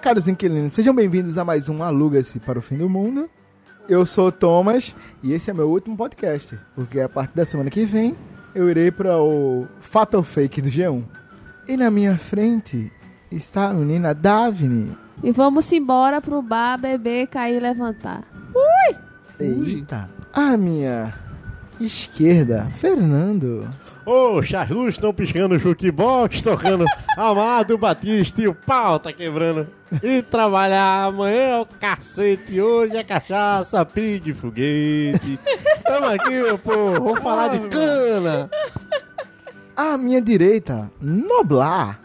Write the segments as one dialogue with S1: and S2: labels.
S1: caros inquilinos, sejam bem-vindos a mais um Aluga-se para o Fim do Mundo. Eu sou o Thomas e esse é meu último podcast, porque a partir da semana que vem eu irei para o Fatal Fake do G1. E na minha frente está a menina Daphne.
S2: E vamos embora pro bar beber, cair e levantar.
S1: Eita. A minha esquerda, Fernando.
S3: Ô, as luzes estão piscando, jukebox tocando, Amado Batista e o pau tá quebrando. E trabalhar amanhã é o cacete, hoje é cachaça, pig, foguete. Tamo aqui, meu povo, vamos falar de cana.
S1: A minha direita, Noblar.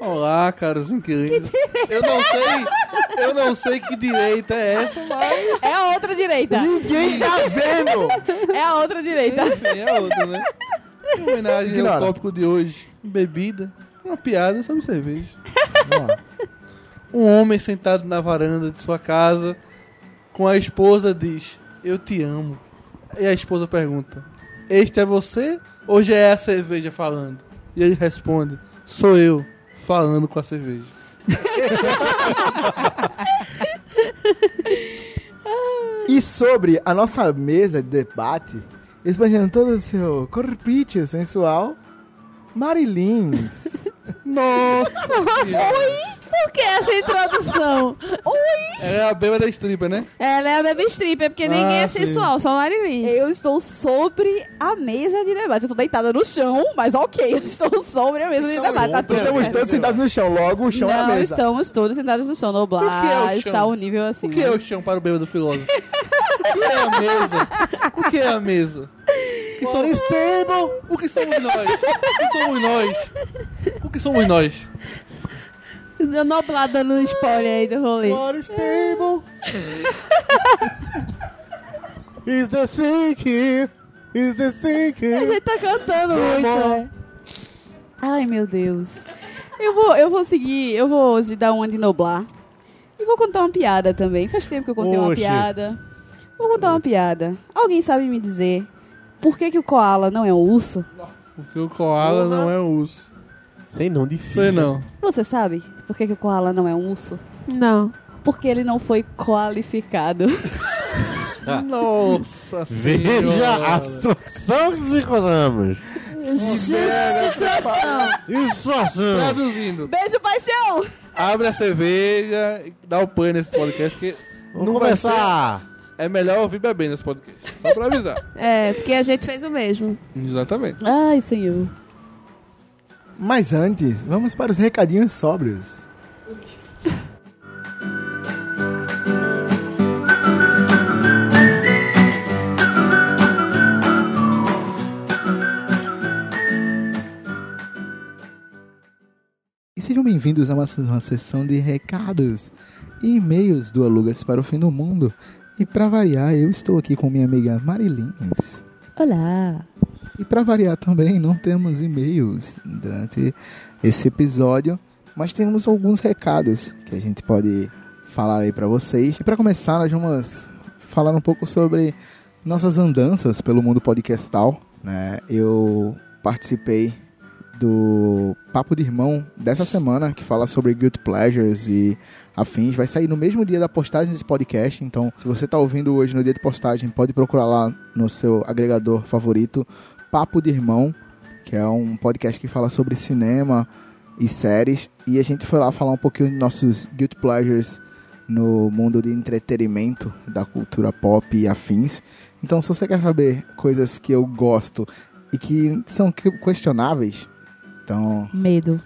S4: Olá, caros inquilinos. Eu não sei, eu não sei que direita é essa, mas
S5: É a outra direita.
S1: Ninguém tá vendo!
S5: É a outra direita.
S4: enfim, é outra, né? Em homenagem
S1: Ignora.
S4: ao tópico de hoje, bebida, uma piada sobre cerveja. Um homem sentado na varanda de sua casa com a esposa diz: "Eu te amo". E a esposa pergunta: "Este é você ou já é a cerveja falando?" E ele responde: "Sou eu falando com a cerveja".
S1: E sobre a nossa mesa de debate, expandindo todo o seu corpício sensual, Marilins.
S4: Nossa!
S2: Por que essa introdução?
S4: É a bêbada stripper, né?
S2: Ela é a baby stripper, porque ninguém
S4: Ah,
S2: é
S4: sim.
S2: sensual, só Marilyn.
S5: Eu estou sobre a mesa de debate. Eu tô deitada no chão, mas ok, eu estou sobre a mesa de debate. Tá tudo
S1: Estamos
S5: certo.
S1: todos sentados no chão, logo o chão é a
S5: Não,
S1: mesa.
S5: estamos todos sentados no chão. Noblar
S4: O que é o
S5: está
S4: chão?
S5: um nível assim.
S4: O que é o chão para o bêbado filósofo? o que é a mesa? O que é a mesa? O que,
S3: Por
S4: somos...
S3: stable.
S4: o que somos nós? O que somos nós? O que somos nós?
S2: Eu Noblar dando spoiler aí do rolê.
S3: Por stable. Is the sinking, is the
S2: A
S3: sinking.
S2: gente tá cantando muito. né?
S5: Ai, meu Deus. Eu vou, eu vou seguir, eu vou hoje dar uma de noblar. E vou contar uma piada também. Faz tempo que eu contei uma
S3: Oxe.
S5: piada. Vou contar uma piada. Alguém sabe me dizer por que, que o koala não é um urso?
S4: Porque o koala não é urso.
S3: Sei não, difícil.
S4: Sei não.
S5: Você sabe por que, que o koala não é um urso?
S2: Não.
S5: Porque ele não foi qualificado.
S4: Nossa
S3: Ah. Veja a
S4: senhora.
S3: situação que nos encontramos.
S2: Situação.
S3: E situação.
S4: Traduzindo.
S5: Beijo, paixão!
S4: Abre a cerveja e dá o pan nesse podcast, porque
S3: Vamos
S4: não vai ser-
S3: começar.
S4: é melhor ouvir bebendo nesse podcast. Só pra avisar.
S2: É, porque a gente fez o mesmo.
S4: Exatamente.
S5: Ai, senhor.
S1: Mas antes, vamos para os recadinhos sóbrios. E sejam bem-vindos a uma, uma sessão de recados e e-mails do Alugas para o Fim do Mundo. E para variar, eu estou aqui com minha amiga Marilins.
S5: Olá.
S1: E para variar também, não temos e-mails durante esse episódio, mas temos alguns recados que a gente pode falar aí para vocês. E para começar, nós vamos falar um pouco sobre nossas andanças pelo mundo podcastal, né? Eu participei do Papo de Irmão dessa semana, que fala sobre Guilty Pleasures e afins. Vai sair no mesmo dia da postagem desse podcast, então se você está ouvindo hoje no dia de postagem, pode procurar lá no seu agregador favorito Papo de Irmão, que é um podcast que fala sobre cinema e séries. E a gente foi lá falar um pouquinho dos nossos guilty pleasures no mundo de entretenimento, da cultura pop e afins. Então, se você quer saber coisas que eu gosto e que são que- questionáveis, então
S2: Medo.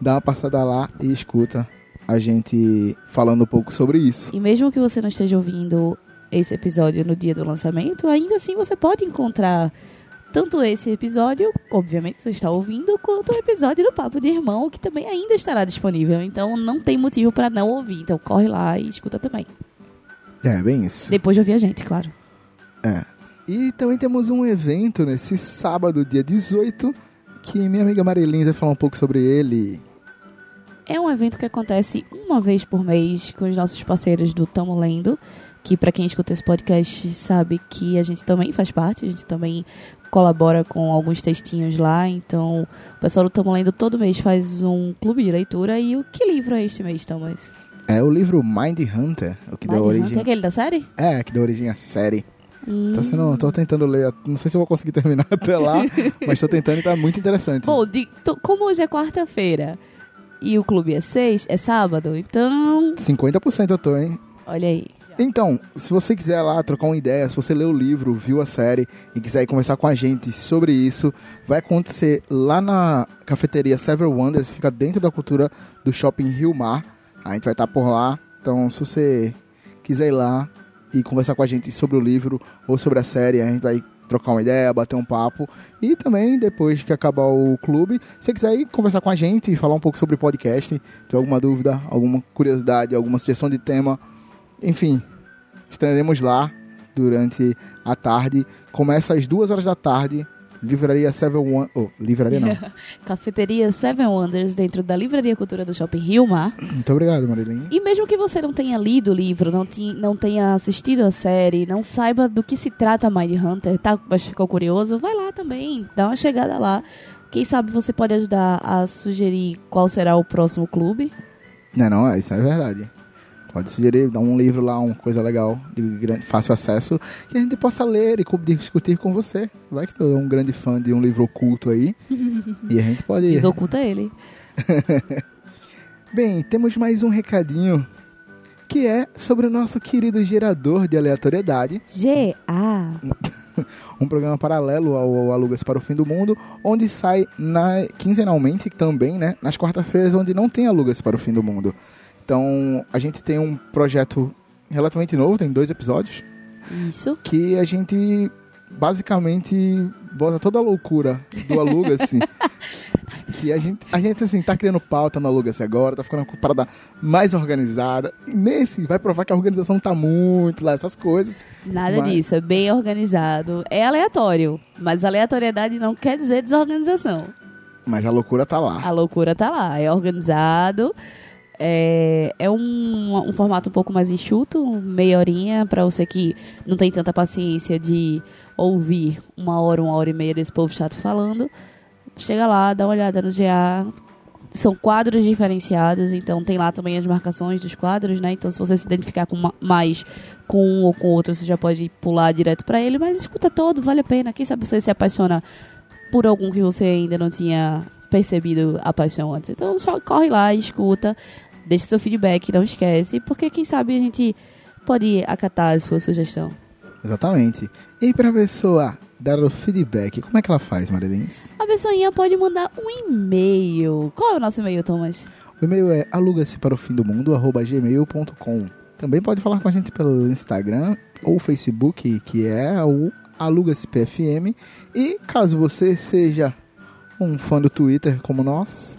S1: dá uma passada lá e escuta a gente falando um pouco sobre isso.
S5: E mesmo que você não esteja ouvindo esse episódio no dia do lançamento, ainda assim você pode encontrar tanto esse episódio, obviamente que você está ouvindo, quanto o episódio do Papo de Irmão, que também ainda estará disponível. Então não tem motivo para não ouvir. Então corre lá e escuta também.
S1: É, bem isso.
S5: Depois de ouvir a gente, claro.
S1: E também temos um evento nesse sábado, dia 18, que minha amiga Marilins vai falar um pouco sobre ele.
S5: É um evento que acontece uma vez por mês com os nossos parceiros do Tamo Lendo, que pra quem escuta esse podcast sabe que a gente também faz parte, a gente também colabora com alguns textinhos lá, então o pessoal do Tamo Lendo todo mês faz um clube de leitura e o que livro é este mês, Thomas?
S1: É o livro Mind Hunter, o que deu
S5: Mindhunter,
S1: origem.
S5: aquele da série?
S1: É, que deu origem à série.
S5: Hum.
S1: Tá sendo, tô tentando ler, não sei se eu vou conseguir terminar até lá, mas tô tentando e tá muito interessante.
S5: Bom, de- to- como hoje é quarta-feira e o clube é seis, é sábado, então
S1: 50% eu tô, hein?
S5: olha aí.
S1: Então, se você quiser lá trocar uma ideia, se você leu o livro, viu a série e quiser ir conversar com a gente sobre isso, vai acontecer lá na cafeteria Several Wonders, fica dentro da cultura do shopping Rio Mar. A gente vai estar por lá. Então, se você quiser ir lá e conversar com a gente sobre o livro ou sobre a série, a gente vai trocar uma ideia, bater um papo. E também, depois que acabar o clube, se você quiser ir conversar com a gente e falar um pouco sobre o podcast, tem alguma dúvida, alguma curiosidade, alguma sugestão de tema, enfim, estaremos lá durante a tarde. Começa às duas horas da tarde. Livraria Seven One. Oh, livraria não.
S5: Cafeteria Seven Wonders dentro da Livraria Cultura do Shopping Rio Mar.
S1: Muito obrigado, Marilene.
S5: E mesmo que você não tenha lido o livro, não, ti- não tenha assistido a série, não saiba do que se trata Mindhunter, tá, mas ficou curioso, vai lá também, dá uma chegada lá. Quem sabe você pode ajudar a sugerir qual será o próximo clube.
S1: Não, não, é, isso é verdade. Pode sugerir, dar um livro lá, uma coisa legal, de grande, fácil acesso, que a gente possa ler e co- discutir com você. Vai que tu é um grande fã de um livro oculto aí. e a gente pode.
S5: Desoculta ele.
S1: Bem, temos mais um recadinho que é sobre o nosso querido gerador de aleatoriedade.
S5: G.A.
S1: um programa paralelo ao, ao Alugas para o Fim do Mundo, onde sai na, quinzenalmente também, né? Nas quartas-feiras, onde não tem Alugas para o Fim do Mundo. Então, a gente tem um projeto relativamente novo, tem dois episódios,
S5: Isso.
S1: que a gente basicamente bota toda a loucura do Alugas-se. que a gente, a gente, assim, tá criando pauta no Alugas-se agora, tá ficando com uma parada mais organizada. E nesse, vai provar que a organização tá muito lá, essas coisas.
S5: Nada
S1: Mas-
S5: disso, é bem organizado. É aleatório, mas aleatoriedade não quer dizer desorganização.
S1: Mas a loucura tá lá.
S5: A loucura tá lá, é organizado. É, é um, um formato um pouco mais enxuto, meia horinha, pra você que não tem tanta paciência de ouvir uma hora, uma hora e meia desse povo chato falando. Chega lá, dá uma olhada no GA. São quadros diferenciados, então tem lá também as marcações dos quadros, né? Então se você se identificar com ma- mais com um ou com outro, você já pode pular direto pra ele, mas escuta todo, vale a pena. Quem sabe você se apaixona por algum que você ainda não tinha percebido a paixão antes. Então só corre lá, escuta, deixa seu feedback, não esquece, porque quem sabe a gente pode acatar a sua sugestão.
S1: Exatamente. E para a pessoa dar o feedback, como é que ela faz, Marilins?
S5: A pessoinha pode mandar um e-mail. Qual é o nosso e-mail, Thomas?
S1: O e-mail é aluga-se para o fim do mundo, arroba gmail.com. Também pode falar com a gente pelo Instagram ou Facebook, que é o aluga-se PFM. E caso você seja um fã do Twitter como nós,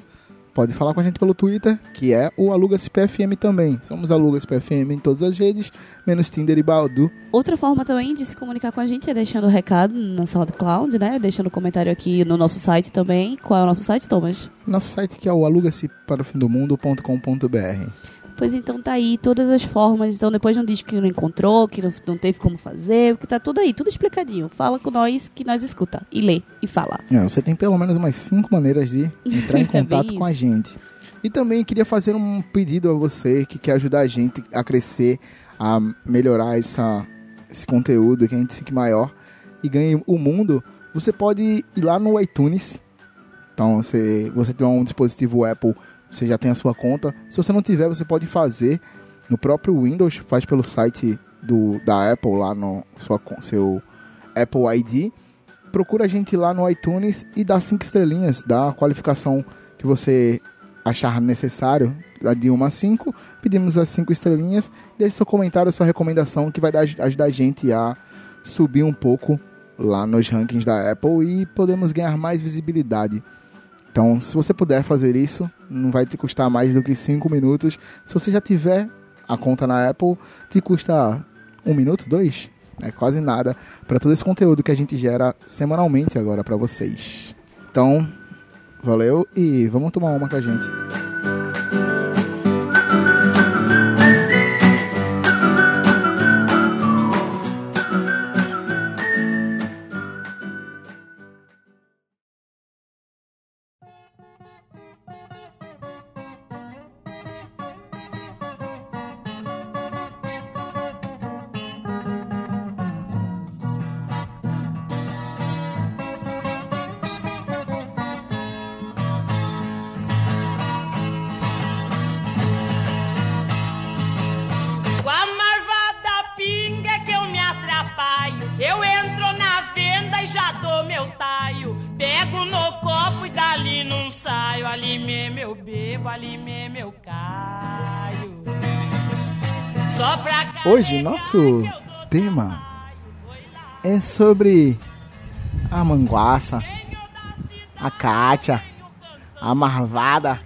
S1: pode falar com a gente pelo Twitter, que é o aluga-se PFM também. Somos aluga-se PFM em todas as redes, menos Tinder e Baldu.
S5: Outra forma também de se comunicar com a gente é deixando o recado na SoundCloud, né? Deixando comentário aqui no nosso site também. Qual é o nosso site, Thomas?
S1: Nosso site que é o aluga-se para o fim do mundo.com.br.
S5: Pois então tá aí todas as formas. Então depois não diz que não encontrou, que não, não teve como fazer, porque tá tudo aí, tudo explicadinho. Fala com nós que nós escuta e lê e fala.
S1: É, você tem pelo menos umas cinco maneiras de entrar em contato
S5: É bem
S1: com a
S5: isso.
S1: gente. E também queria fazer um pedido a você que quer ajudar a gente a crescer, a melhorar essa, esse conteúdo, que a gente fique maior e ganhe o mundo. Você pode ir lá no iTunes. Então, se você tiver um dispositivo Apple, você já tem a sua conta. Se você não tiver, você pode fazer no próprio Windows, faz pelo site do, da Apple lá no sua, con- seu Apple ID procura a gente lá no iTunes e dá cinco estrelinhas, dá a qualificação que você achar necessário, dá de 1 a 5, pedimos as cinco estrelinhas, deixe seu comentário, sua recomendação, que vai dar- ajudar a gente a subir um pouco lá nos rankings da Apple e podemos ganhar mais visibilidade. Então, se você puder fazer isso, não vai te custar mais do que 5 minutos. Se você já tiver a conta na Apple, te custa um minuto, dois? É quase nada para todo esse conteúdo que a gente gera semanalmente agora para vocês. Então, valeu e vamos tomar uma com a gente.
S6: saio, ali mesmo eu bebo, ali mesmo eu caio. Só pra
S1: Hoje, nosso tema é sobre a manguaça, a cátia, a marvada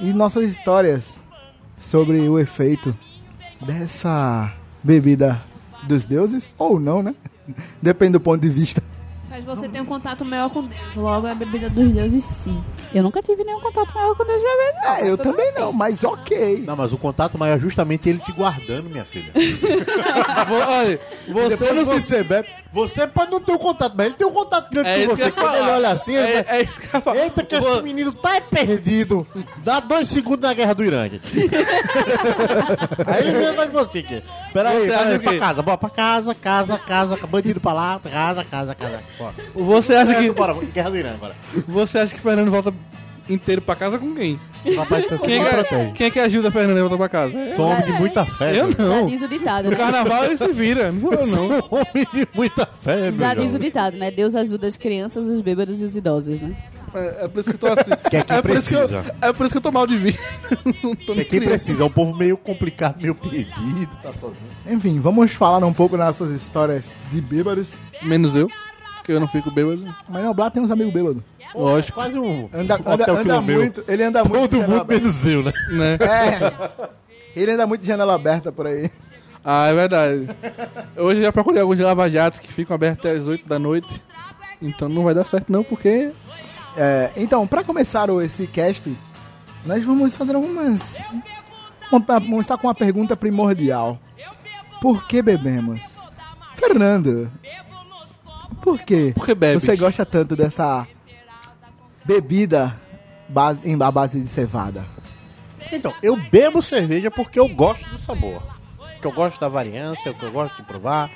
S1: e nossas histórias sobre o efeito dessa bebida dos deuses, ou não, né? Depende do ponto de vista.
S2: Mas você tem um contato maior com Deus. Logo, é a bebida dos deuses, sim.
S5: Eu nunca tive nenhum contato maior com Deus de bebê, não.
S1: É, eu também não, mas ok.
S3: Não, mas o contato maior é justamente ele te guardando, minha filha.
S4: Vo- Olha, você
S3: Depois
S4: não
S3: que
S4: se.
S3: Ah, você bebe. Você pode não ter um contato, mas ele tem um contato grande
S4: É
S3: com
S4: isso que
S3: você.
S4: eu ia
S3: Quando ele
S4: falar.
S3: olha assim, ele vai-
S4: É, é isso que eu ia falar.
S3: Eita, que esse menino tá é perdido. Dá dois segundos na guerra do Iraque. Aí ele vem atrás de você aqui. Peraí,
S4: Você acha
S3: peraí,
S4: o quê?
S3: pra casa. Bora pra casa, casa, casa. Bandido pra lá, casa, casa, casa. Bora.
S4: Você acha que.
S3: Bora, guerra do Iraque, bora.
S4: Você acha que o Fernando volta inteiro pra casa com quem?
S3: Papai disse assim,
S4: Quem é
S3: me
S4: que,
S3: protege.
S4: quem é que ajuda o Fernando a voltar pra casa?
S3: Sou homem de muita fé.
S4: Eu
S3: Jorge.
S5: Já
S4: não.
S5: diz o ditado,
S4: No
S5: né?
S4: carnaval ele se vira. Não sou eu, não.
S3: Sou homem de muita fé, meu
S5: Já diz o
S3: jovem.
S5: ditado, né? Deus ajuda as crianças, os bêbados e os idosos, né?
S4: É, é por isso que eu tô assim.
S3: Que é quem
S4: por isso que eu-
S3: precisa.
S4: é por isso que eu tô mal de vida. Não tô
S3: É
S4: nem
S3: quem
S4: criança.
S3: precisa, é um povo meio complicado, meio perdido, tá sozinho.
S1: Enfim, vamos falar um pouco das nossas histórias de bêbados.
S4: Menos eu, que eu não fico bêbado. né?
S1: Mas não, Blá tem uns amigos bêbados.
S4: Lógico,
S3: Quase um
S1: Anda,
S3: um
S1: anda,
S3: hotel
S1: anda
S3: Quilomeu.
S1: muito, ele anda muito. de
S3: Todo
S1: janela
S3: mundo
S1: aberta.
S3: menos eu, né?
S4: né?
S1: É. Ele anda muito de janela aberta por aí.
S4: Ah, é verdade. Hoje eu já procurei alguns lava-jatos que ficam abertos até as 8 da noite. Então não vai dar certo não, porque...
S1: É, então, pra começar o- esse cast, nós vamos fazer algumas. Vamos pra- começar com uma pergunta primordial: Por que bebemos? Fernando, por que
S4: Por que bebe?
S1: você gosta tanto dessa bebida base, em à base de cevada?
S3: Então, eu bebo cerveja porque eu gosto do sabor. Que eu gosto da variância, que eu gosto de provar.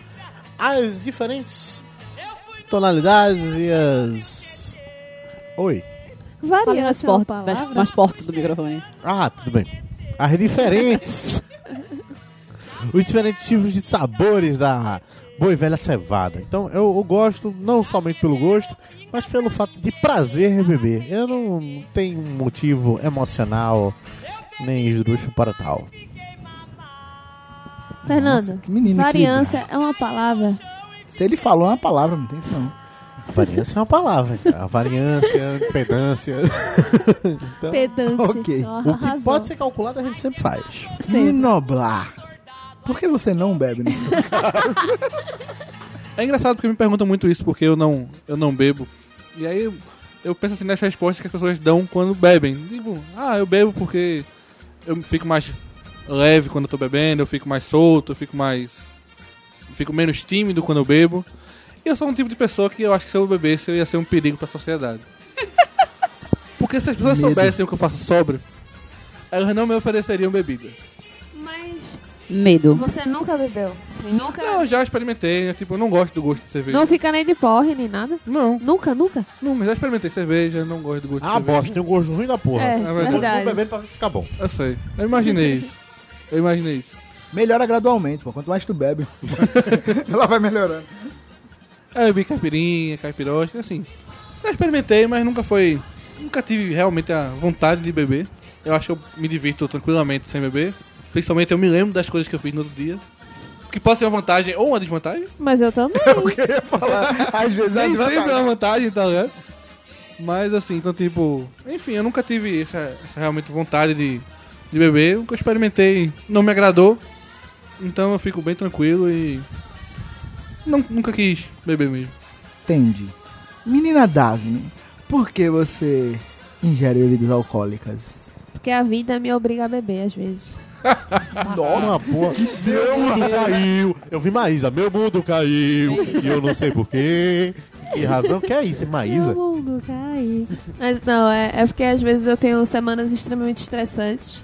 S3: As diferentes tonalidades e as. Oi.
S5: Fale mais
S2: Variação
S5: forte,
S2: palavra.
S5: mais, mais forte do microfone.
S3: Ah, tudo bem. As diferentes. os diferentes tipos de sabores da boa e velha cevada. Então eu, eu gosto não somente pelo gosto, mas pelo fato de prazer em beber. Eu não tenho um motivo emocional nem esdrúxulo para tal.
S2: Fernando,
S1: que menino
S2: variância é uma palavra.
S1: Se ele falou uma palavra, não tem isso não.
S3: Variância é uma palavra, cara. A variância, a impedância.
S2: Pedância. É
S1: Ok.
S2: Ó,
S3: Então, O que
S2: arrasou.
S3: pode ser calculado a gente sempre faz.
S2: Sempre.
S1: Minoblar. Por que você não bebe nisso?
S4: É engraçado porque me perguntam muito isso, porque eu não, eu não bebo. E aí eu, eu penso assim nas respostas que as pessoas dão quando bebem. Digo, ah, eu bebo porque eu fico mais leve quando eu tô bebendo, eu fico mais solto, eu fico mais. fico menos tímido quando eu bebo. E eu sou um tipo de pessoa que eu acho que se eu bebesse eu ia ser um perigo pra sociedade. Porque se as pessoas
S1: Medo.
S4: soubessem o que eu faço sobre, elas não me ofereceriam bebida.
S2: Mas
S5: Medo.
S2: você nunca bebeu? Assim, nunca?
S4: Não, eu já experimentei, eu, tipo, eu não gosto do gosto de cerveja.
S2: Não fica nem de porre, nem nada?
S4: Não,
S2: Nunca, nunca?
S4: não, mas já experimentei cerveja, não gosto do gosto de
S3: Ah,
S4: cerveja.
S3: bosta, tem um gosto ruim da porra.
S2: é,
S4: é
S3: Eu
S4: verdade.
S3: vou-
S2: verdade.
S3: Vou beber pra ver se fica bom.
S4: Eu sei. Eu imaginei isso. Eu imaginei isso.
S1: Melhora gradualmente, pô. Quanto mais tu bebe, ela vai melhorando.
S4: Aí É, eu bebi caipirinha, caipirosca, assim. Já experimentei, mas nunca foi. Nunca tive realmente a vontade de beber. Eu acho que eu me divirto tranquilamente sem beber. Principalmente eu me lembro das coisas que eu fiz no outro dia. Que pode ser uma vantagem ou uma desvantagem.
S2: Mas eu também.
S1: Às vezes
S4: Nem
S1: desvantagem.
S4: sempre é uma vantagem, tá ligado? Mas assim, então tipo. Enfim, eu nunca tive essa, essa realmente vontade de, de beber. O que eu experimentei não me agradou. Então eu fico bem tranquilo e. não- nunca quis beber mesmo.
S1: Entende. Menina Daphne, por que você ingere bebidas alcoólicas?
S2: Porque a vida me obriga a beber, às vezes.
S3: Nossa, uma porra. Meu mundo caiu. Eu vi Maísa, meu mundo caiu. E eu não sei porquê. Que razão que é isso, hein,
S2: Meu
S3: Maísa?
S2: mundo cai. Mas não, é, é porque às vezes eu tenho semanas extremamente estressantes.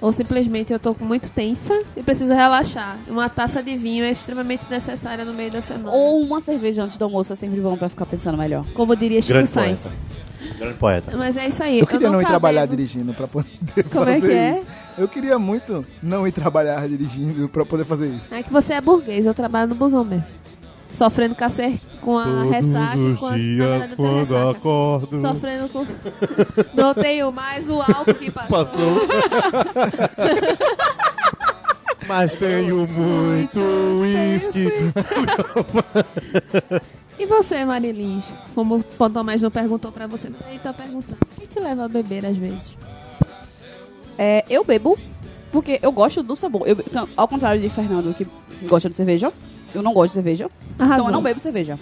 S2: Ou simplesmente eu tô muito tensa e preciso relaxar. Uma taça de vinho é extremamente necessária no meio da semana.
S5: Ou uma cerveja antes do almoço é sempre bom pra ficar pensando melhor.
S2: como diria Chico
S3: Grande
S2: Sainz.
S3: Grande poeta.
S2: Mas é isso aí.
S1: Eu queria não ir
S2: nunca
S1: trabalhar
S2: bebo.
S1: dirigindo pra poder
S2: Como
S1: fazer
S2: é que é?
S1: isso. Eu queria muito não ir trabalhar dirigindo pra poder fazer isso.
S2: É que você é burguês, eu trabalho no busão mesmo. sofrendo com a, cer- com a ressaca. com a, na verdade, eu tenho ressaca.
S3: acordo.
S2: Sofrendo com. Não tenho mais o álcool que passou.
S3: Mas tenho muito uísque.
S2: E você, Marilins? Como o Pantomés não perguntou pra você, mas ele tá perguntando. O que te leva a beber às vezes?
S5: É, eu bebo porque eu gosto do sabor. Eu be- então, ao contrário de Fernando, que gosta de cerveja, eu não gosto de cerveja. Então eu não bebo cerveja.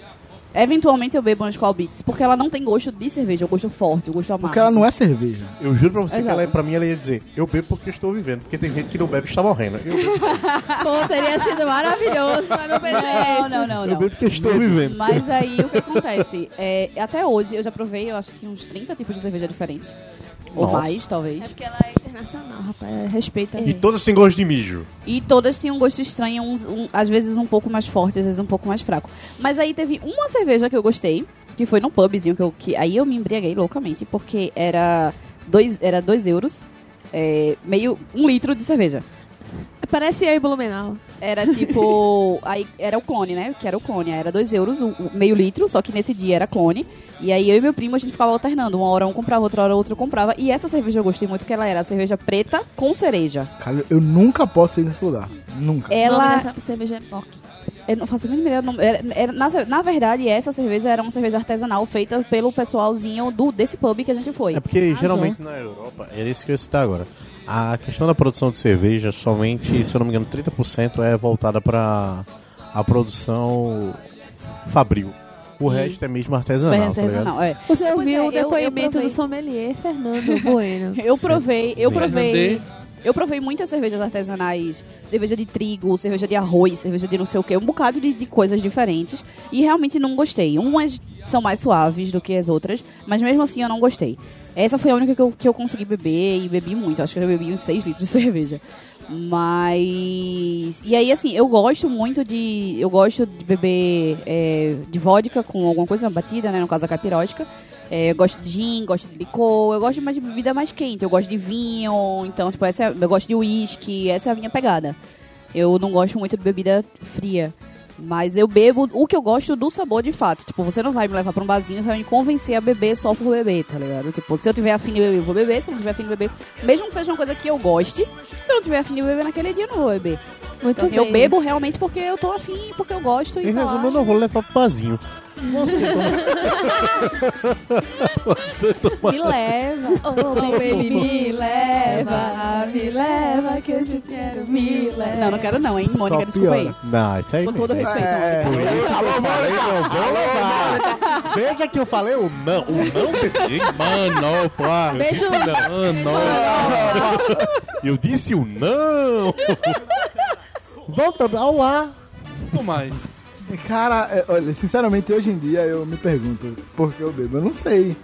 S5: Eventualmente eu bebo uma Skol Beats, porque ela não tem gosto de cerveja, é o gosto forte, o gosto amargo.
S1: Porque ela não é cerveja.
S3: Eu juro pra você que
S5: Exato.
S3: ela, é- pra mim ela ia dizer, eu bebo porque estou vivendo, porque tem gente que não bebe e está morrendo. Eu bebo,
S2: Pô, teria sido maravilhoso, mas não beijei.
S5: Não, não, não, não.
S3: porque estou vivendo.
S5: Mas aí o que acontece? É, até hoje eu já provei, eu acho que uns 30 tipos de cerveja diferentes. Ou
S3: Nossa.
S5: mais,
S2: É
S5: talvez.
S2: porque ela é internacional, rapaz. Respeita.
S3: E todas têm gosto de mijo.
S5: E todas tinham um gosto estranho, uns- um- às vezes um pouco mais forte, às vezes um pouco mais fraco. Mas aí teve uma cerveja que eu gostei, que foi num pubzinho que eu. Que, aí eu me embriaguei loucamente, porque era 2 era dois euros, é, meio. um litro de cerveja.
S2: Parece eu e Blumenau.
S5: Era tipo. aí era o clone, né? Que era o clone. Aí Era 2 euros, o- o meio litro, só que nesse dia era clone. E aí eu e meu primo a gente ficava alternando. Uma hora um comprava, outra hora outro comprava. E essa cerveja eu gostei muito, que ela era cerveja preta com cereja.
S1: Cara, eu nunca posso ir nesse lugar. Nunca.
S2: O nome
S5: Ela.
S2: dessa cerveja é Bock.
S5: Eu não faço a mínima ideia do nome. Era- era- na, na verdade, essa cerveja era uma cerveja artesanal feita pelo pessoalzinho do, desse pub que a gente foi.
S3: É porque
S5: Arrasou.
S3: geralmente na Europa, era isso que eu ia citar agora. A questão da produção de cerveja, somente, se eu não me engano, 30% é voltada para a produção fabril. O resto é mesmo artesanal.
S5: Cerveja
S3: tá ligado?
S5: artesanal, é.
S2: Você
S5: Pois
S2: ouviu
S5: é,
S2: o
S5: eu- eu
S2: depoimento
S5: provei.
S2: do sommelier Fernando Bueno.
S5: Eu provei, eu
S3: Sim.
S5: provei.
S4: Fernandê.
S5: Eu provei muitas cervejas artesanais, cerveja de trigo, cerveja de arroz, cerveja de não sei o que, um bocado de, de coisas diferentes e realmente não gostei. Umas são mais suaves do que as outras, mas mesmo assim eu não gostei. Essa foi a única que eu, que eu consegui beber e bebi muito, acho que eu bebi uns 6 litros de cerveja. Mas. E aí, assim, eu gosto muito de. Eu gosto de beber é, de vodka com alguma coisa batida, né? No caso a capirótica. É, eu gosto de gin, gosto de licor, eu gosto mais de bebida mais quente, eu gosto de vinho, então, tipo, essa é- eu gosto de uísque, essa é a minha pegada. Eu não gosto muito de bebida fria. Mas eu bebo o que eu gosto do sabor de fato. Tipo, você não vai me levar pra um barzinho, vai me convencer a beber só por beber, tá ligado? Tipo, se eu tiver afim de beber, eu vou beber. Se eu não tiver afim de beber, mesmo que seja uma coisa que eu goste, se eu não tiver afim de beber naquele dia, eu não vou beber.
S2: Muito
S5: Então, assim,
S2: bem.
S5: eu bebo realmente porque eu tô afim, porque eu gosto e
S3: Em
S5: tá lá.
S3: resumo, eu não vou levar pro pazinho.
S5: Me leva, oh, baby, me leva, me leva que eu te quero, me leva. Não, não quero não, hein, Mônica,
S1: Só
S5: desculpa aí.
S1: piora.
S3: Não, isso aí.
S5: Com
S3: não.
S5: todo respeito,
S1: É.
S5: Mônica.
S3: Eu falei, não vou levar. Veja que eu falei o não. O não teve. Mano, pá.
S2: Beijo.
S3: Mano. Eu disse o não. Voltando ao ar.
S4: Não mais.
S1: Cara, é, olha, sinceramente, hoje em dia eu me pergunto por que eu bebo. Eu não sei.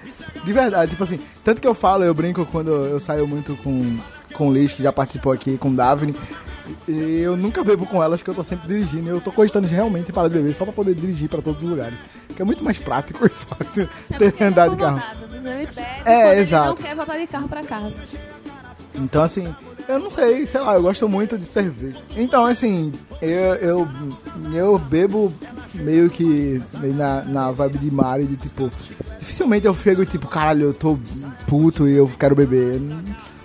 S1: De verdade, tipo assim, tanto que eu falo, eu brinco quando eu saio muito com, com o Liz, que já participou aqui, com o Davine. E eu nunca bebo com elas, porque eu tô sempre dirigindo. E eu tô cogitando de realmente parar de beber só pra poder dirigir pra todos os lugares. Que é muito mais prático e fácil
S2: É
S1: ter que andar de carro.
S2: Ele bebe é,
S1: É,
S2: exato.
S1: exato.
S2: ele não quer voltar de carro pra casa.
S1: Então, assim, eu não sei, sei lá, eu gosto muito de cerveja. Então, assim, eu, eu, eu bebo meio que meio na, na vibe de Mari, de tipo, dificilmente eu chego e tipo, caralho, eu tô puto e eu quero beber.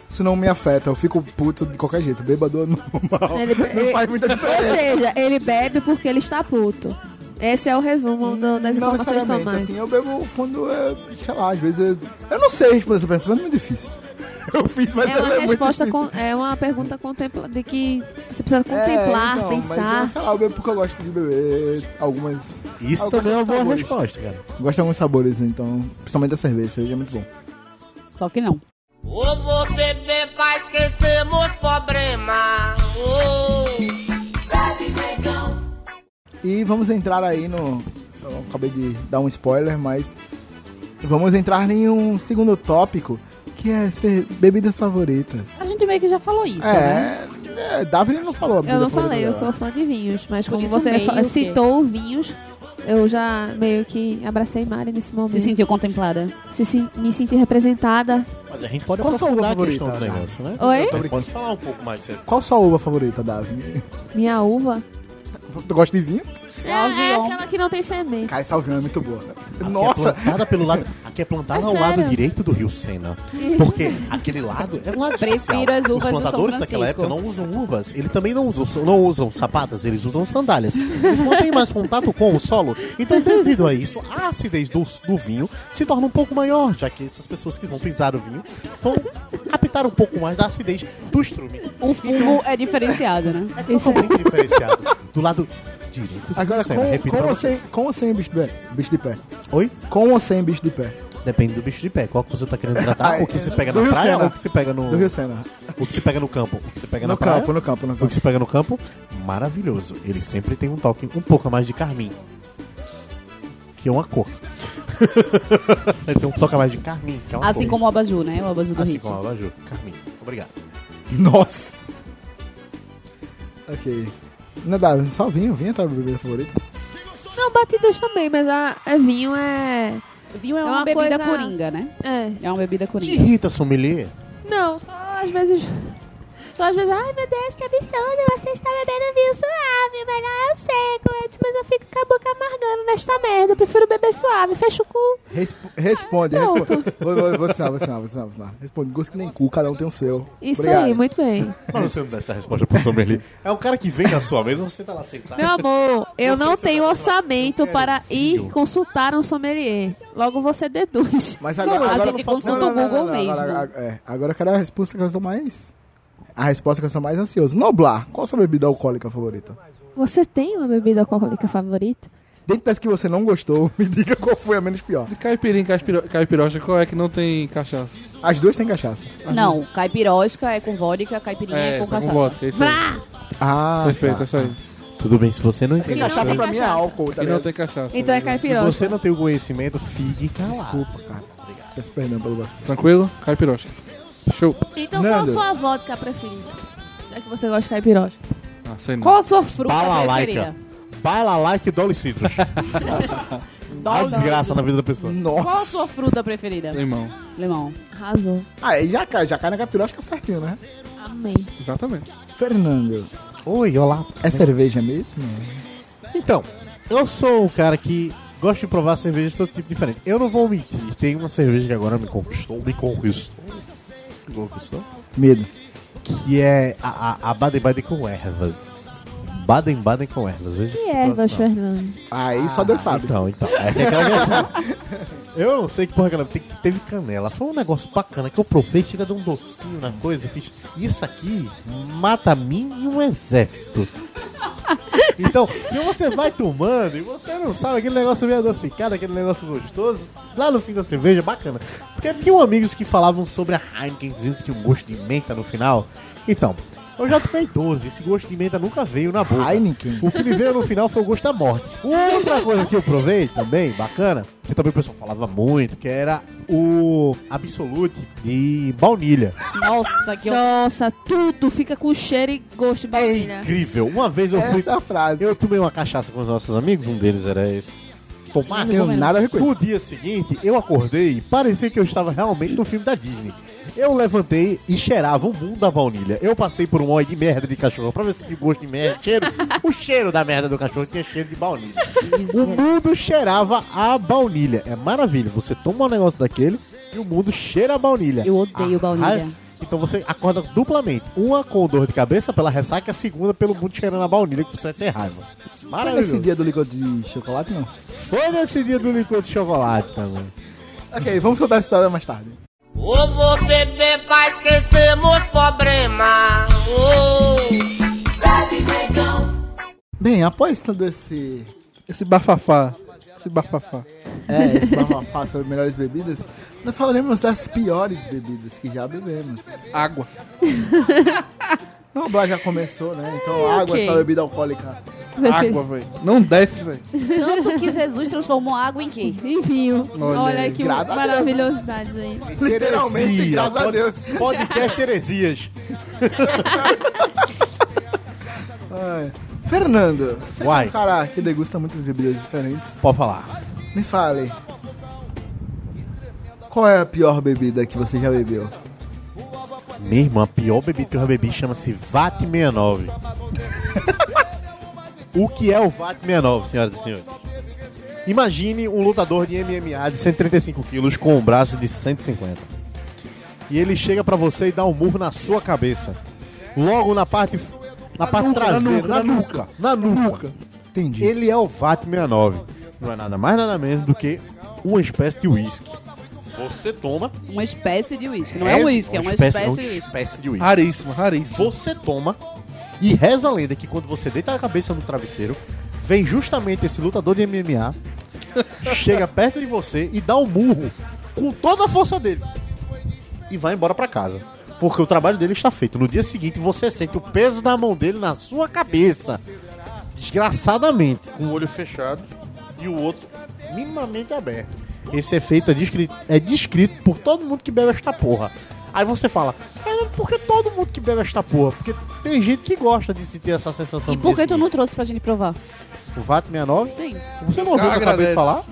S1: Isso não me afeta, eu fico puto de qualquer jeito, bêbado ou normal.
S2: Ele-
S1: Não faz muita
S2: Ou
S1: diferença.
S2: seja, ele bebe porque ele está puto. Esse é o resumo do- das
S1: Não
S2: informações de
S1: necessariamente,
S2: Tomás.
S1: assim, eu bebo quando é, sei lá, às vezes eu, eu não sei responder essa pergunta, mas é muito difícil. Eu fiz, mas
S2: é uma
S1: ela é muito
S2: resposta,
S1: difícil.
S2: con- é uma pergunta contempla de que você precisa contemplar,
S1: É, então,
S2: pensar.
S1: Mas, sei lá, eu bebo porque eu gosto de beber algumas.
S3: Isso
S1: Eu
S3: também é uma
S1: gosto de
S3: boa
S1: sabores.
S3: resposta, cara.
S1: Gosto de alguns sabores, então. Principalmente da cerveja, cerveja é muito bom.
S5: Só que não.
S6: Eu vou beber pra esquecer meus problemas. Oh.
S1: E vamos entrar aí no. Eu acabei de dar um spoiler, mas. Vamos entrar em um segundo tópico, que é ser bebidas favoritas.
S5: A gente meio que já falou isso, né?
S1: É, é. Davi não falou a bebida
S2: Eu não
S1: favorita
S2: falei, eu
S1: dela.
S2: sou fã de vinhos, mas
S5: Por
S2: como
S5: isso
S2: você
S5: meio
S2: fa-
S5: que-
S2: citou vinhos, eu já meio que abracei Mari nesse momento.
S5: Se sentiu contemplada.
S2: Se sen- me senti representada.
S3: Mas a gente pode
S1: Qual sua
S3: aprofundar
S1: uva
S3: a questão do
S1: favorita?
S3: negócio, né?
S2: Oi?
S3: Então, Pode falar um pouco mais. Você
S1: Qual sua uva favorita, Davi?
S2: Minha uva.
S1: Tu gosta de vinho?
S2: É,
S5: Salve,
S2: é
S5: homem.
S2: aquela que não tem semente.
S1: Cara, essa alvinha é muito boa.
S3: Aqui É
S1: Nossa!
S3: plantada pelo lado, aqui é plantada
S2: É
S3: ao
S2: sério?
S3: lado direito do Rio Sena. Porque aquele lado é um lado
S5: Prefiro
S3: especial.
S5: as uvas do
S3: Os
S5: São
S3: plantadores daquela
S5: Francisco.
S3: época não usam uvas, eles também não usam, não usam sapatas, eles usam sandálias. Eles não têm mais contato com o solo. Então, devido a isso, a acidez do, do vinho se torna um pouco maior, já que essas pessoas que vão pisar o vinho vão captar um pouco mais da acidez do estrume.
S5: O fumo é diferenciado, né?
S3: É totalmente diferenciado. Do lado direito do
S1: Agora,
S3: Rio Sena.
S1: com,
S3: Repito
S1: com,
S3: pra
S1: ou
S3: vocês.
S1: sem, com ou sem bicho de, bicho de pé?
S3: Oi?
S1: Com ou sem bicho de pé?
S3: Depende do bicho de pé. Qual que você tá querendo tratar?
S1: Ah,
S3: o que se pega
S1: do
S3: na
S1: Rio
S3: praia
S1: Sena.
S3: ou o que se pega no...
S1: Do Rio Sena.
S3: O que se pega no campo? O que se pega É na
S1: No
S3: praia?
S1: campo, no campo, no
S3: O que
S1: campo.
S3: se pega no campo? Maravilhoso. Ele sempre tem um toque um pouco a mais de carmim. Que é uma cor. Ele tem um toque a mais de carmim, que é uma
S5: Assim
S3: cor.
S5: como o Abaju, né? O Abaju do
S3: Assim
S5: Hit.
S3: como a abajur. Carmim. Obrigado.
S1: Nossa! Ok. Não dá, só vinho, vinho é tua bebida favorita.
S2: Não, batidas também, mas a, é vinho é.
S5: Vinho é
S2: É
S5: uma,
S2: uma
S5: bebida
S2: coisa-
S5: coringa, né?
S2: É.
S5: É uma bebida
S3: Te
S5: coringa.
S3: irrita, sommelier?
S2: Não, só às vezes. Só às vezes, ai meu Deus, que absurdo, você está bebendo vinho suave, melhor eu seco. Eu disse, mas eu fico com a boca amargando nesta merda, eu prefiro beber suave, fecha o cu.
S1: Respo- Ah, responde,
S2: Pronto.
S1: responde. Vou, vou, vou ensinar, vou ensinar, vou ensinar, vou ensinar. Responde, gosto que nem cu, cada um tem o seu.
S2: Isso
S1: Obrigado.
S2: aí, muito bem.
S3: Mas você não dá essa resposta pro sommelier. É um cara que vem na sua mesa, você tá lá sentado.
S2: Meu amor, eu
S3: Você
S2: não
S3: se
S2: tenho
S3: vai-
S2: orçamento
S3: eu quero
S2: para ir
S3: vinho.
S2: consultar um sommelier. Logo você deduz.
S1: Mas
S5: Não, mas a
S1: agora-
S5: gente consulta
S1: Não, não,
S5: o
S1: não,
S5: Google
S1: não, não,
S5: mesmo.
S1: Agora, agora- é, agora eu quero a resposta que eu sou mais. A resposta que eu sou mais ansioso. Noblar, qual a sua bebida alcoólica favorita?
S2: Você tem uma bebida alcoólica favorita?
S1: Dentro das que você não gostou, me diga qual foi a menos pior.
S4: De caipirinha e caipiro... caipirocha, qual é que não tem cachaça?
S1: As duas têm cachaça.
S5: Não, caipirosca é com vodka, caipirinha é, com
S4: tá
S5: cachaça.
S4: com vodka, é isso aí.
S2: Brá!
S1: Ah,
S4: Perfeito,
S1: tá.
S4: é isso aí.
S3: Tudo bem, se você não entende.
S2: não
S1: Cachaça
S2: tem
S1: pra mim é
S2: cachaça.
S1: álcool, tá
S4: E não
S1: ligado?
S4: tem cachaça.
S2: Então é
S3: Se
S2: caipirosca.
S3: você não tem o conhecimento, fique calado.
S1: Desculpa, cara. Peço perdão pelo vacilo.
S4: Tranquilo? Caipirosca. Show.
S2: Então
S1: Nando.
S2: qual a sua vodka preferida? Já que você gosta de caipirosca.
S4: Ah, sei não.
S5: Qual a sua fruta
S3: Balalaica.
S5: preferida?
S3: Bala like Dolly Citrus. Dá uma desgraça na vida da pessoa.
S5: Qual a
S1: Nossa!
S5: sua fruta preferida?
S4: Limão.
S5: Limão.
S2: Arrasou.
S1: Aí Ah, já cai, já cai na capirosca certinho, né?
S2: Amém.
S4: Exatamente.
S1: Fernando,
S3: Oi, olá.
S1: é cerveja mesmo?
S3: Então, eu sou um cara que gosta de provar cerveja de todo tipo diferente. Eu não vou mentir, tem uma cerveja que agora me conquistou, me conquistou. me conquistou,
S1: Medo.
S3: Que é a, a, a Baden Baden com ervas. Baden Baden com ervas, veja
S2: Que
S3: que
S2: ervas,
S3: situação.
S2: Fernando?
S1: Aí só Deus sabe.
S3: Então, então. É que aquela versão. Eu não sei que porra que ela tem- teve canela. Foi um negócio bacana que eu provei, tira de um docinho na coisa. Fiz, isso aqui mata a mim e um exército. Então, e você vai tomando e você não sabe aquele negócio meio adocicado, aquele negócio gostoso, lá no fim da cerveja, bacana. Porque tinham amigos que falavam sobre a Heineken, dizendo que tinha um gosto de menta no final. Então, eu já tomei 12, esse gosto de menta nunca veio na boca.
S1: Heineken.
S3: O que me veio no final foi o gosto da morte. Outra coisa que eu provei também, bacana, que também o pessoal falava muito, que era o Absolute de baunilha.
S5: Nossa, que eu...
S2: Nossa, tudo fica com cheiro e gosto de
S3: É
S2: baunilha.
S3: incrível. Uma vez eu fui.
S1: Essa é frase.
S3: Eu tomei uma cachaça com os nossos amigos, um deles era esse.
S1: Não
S3: Tomás.
S1: tenho nada a ver com isso.
S3: No dia seguinte, eu acordei e parecia que eu estava realmente no filme da Disney. Eu levantei e cheirava o mundo da baunilha. Eu passei por um óleo de merda de cachorro pra ver se de gosto de merda, cheiro. o cheiro da merda do cachorro tinha cheiro de baunilha. O mundo cheirava a baunilha. É maravilha. Você toma um negócio daquele e o mundo cheira a baunilha.
S5: Eu odeio
S3: A
S5: baunilha.
S3: raiva- Então você acorda duplamente. Uma com dor de cabeça pela ressaca, a segunda pelo mundo cheirando a baunilha, que você vai ter raiva.
S1: Foi nesse
S3: Maravilhoso.
S1: dia do licor de chocolate, não?
S3: Foi nesse dia do licor de chocolate também.
S1: Ok, vamos contar essa história mais tarde.
S6: Eu vou beber pra esquecer meus problemas. Oh.
S1: Bem, após todo esse.
S4: Esse bafafá. Esse bafafá.
S1: É, esse bafafá sobre melhores bebidas, nós falaremos das piores bebidas que já bebemos.
S4: Água.
S1: Não, Blá já começou, né? Então, água é
S5: ok.
S1: só bebida alcoólica.
S4: Água, velho. Não desce, velho.
S5: Tanto que Jesus transformou água em quê?
S2: E vinho.
S4: Olha
S2: Olha,
S4: aí.
S2: que
S1: Graças a Deus.
S2: maravilhosidade aí.
S1: Literalmente,
S3: Heresia.
S1: graças a
S3: Pod-
S1: Deus.
S3: Podcast Heresias.
S1: Ai. Fernando, você que
S3: Uai.
S1: é um cara que degusta muitas bebidas diferentes.
S3: Pode falar.
S1: Me fale. Qual é a pior bebida que você já bebeu?
S3: Mesmo, a pior bebida que eu já bebi chama-se VAT69. o que é o VAT 69, senhoras e senhores. Imagine um lutador de MMA de 135 quilos com um braço de 150. E ele chega pra você e dá um murro na sua cabeça. Logo na parte. Na, parte
S4: nuca, na
S3: traseira,
S4: nuca,
S3: na,
S4: na
S3: nuca, na nuca.
S7: Entendi.
S3: Ele é o VAT 69. Não é nada mais nada menos do que uma espécie de uísque. Você toma.
S5: Uma espécie de uísque. Não é um uísque, é uma espécie,
S3: é uma
S5: de uísque.
S3: espécie de uísque.
S4: Raríssimo, raríssimo.
S3: Você toma e reza a lenda que quando você deita a cabeça no travesseiro, vem justamente esse lutador de MMA, chega perto de você e dá um murro com toda a força dele e vai embora pra casa. Porque o trabalho dele está feito. No dia seguinte você sente o peso da mão dele na sua cabeça. Desgraçadamente, com o olho fechado e o outro minimamente aberto. Esse efeito é descrito, é descrito por todo mundo que bebe esta porra. Aí você fala, Fernando, por que todo mundo que bebe esta porra? Porque tem gente que gosta de se ter essa sensação
S5: E por que
S3: desse
S5: tu não trouxe pra gente provar?
S3: O VAT 69?
S5: Sim.
S3: Você não ouviu o que eu acabei de
S4: Agradece.
S3: falar?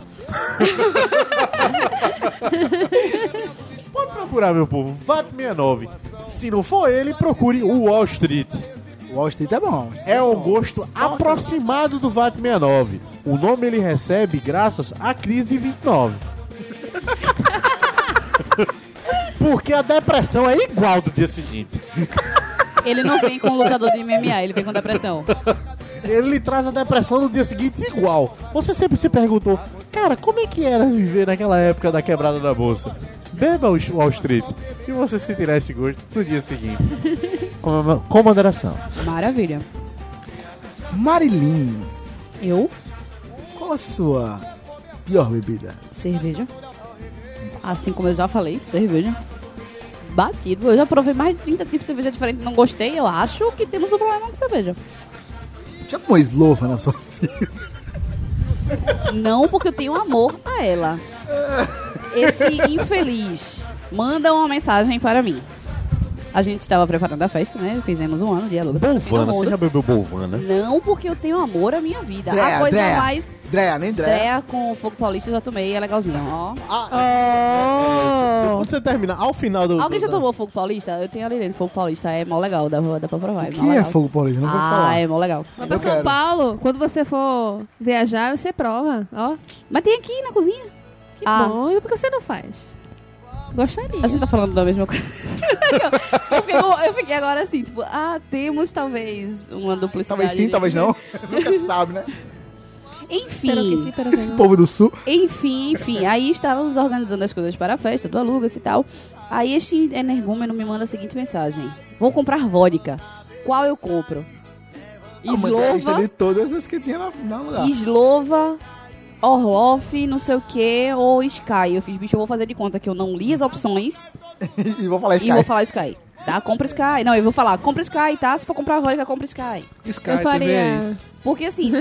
S3: Pode procurar, meu povo. VAT 69. Se não for ele, procure o Wall Street.
S7: Wall Street é bom.
S3: É o gosto aproximado do VAT 69. O nome ele recebe graças à crise de 29. Porque a depressão é igual do dia seguinte.
S5: Ele não vem com um lutador de MMA, ele vem com depressão.
S3: Ele lhe traz a depressão no dia seguinte igual. Você sempre se perguntou, cara, como é que era viver naquela época da quebrada da bolsa? Beba o Wall Street e você sentirá esse gosto no dia seguinte. com, com moderação.
S5: Maravilha.
S7: Marilyn,
S5: Eu,
S7: qual a sua pior bebida?
S5: cerveja. Assim como eu já falei, cerveja. Batido. Eu já provei mais de 30 tipos de cerveja diferente, não gostei. Eu acho que temos um problema com cerveja.
S7: Já tomou eslova na
S5: Tá,
S7: sua vida?
S5: Não porque eu tenho amor a ela. Esse infeliz manda uma mensagem para mim. A gente estava preparando a festa, né? Fizemos um ano de Alô.
S3: Bolvana, você já bebeu Bolvana?
S5: Não porque eu tenho amor à minha vida. a coisa mais
S7: Drea, nem Drea.
S5: Dreia com fogo paulista eu já tomei, é legalzinho, ó.
S3: Ah. Quando você terminar, ao final do.
S5: Alguém
S3: do-
S5: já
S7: né?
S5: tomou fogo paulista? Eu tenho ali dentro fogo paulista, é mó legal, dá, dá pra provar.
S7: O
S5: mó
S7: que é
S5: legal.
S7: fogo paulista? Não vou
S5: ah,
S7: falar.
S5: é mó legal.
S2: Vai pra
S7: Eu
S2: São
S7: quero.
S2: Paulo, quando você for viajar, você prova. Ó,
S5: Mas tem aqui na cozinha.
S2: que
S5: Ah.
S2: bom. E por que você não faz? Gostaria.
S5: A gente tá falando da mesma coisa. eu, fiquei, eu fiquei agora assim, tipo, ah, temos talvez uma duplicidade.
S7: Talvez sim,
S5: ali. né?
S7: talvez não. Nunca sabe, né?
S2: Espero que
S5: Enfim,
S2: sim, espero que
S7: Esse
S2: não.
S7: povo do sul.
S5: enfim, enfim. Aí estávamos organizando as coisas para a festa do Alugas e tal. Aí este energúmeno me manda a seguinte mensagem. Vou comprar vodka. Qual eu compro?
S7: Ah, mandei a lista
S5: Eslova,
S7: de todas as que tinha na, na lugar.
S5: Eslova, Orloff, não sei o que, ou Sky. Eu fiz, bicho, eu vou fazer de conta que eu não li as opções
S7: e vou falar
S5: e vou
S7: É Sky.
S5: falar Sky. Tá? Compra Sky. Não, eu vou falar, compra Sky, tá? Se for comprar vodka, compra Sky.
S4: Sky
S2: Eu
S4: também é
S2: faria.
S4: isso.
S5: Porque assim,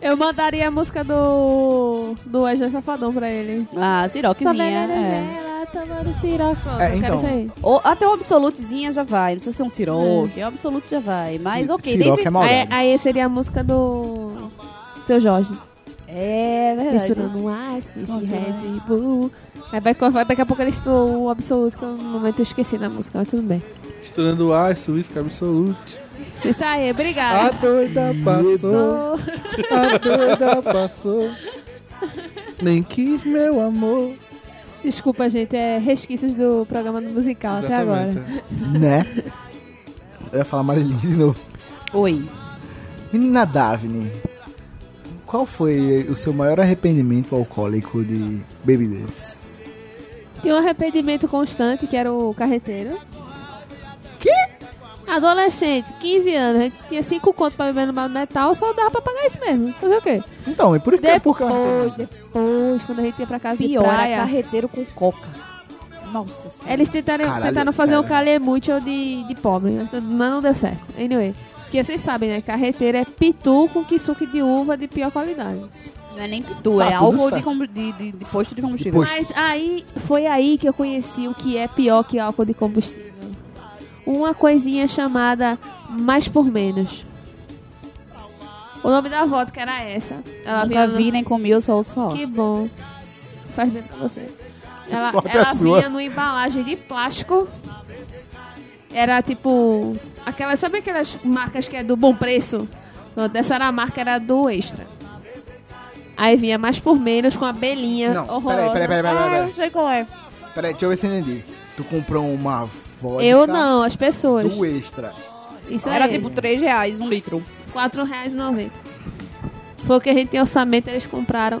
S2: Eu mandaria a música do. do Wesley Safadão pra ele.
S5: ah,
S2: Sabe,
S5: siroquezinha. é.
S2: ela tomando siroque. Pronto,
S7: É,
S2: eu quero
S7: então.
S2: isso aí.
S5: Ou até o absolutezinha já vai, não precisa ser um siroque, o absolute já vai. Mas
S7: Si-
S5: ok,
S7: É. siroque
S5: David-
S7: é maldade.
S2: Aí, aí seria a música do. Seu Jorge.
S5: É verdade.
S2: Misturando um ice, com
S5: Nossa, né?
S2: esse Red Bull. Aí vai, vai- daqui a pouco ele estou o absoluto, que eu, no momento eu esqueci da música, mas tudo bem.
S4: Misturando ice, whisky absolute.
S2: Isso aí,
S4: A
S2: obrigada.
S4: doida passou,
S2: Sou-
S4: a doida passou. Nem quis, meu amor.
S2: Desculpa, gente, é resquícios do programa do musical até agora.
S4: Exatamente,
S7: Né? Eu ia falar Marilyn de novo.
S5: Oi.
S7: Menina Daphne, qual foi o seu maior arrependimento alcoólico de bebidas?
S2: Tinha um arrependimento constante, que era o carreteiro. Que? Adolescente, 15 anos, a gente tinha 5 contos pra beber no bar do metal, só dava pra pagar isso mesmo. Fazer o quê?
S7: Então, e por que por
S2: Depois,
S7: causa
S2: depois, quando a gente ia pra casa
S5: Pior,
S2: de
S5: era
S2: praia,
S5: carreteiro com coca. Nossa senhora.
S2: eles tentaram,
S7: Caralho,
S2: tentaram fazer um
S7: sério.
S2: calemucho de, de pobre, né? Tudo- mas não deu certo. Anyway, porque vocês sabem, né? Carreteiro é pitu com suco de uva de pior qualidade.
S5: Não é nem pitu,
S7: Tá
S5: é
S7: tudo
S5: álcool de,
S7: certo.
S5: com- de, de- de posto de combustível.
S7: De posto.
S2: Mas aí foi aí que eu conheci o que é pior que álcool de combustível. Uma coisinha chamada mais por menos. O nome da vodka era essa. Ela
S5: Nunca
S2: vinha no-
S5: vi nem comi, eu só ouço falar.
S2: Que bom. Faz bem pra você. Ela,
S7: Sorte
S2: ela
S7: a é sua.
S2: vinha numa embalagem de plástico. Era tipo. Aquela, sabe aquelas marcas que é do bom preço? Pronto, essa era a marca, era do Extra. Aí vinha mais por menos com a belinha
S7: Não,
S2: horrorosa.
S7: peraí, peraí, peraí, peraí,
S5: Ah,
S7: peraí.
S5: eu sei qual é.
S7: Peraí, deixa eu ver se eu entendi. Tu comprou uma vodka
S2: Eu não, as pessoas.
S7: do extra.
S2: Isso
S5: Era
S2: era
S5: tipo 3 reais um litro.
S2: R$4,90. Foi o que a gente tinha orçamento, eles compraram.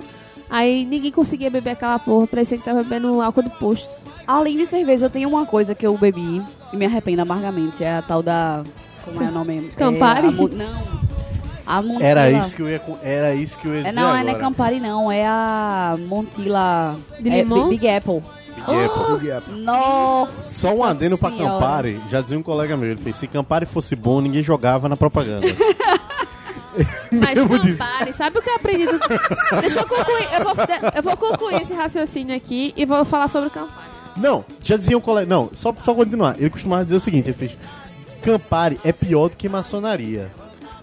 S2: Aí ninguém conseguia beber aquela porra, parecia que tava bebendo álcool do posto.
S5: Além de cerveja, eu tenho uma coisa que eu bebi e me arrependo amargamente. É a tal da. Como é o nome?
S2: Campari?
S5: É, a mo- não. A Montila.
S3: Era isso que eu ia, com- era isso que eu ia
S5: É,
S3: dizer
S5: não, não é
S3: agora.
S5: Campari, não. É a Montila.
S2: De
S5: é,
S2: limão?
S5: Bi- Big Apple.
S3: é
S7: Big Apple.
S5: Ah! Nossa!
S3: Só um adendo pra
S5: Senhora.
S3: Campari. Já dizia um colega meu, ele fez, se Campari fosse bom, ninguém jogava na propaganda.
S2: Mas
S3: Mesmo disso.
S2: Campari, sabe o que eu aprendi? do- Deixa eu concluir. Eu vou, eu vou concluir esse raciocínio aqui e vou falar sobre o Campari.
S3: não, já dizia um colega... Não, só, só continuar. Ele costumava dizer o seguinte, ele fez, Campari é pior do que maçonaria.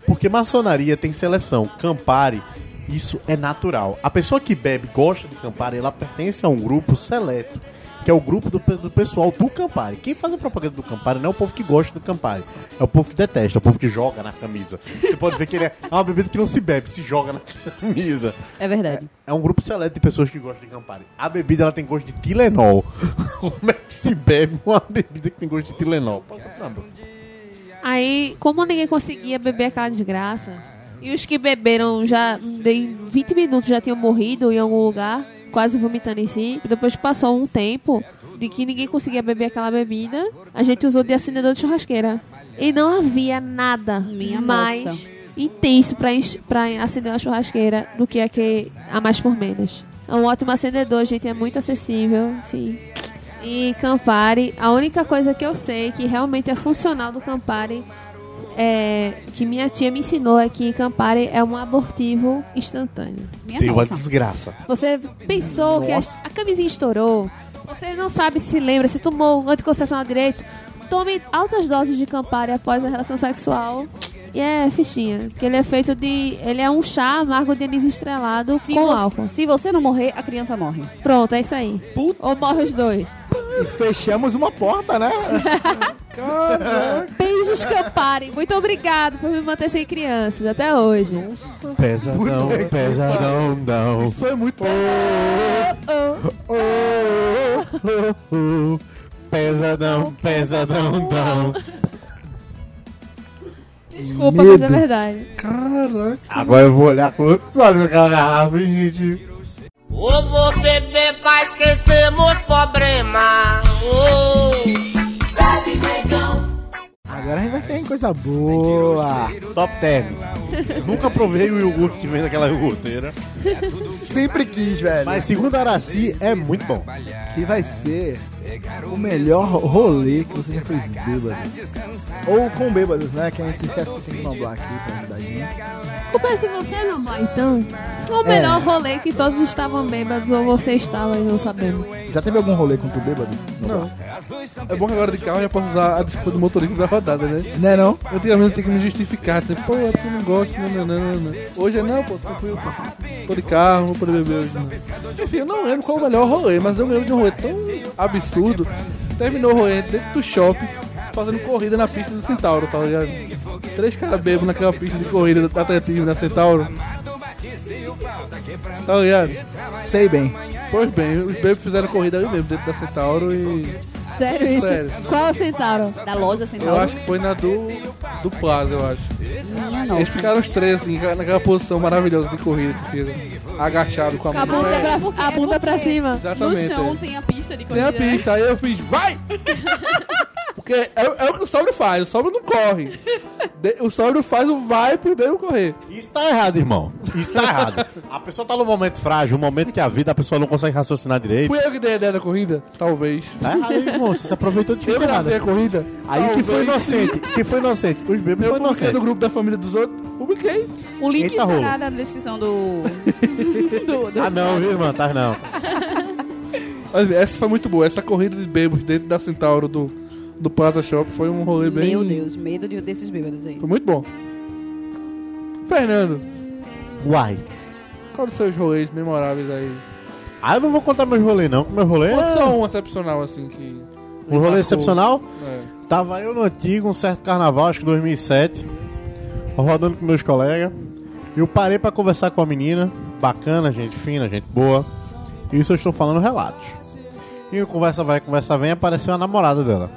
S3: Porque maçonaria tem seleção. Campari, isso é natural. A pessoa que bebe, gosta de Campari, ela pertence a um grupo seleto. Que é o grupo do, pe- do pessoal do Campari. Quem faz a propaganda do Campari não é o povo que gosta do Campari. É o povo que detesta, é o povo que joga na camisa. Você pode ver que ele é é uma bebida que não se bebe, se joga na camisa.
S5: É verdade.
S3: É um grupo seleto de pessoas que gostam de Campari. A bebida ela tem gosto de Tilenol. Como é que se bebe uma bebida que tem gosto de Tilenol?
S2: Aí, como ninguém conseguia beber aquela desgraça, e os que beberam já em 20 minutos já tinham morrido em algum lugar, quase vomitando em si. Depois passou um tempo de que ninguém conseguia beber aquela bebida, a gente usou de acendedor de churrasqueira. E não havia nada
S5: Minha
S2: mais
S5: nossa.
S2: intenso pra, enche- pra acender uma churrasqueira do que a que a mais por menos. É um ótimo acendedor, gente, é muito acessível, sim. E Campari, a única coisa que eu sei que realmente é funcional do Campari é que minha tia me ensinou é que Campari é um abortivo instantâneo.
S5: Minha
S3: É, Tem uma
S5: nossa.
S3: desgraça.
S2: Você pensou que a, a camisinha estourou, você não sabe se lembra, se tomou um anticoncepcional direito, tome altas doses de Campari após a relação sexual. E é fichinha, porque ele é feito de. Ele é um chá amargo de anis estrelado
S5: Se
S2: com
S5: você-
S2: álcool.
S5: Se você não morrer, a criança morre.
S2: Pronto, é isso aí.
S7: Puta.
S2: Ou morre os dois.
S7: E fechamos uma porta, né?
S2: Beijos, Campari. Muito obrigado por me manter sem crianças até hoje.
S3: Pesadão, pesadão, não.
S4: Isso é muito.
S3: Pesadão, pesadão, não.
S2: Desculpa,
S7: Medo.
S2: mas é verdade.
S4: Caraca.
S3: Agora eu vou olhar com outros olhos aquela garrafa, hein, gente.
S6: Ou vou beber pra esquecer meus problemas. Oh.
S7: Agora a gente vai sair em coisa boa.
S3: Top term. Nunca provei o iogurte que vem daquela iogurteira.
S7: Sempre quis, velho.
S3: Mas segundo Araci, é muito bom.
S7: que vai ser o melhor rolê que você já fez bêbado. Ou com bêbados, né? Que a gente esquece que tem que noblar aqui pra ajudar a gente.
S2: Culpa se você, meu boy, então. O melhor rolê que todos estavam bêbados ou você estava e não sabemos.
S7: Já teve algum rolê com tu bêbado?
S4: Não. É bom que agora de carro eu já posso usar a desculpa do motorista da rodada, né?
S7: Não é não?
S4: Antigamente eu tinha que me justificar, dizer, pô, é porque eu não gosto, não, não, não, não, não. Hoje é, não, pô, tranquilo, pô. Tô de carro, vou poder beber hoje, não. Enfim, eu não lembro qual o melhor rolê, mas eu lembro de um rolê tão absurdo. Terminou o rolê dentro do shopping, fazendo corrida na pista do Centauro, tá ligado? Três caras bebem naquela pista de corrida do atletismo da Centauro. Tá ligado?
S7: Sei bem.
S4: Pois bem, os bebês fizeram corrida ali mesmo, dentro da Centauro e...
S2: Sério isso?
S4: Sério.
S2: Qual é o Centauro?
S5: Da loja
S4: Eu
S5: central.
S4: acho que foi na do, do Plaza, eu acho.
S5: Minha
S4: Eles
S5: nossa.
S4: ficaram os três, assim, naquela posição maravilhosa de corrida que fizeram. Agachado com a
S2: Com a
S4: mão.
S2: bunda,
S5: É, porque-
S2: pra, a bunda
S5: porque-
S2: pra cima.
S5: No
S4: Exatamente.
S5: chão
S4: é.
S5: tem a pista de
S4: Tem
S5: corrida. né?
S4: a pista, aí eu fiz, vai! Porque é, é o que o sóbrio faz, o sóbrio não corre. De- o sóbrio faz o vai pro bebo correr.
S3: Isso tá errado, irmão. Isso tá errado. A pessoa tá num momento frágil, um momento que a vida a pessoa não consegue raciocinar direito.
S4: Fui eu que dei a ideia da corrida? Talvez.
S3: Tá errado, irmão. Você se aproveitou de
S4: Eu que
S3: errado.
S4: gravei a corrida?
S3: Aí que foi
S4: Talvez.
S3: inocente. Que foi inocente. Os bebês
S4: Eu
S3: foi
S4: publiquei no
S3: inocente.
S4: grupo da família dos outros, publiquei.
S5: O link
S3: Eita, rolo.
S5: estará na descrição do. do, do-
S3: Ah, não, viu, irmão? Tá não.
S4: Mas, enfim, essa foi muito boa, essa corrida de bebos dentro da Centauro do, do Plaza Shop foi um rolê bem...
S5: Meu Deus, medo de- desses bêbados aí.
S4: Foi muito bom. Fernando,
S3: Uai.
S4: qual dos seus rolês memoráveis aí?
S3: Ah, eu não vou contar meus rolês, não. que Meu rolê
S4: Conta
S3: é...
S4: só um excepcional, assim, que...
S3: Um
S4: Tá,
S3: rolê
S4: marcou.
S3: excepcional.
S4: É.
S3: Tava eu no antigo, um certo carnaval, acho que 2007. rodando com meus colegas. Eu parei pra conversar com a menina, bacana, gente fina, gente boa. Isso eu estou falando relatos. E o conversa vai, conversa vem, apareceu a namorada dela.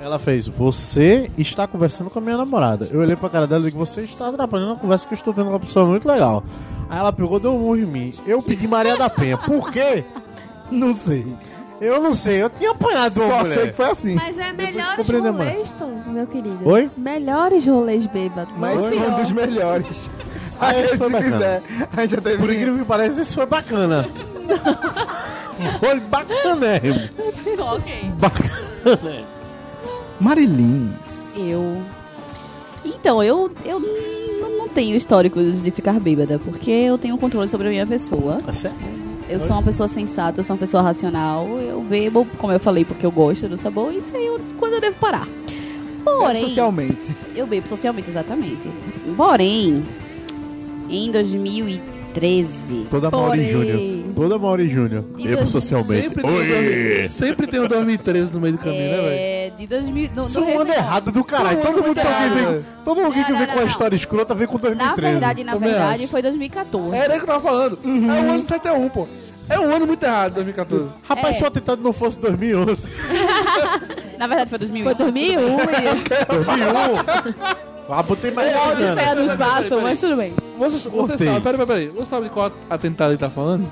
S3: Ela fez, você está conversando com a minha namorada. Eu olhei pra cara dela e disse, você está atrapalhando a conversa que eu estou tendo com uma pessoa muito legal. Aí ela pegou, deu um murro em mim. Eu pedi Maria da Penha. Por quê? Não sei. Eu não sei, eu tinha apanhado uma
S7: Só
S3: mulher.
S7: sei que foi assim.
S2: Mas é melhores
S3: compreender,
S2: rolês, Tom, meu querido.
S3: Oi?
S2: Melhores rolês bêbados.
S7: Mas
S2: não
S7: foi um
S2: pior.
S7: dos melhores.
S3: Ah, esse foi
S7: se
S3: bacana.
S7: quiser, a gente já teve...
S3: Por incrível que pareça, isso foi bacana. foi bacana, é.
S5: ok.
S3: Bacana.
S7: Marilins.
S5: Eu. Então, eu, eu não, não tenho histórico de ficar bêbada, porque eu tenho controle sobre a minha pessoa. Eu sou uma pessoa sensata, eu sou uma pessoa racional. Eu bebo, como eu falei, porque eu gosto do sabor, e sei eu- quando eu devo parar. Porém.
S7: Socialmente.
S5: Eu bebo socialmente, exatamente. Porém, em 2013.
S3: Toda
S2: Porém.
S3: Mauri Júnior. Toda Mauri Júnior.
S5: E Bebo dois-
S3: socialmente.
S4: Sempre tem, um 2000 sempre tem um 2013 no meio do caminho, né, velho?
S5: É, de 2000. No,
S3: Isso
S5: no
S3: é um ano
S5: Réveillon.
S3: errado do caralho. Todo mundo que alguém vem, todo alguém que
S5: Não,
S3: vem
S5: não,
S3: com a
S5: não.
S3: história escrota vem com
S5: Na
S3: 2013.
S5: verdade, na
S4: Também
S5: verdade,
S4: acho.
S5: foi 2014.
S4: Era É, o que eu tava falando. É um ano 71, pô. É um ano muito errado, 2014.
S3: Rapaz,
S5: É.
S3: só tentado não fosse 2011.
S5: Na verdade, foi 2001.
S2: Foi 2001 e
S3: 2001. Ah, botei mais
S5: Não,
S3: dez
S5: isso
S3: anos.
S5: é no espaço, mas tudo bem.
S4: Você, você
S3: Cortei.
S4: sabe, peraí, peraí, peraí. Você sabe de qual atentado ele tá falando?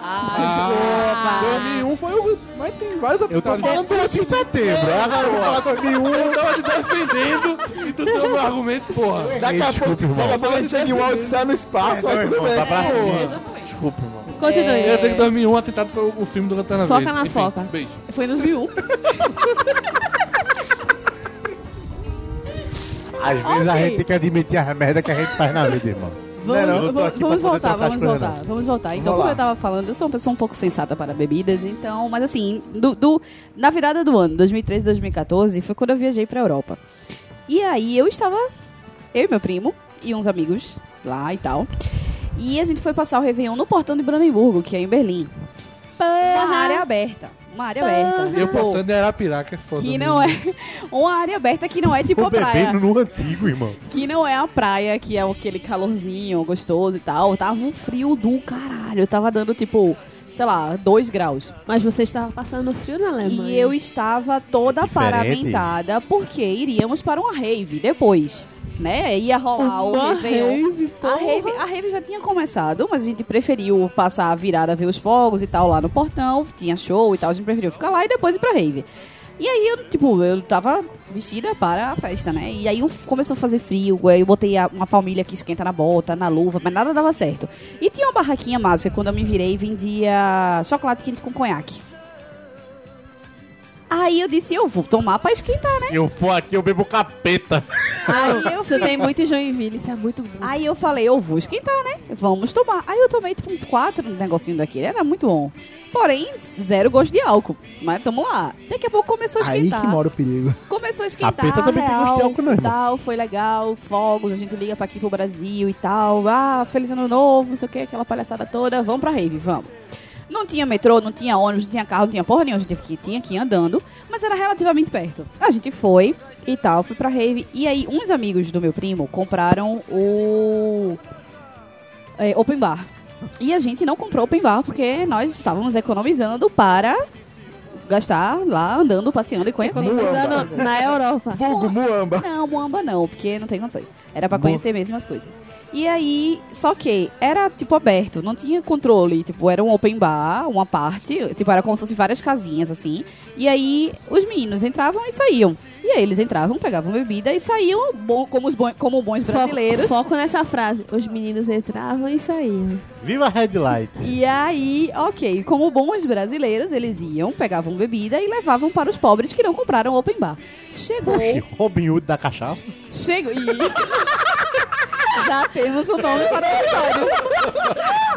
S5: Ah, desculpa.
S4: 2001 foi o. Mas tem vários
S3: Eu tô
S4: atentados.
S3: falando 12 de setembro. Aí Agora eu vou falar 2001.
S4: Eu tava te defendendo e tu deu meu argumento, porra.
S5: É.
S7: Daqui a pouco, daqui a pouco a gente chega em um Odisseia no espaço,
S3: Não,
S7: mas tudo
S3: irmão,
S7: bem.
S3: tá pra cima.
S4: Desculpa, irmão.
S2: um. Continue.
S4: Eu tenho que 2001 atentado foi o filme do Lanterna
S2: Foca
S4: Verde.
S2: na
S4: Enfim,
S2: foca.
S4: Beijo.
S5: Foi em 2001.
S3: Às vezes a
S5: Ok.
S3: gente tem que admitir as merda que a gente faz na vida, irmão.
S5: Vamos,
S3: Não, não, eu tô
S5: va-
S3: aqui
S5: vamos
S3: pra poder
S5: voltar,
S3: trocar as
S5: vamos
S3: coisas,
S5: voltar, vamos voltar. Então,
S7: Vamos
S5: como
S7: lá.
S5: eu tava falando, eu sou uma pessoa um pouco sensata para bebidas, então, mas assim, do- do- na virada do ano, 2013, 2014, foi quando eu viajei pra Europa. E aí eu estava, eu e meu primo, e uns amigos lá e tal. E a gente foi passar o Réveillon no portão de Brandenburgo, que é em Berlim. Uma área aberta. Uma área aberta.
S4: Eu
S5: Pô,
S4: passando em Arapiraca, é foda.
S5: Tá Que não é. Uma área aberta que não é tipo
S3: Tô
S5: a praia.
S3: bebendo no antigo, irmão.
S5: Que não é a praia, que é aquele calorzinho gostoso e tal. Tava um frio do caralho. Tava dando, tipo, sei lá, 2 graus.
S2: Mas você estava passando frio na Alemanha.
S5: E eu estava toda
S3: Diferente.
S5: paramentada, porque iríamos para uma rave depois, né? Ia rolar o
S2: Uma
S5: Réveillon.
S2: rave,
S5: A rave, a rave já tinha começado, mas a gente preferiu passar a virada, ver os fogos e tal lá no portão. Tinha show e tal, a gente preferiu ficar lá e depois ir pra rave. E aí, eu, tipo, eu tava vestida para a festa, né? E aí um- começou a fazer frio, aí eu botei a- uma palmilha que esquenta na bota, na luva, mas nada dava certo. E tinha uma barraquinha mágica, quando eu me virei, vendia chocolate quente com conhaque. Aí eu disse, eu vou tomar pra esquentar, né?
S3: Se eu for aqui, eu bebo capeta.
S5: Aí eu
S2: Isso tem muito em Joinville, isso é muito bom.
S5: Aí eu falei, eu vou esquentar, né? Vamos tomar. Aí eu tomei tipo uns quatro no negocinho daquele, era muito bom. Porém, zero gosto de álcool. Mas tamo lá. Daqui a pouco começou a
S7: Aí
S5: esquentar.
S7: que mora o perigo.
S5: Começou a esquentar.
S3: Capeta também tem
S5: real,
S3: gosto de álcool, não, irmão.
S5: tal, Foi legal, fogos, a gente liga pra aqui pro Brasil e tal. Ah, feliz ano novo, não sei o que, aquela palhaçada toda. Vamos pra rave, vamos. Não tinha metrô, não tinha ônibus, não tinha carro, não tinha porra nenhuma, a gente teve que- tinha que ir andando, mas era relativamente perto. A gente foi e tal, fui pra rave. E aí, uns amigos do meu primo compraram o. é, open Bar. E a gente não comprou Open Bar porque nós estávamos economizando para gastar lá andando, passeando e conhecendo.
S2: Economizando na Europa.
S7: Vulgo, muamba.
S5: Não, Moamba não, porque não tem condições. Era pra conhecer mesmo as coisas. E aí, só que era tipo aberto, não tinha controle, tipo, era um open bar, uma parte, tipo, era como se fossem várias casinhas assim. E aí os meninos entravam e saíam. E aí eles entravam, pegavam bebida e saíam bom, como, os bons, como bons
S2: Fo-
S5: brasileiros.
S2: Foco nessa frase. Os meninos entravam e saíam.
S3: Viva a Red Light.
S5: E aí, ok, como bons brasileiros, eles iam, pegavam bebida e levavam para os pobres que não compraram open bar. Chegou.
S3: Oxi, Robin Hood da cachaça.
S5: Chegou. Isso. Já temos o nome para o episódio.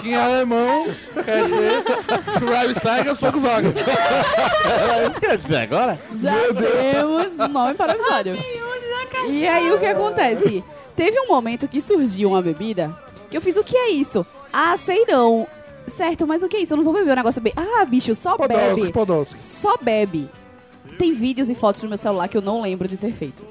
S4: Que em alemão quer dizer Schreibsteiger pouco vaga.
S3: É isso que eu ia dizer agora?
S5: Já temos o nome para o episódio. E aí o que acontece? Teve um momento que surgiu uma bebida que eu fiz o que é isso? Ah, sei não. Certo, mas o que é isso? Eu não vou beber um negócio bem. Ah, bicho, só
S4: Podolski,
S5: bebe.
S4: Podolski.
S5: Só bebe. Tem vídeos e fotos no meu celular que eu não lembro de ter feito.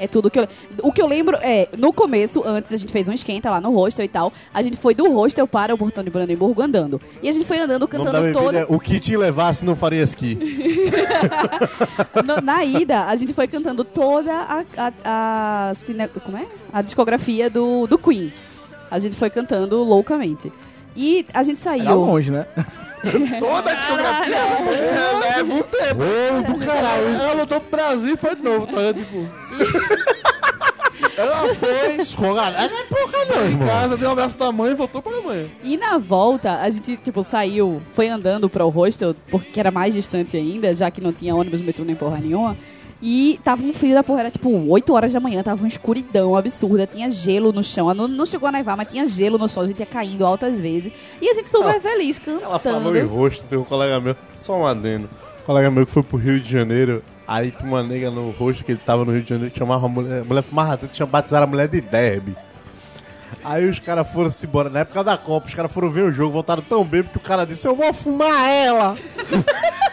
S5: É tudo que eu O que eu lembro é, no começo, antes a gente fez um esquenta lá no hostel e tal. A gente foi do hostel para o portão de Brandenburgo andando. E a gente foi andando
S3: O nome da
S5: cantando
S3: bebida
S5: toda.
S3: é O que te levasse não faria esqui.
S5: No- na ida, a gente foi cantando toda a, a, a cine- como é? a discografia do, do Queen. A gente foi cantando loucamente. E a gente
S1: Era
S5: saiu.
S1: longe, né? Toda a discografia é, é muito tempo.
S3: Ô, do caralho.
S4: Ela É, voltou pro Brasil e foi de novo, tá ligado? Tipo,
S3: Ela foi. Escorralhada. Não é porra, não,
S4: em
S3: irmão.
S4: casa, deu um abraço da mãe e voltou pra Alemanha.
S5: E na volta, a gente, tipo, saiu, foi andando para o hostel, porque era mais distante ainda, já que não tinha ônibus, metrô nem porra nenhuma. E tava um frio da porra, era tipo 8 horas da manhã, tava uma escuridão absurda, tinha gelo no chão. Não, não chegou a nevar, mas tinha gelo no chão, a gente ia caindo altas vezes. E a gente super feliz, cantando.
S3: Ela falou em rosto, tem um colega meu, só um adendo. Um colega meu que foi pro Rio de Janeiro, aí tinha uma nega no rosto que ele tava no Rio de Janeiro, que chamava a mulher, a mulher fumava tanto, tinha batizado a mulher de derby. Aí os caras foram se embora, na época da Copa, os caras foram ver o jogo, voltaram tão bem que o cara disse, eu vou fumar ela!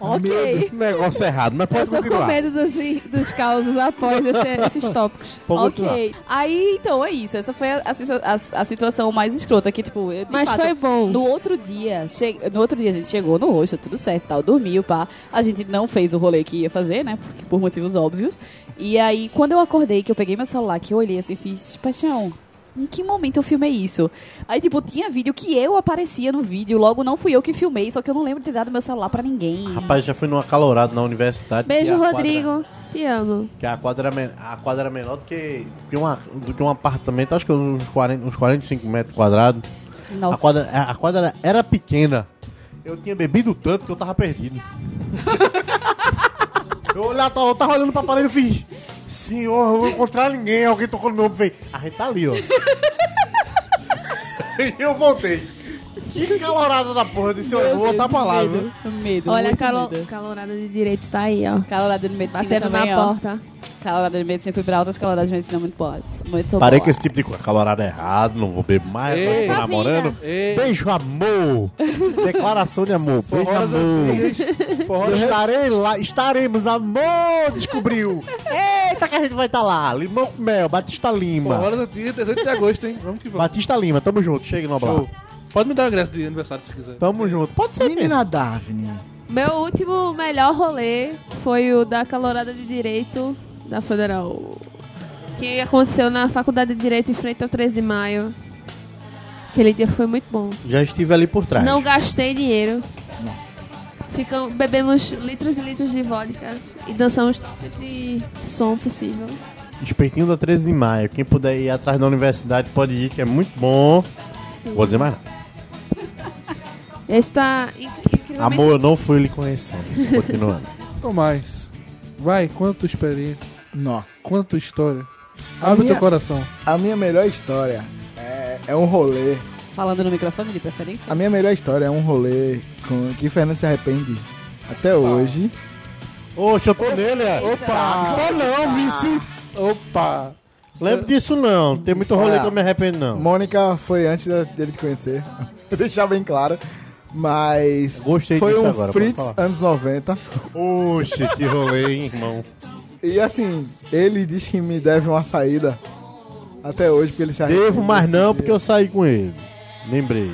S5: ok.
S3: Negócio errado, mas pode
S2: Eu tô com
S3: continuar.
S2: medo dos, dos causos após esse- esses tópicos.
S5: Ok. Aí, então, é isso. Essa foi a, a sensa- a- a situação mais escrota que, tipo, eu, de
S2: Mas
S5: fato,
S2: foi bom.
S5: No outro dia, che- no outro dia a gente chegou no rosto, tudo certo, e tal, dormiu, pá. A gente não fez o rolê que ia fazer, né? Porque, por motivos óbvios. E aí, quando eu acordei, que eu peguei meu celular, que eu olhei assim, fiz, paixão. Em que momento eu filmei isso? Aí, tipo, tinha vídeo que eu aparecia no vídeo, logo não fui eu que filmei, só que eu não lembro de ter dado meu celular pra ninguém.
S3: Rapaz, já fui num acalorado na universidade.
S2: Beijo,
S3: que é a quadra-
S2: Rodrigo. Te amo.
S3: que é a quadra, era men- Ah, a quadra era menor do que, do que, uma- do que um apartamento, acho que uns, 40, uns 45 metros quadrados.
S5: Nossa.
S3: A quadra, é, a a quadra era, era pequena. Eu tinha bebido tanto que eu tava perdido. eu, olhava, eu tava olhando pra parede e fiz: Senhor, eu não vou encontrar ninguém. Alguém tocou no meu ombro e fez: A gente tá ali, ó. e eu voltei. Que calorada da porra. Eu Disse: "Olha, Eu vou voltar pra lá, viu?
S5: medo, medo,
S2: Olha, a
S5: muito
S2: calo...
S5: medo.
S2: calorada de direito tá aí, ó.
S5: Calorada de medicina
S2: Batendo
S5: também,
S2: na
S5: ó.
S2: porta.
S5: Calorada de medicina, fui pra altas caloradas de medicina muito boas. Muito
S3: Parei
S5: boa.
S3: com esse tipo de coisa. Calorada é errado, não vou beber mais,
S4: Ei.
S3: vou
S4: Essa
S2: Tá
S3: ficar namorando.
S4: Ei,
S3: Beijo, amor! Declaração de amor. Beijo,
S4: Forró das
S3: amor.
S4: antigas.
S3: Eu Estarei lá, estaremos, amor! Descobriu! Eita, que a gente vai estar lá! Limão com mel, Batista Lima.
S4: Forró das antigas, 18 de agosto, hein? Vamos que vamos.
S3: Batista Lima, tamo junto, chega no
S4: Show.
S3: blá.
S4: Pode me dar um ingresso de aniversário se quiser.
S3: Tamo junto. Pode ser mesmo.
S1: Menina Daphne.
S2: Meu último melhor rolê foi o da calorada de direito da Federal. Que aconteceu na Faculdade de Direito em frente ao 13 de maio. Aquele dia foi muito bom.
S3: Já estive ali por trás.
S2: Não gastei dinheiro. Ficam, bebemos litros e litros de vodka e dançamos todo tipo de som possível.
S3: Espetinho da 13 de maio. Quem puder ir atrás da universidade pode ir, que é muito bom.
S2: Sim.
S3: Vou dizer mais nada.
S2: Esse tá inc- incrivelmente...
S3: Amor, eu não fui lhe conhecendo. Continuando.
S4: Tomás, então vai, conta tua experiência,
S1: Nó.
S4: conta tua história. Abre
S1: minha-
S4: teu coração.
S1: A minha melhor história é, é um rolê.
S5: Falando no microfone de preferência?
S1: A minha melhor história é um rolê com que Fernando se arrepende até hoje.
S3: Oxe, eu tô nele, é.
S4: Opa!
S3: Tô não, vice.
S4: Opa!
S3: Lembro disso não. Tem muito rolê
S1: Olha,
S3: que eu me arrependo, não.
S1: Mônica foi antes da- dele te conhecer. Vou deixar bem claro. Mas.
S3: Gostei
S1: foi
S3: disso
S1: um
S3: agora. pode
S1: Fritz
S3: falar.
S1: anos 90.
S3: Oxe, que rolê, hein, irmão.
S1: E assim, ele diz que me deve uma saída até hoje, porque ele se arrepende.
S3: Devo, mas
S1: desse
S3: não,
S1: jeito.
S3: porque eu saí com ele. Lembrei.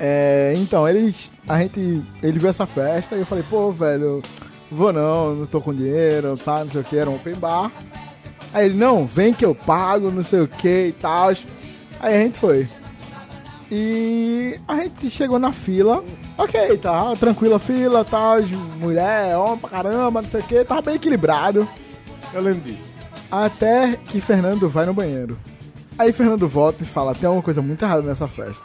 S1: É, então, eles, a gente, ele viu essa festa e eu falei, pô, velho, vou não, não tô com dinheiro, tá, não sei o que, era um open bar. Aí ele, não, vem que eu pago, não sei o que e tal. Aí a gente foi. E a gente chegou na fila, ok, tá, tranquila fila, tal, mulher, homem pra caramba, não sei o que, tava bem equilibrado.
S3: Eu lembro disso.
S1: Até que Fernando vai no banheiro. Aí Fernando volta e fala: tem alguma coisa muito errada nessa festa.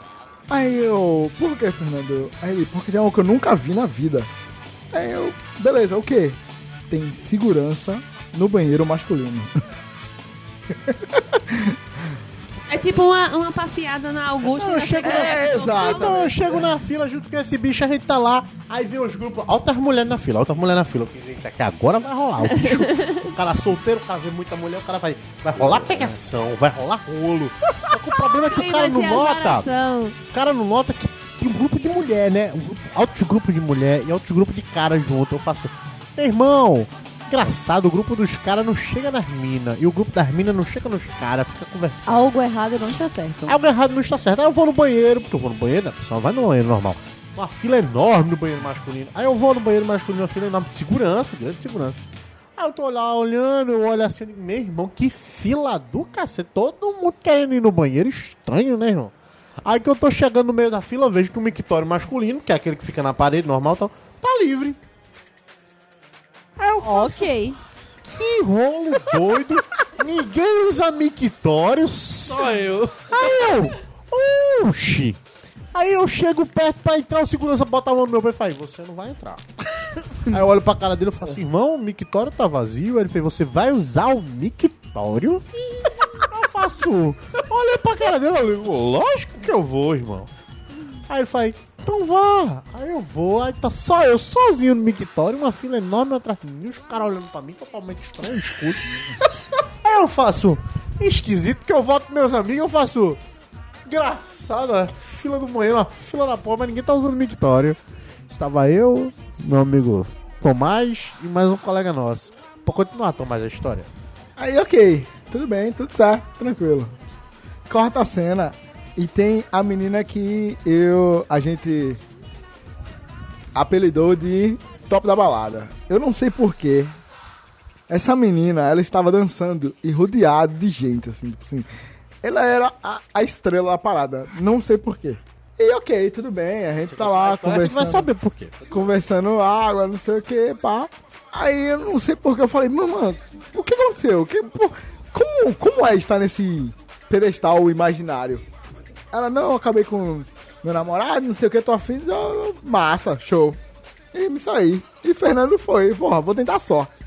S1: Aí eu, por que, Fernando? Aí ele, porque tem algo que eu nunca vi na vida. Aí eu, beleza, o quê? Tem segurança no banheiro masculino.
S2: É tipo uma, uma passeada na Augusta.
S3: Eu
S2: na
S3: chego,
S2: Federal.
S3: na... Não, Então, eu chego na fila junto com esse bicho, a gente tá lá, aí vem os grupos, altas mulheres na fila, altas mulheres na fila. Eu falei, eita, que agora vai rolar o bicho. o cara solteiro, o cara vê muita mulher, o cara vai, vai rolar pegação, vai rolar rolo. Só que o problema é que o
S2: Clima
S3: cara não
S2: de
S3: nota.
S2: azaração.
S3: O cara não nota que tem um grupo de mulher, né? Um grupo, altos grupos de mulher e altos grupos de cara junto. Eu faço, meu irmão,
S7: Engraçado, o grupo dos caras não chega nas minas. E o grupo das minas não chega nos caras, fica conversando.
S5: Algo errado não está certo.
S7: Algo errado não está certo. Aí eu vou no banheiro, porque eu vou no banheiro, né? a pessoa vai no banheiro normal. Uma fila enorme no banheiro masculino. Aí eu vou no banheiro masculino, uma fila enorme de segurança, direito de segurança. Aí eu tô lá olhando, eu olho assim, eu digo, meu irmão, que fila do cacete. Todo mundo querendo ir no banheiro, estranho, né, irmão? Aí que eu tô chegando no meio da fila, eu vejo que o mictório masculino, que é aquele que fica na parede normal e tal, tá livre. Aí eu
S5: Ok.
S7: que rolo doido. Ninguém usa mictório.
S4: Só eu.
S7: Aí eu, oxi. Aí eu chego perto pra entrar, o segurança bota a mão no meu pé e fala, você não vai entrar. Aí eu olho pra cara dele e falo assim, irmão, o mictório tá vazio. Aí ele fez, você vai usar o mictório? eu faço, olha pra cara dele, eu digo, lógico que eu vou, irmão. Aí ele fala, então vá. Aí eu vou, aí tá só eu sozinho no mictório, uma fila enorme atrás de mim, os caras olhando pra mim, totalmente estranho, escuro. aí eu faço, esquisito que eu volto com meus amigos, eu faço, engraçado, a fila do banheiro, a fila da porra, mas ninguém tá usando mictório. Estava eu, meu amigo Tomás e mais um colega nosso. Pra continuar, Tomás, a história.
S1: Aí, ok. Tudo bem, tudo certo, tranquilo. Corta a cena e tem a menina que eu. a gente apelidou de Top da Balada. Eu não sei porquê. Essa menina, ela estava dançando e rodeada de gente, assim, tipo assim. Ela era a, a estrela da parada. Não sei porquê. E ok, tudo bem, a gente tá lá
S7: Agora a gente vai
S1: conversando
S7: saber por quê.
S1: conversando água, não sei o que, pá. Aí eu não sei porque eu falei, mamãe, o que aconteceu? Que, pô, como, como é estar nesse pedestal imaginário? Ela, não, eu acabei com meu namorado, não sei o que, tô afim, eu- eu- massa, show. E me saí. E Fernando foi, porra, vou tentar a sorte.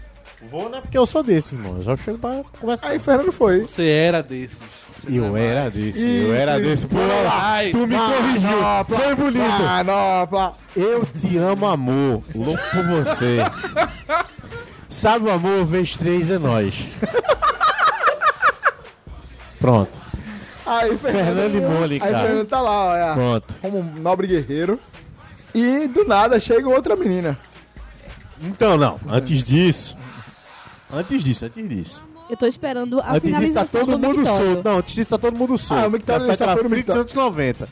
S7: Vou, né? Porque eu sou desse, irmão. Eu já chego pra conversar.
S1: Aí Fernando foi.
S4: Você era desses. Você não é mais.
S7: desse,
S1: eu era desse.
S7: Por lá,
S4: Ai,
S7: me corrigiu. Foi bonito.
S1: Ah, Manopla.
S7: Eu te amo, amor. Louco por você. Sabe o amor, vez três é nós. Pronto.
S1: Aí
S7: Fernando é e Mole,
S1: Aí
S7: cara.
S1: Fernando tá lá, olha.
S7: Pronto.
S1: Como um nobre guerreiro. E do nada chega outra menina.
S7: Então, não. Antes disso. Antes disso, antes disso.
S5: Eu tô esperando a
S7: antes disso tá
S5: finalização
S7: todo
S5: do
S7: mundo
S5: mictório.
S7: solto. Não, antes disso tá todo mundo solto.
S1: Ah, o Mictório
S7: Café
S1: só foi no
S7: Frito dos
S1: Mictório.
S7: anos 90.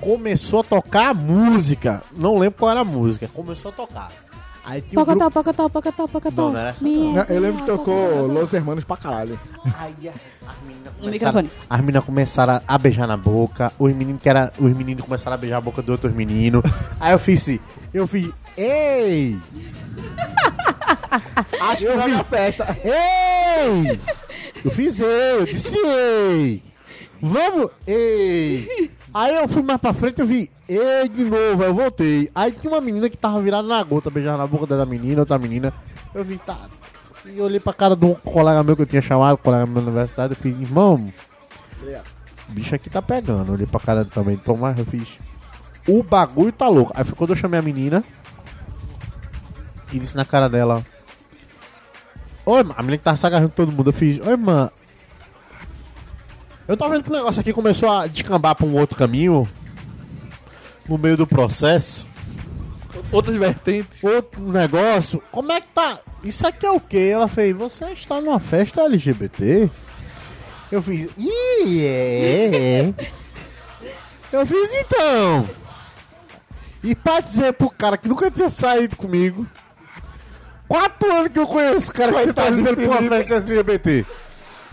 S7: Começou a tocar a música. Não lembro qual era a música. Começou a tocar. Aí tinha um grupo... né? tá
S5: Pocotó, pocotó, pocotó, pocotó.
S7: Não, não era essa,
S5: Minha,
S1: Não, Eu lembro
S5: minha,
S1: que tocou
S5: pocotó.
S1: Los Hermanos pra caralho.
S7: Aí a- as meninas
S5: No
S7: começaram-
S5: microfone.
S7: As meninas começaram a beijar na boca. Os meninos, que era, os meninos começaram a beijar a boca dos outros meninos. Aí eu fiz assim, eu fiz, ei! Acho eu vi, festa. Ei! Eu fiz ei, eu disse ei! Vamos, ei! Aí eu fui mais pra frente, eu vi, ei, de novo, aí eu voltei. Aí tinha uma menina que tava virada na gota, beijando na boca da menina, outra menina. Eu vi, tá. E eu olhei pra cara de um colega meu que eu tinha chamado, colega meu da universidade, eu fiz, irmão, o bicho aqui tá pegando. Eu olhei pra cara também do Tomás, eu fiz, o bagulho tá louco. Aí foi quando eu chamei a menina e disse na cara dela, Oi, ma- a menina que tava se agarrando com todo mundo. Eu fiz, oi, mano. Eu tava vendo que o negócio aqui começou a descambar pra um outro caminho. No meio do processo.
S4: Outras vertentes.
S7: Outro negócio. Como é que tá? Isso aqui é o quê? Ela fez, você está numa festa LGBT? Eu fiz, ih, é, é. Eu fiz, então. E pra dizer pro cara que nunca tinha saído comigo. Quatro anos que eu conheço o cara que tinha trazido ele pra uma festa LGBT.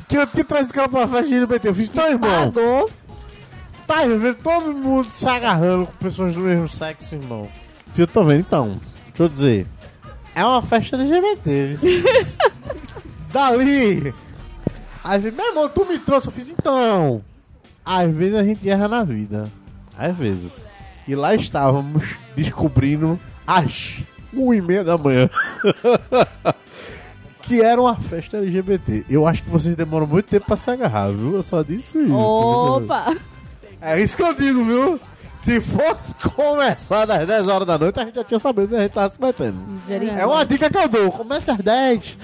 S7: Que eu tinha trazido o cara pra uma festa LGBT. Eu fiz, então, irmão.
S5: Pagou.
S7: Tá vendo todo mundo se agarrando com pessoas do mesmo sexo, irmão. Eu tô vendo, então. Deixa eu dizer. É uma festa LGBT. viu? Dali. Aí vem, meu irmão, tu me trouxe. Eu fiz, então. Às vezes a gente erra na vida. Às vezes. E lá estávamos descobrindo às 1 e meia da manhã. que era uma festa LGBT. Eu acho que vocês demoram muito tempo pra se agarrar, viu? Eu só disse isso.
S5: Opa!
S7: É isso que eu digo, viu? Se fosse começar às 10 horas da noite, a gente já tinha sabido que a gente tava se metendo.
S5: Misericórdia.
S7: É uma dica que eu dou, começa às 10.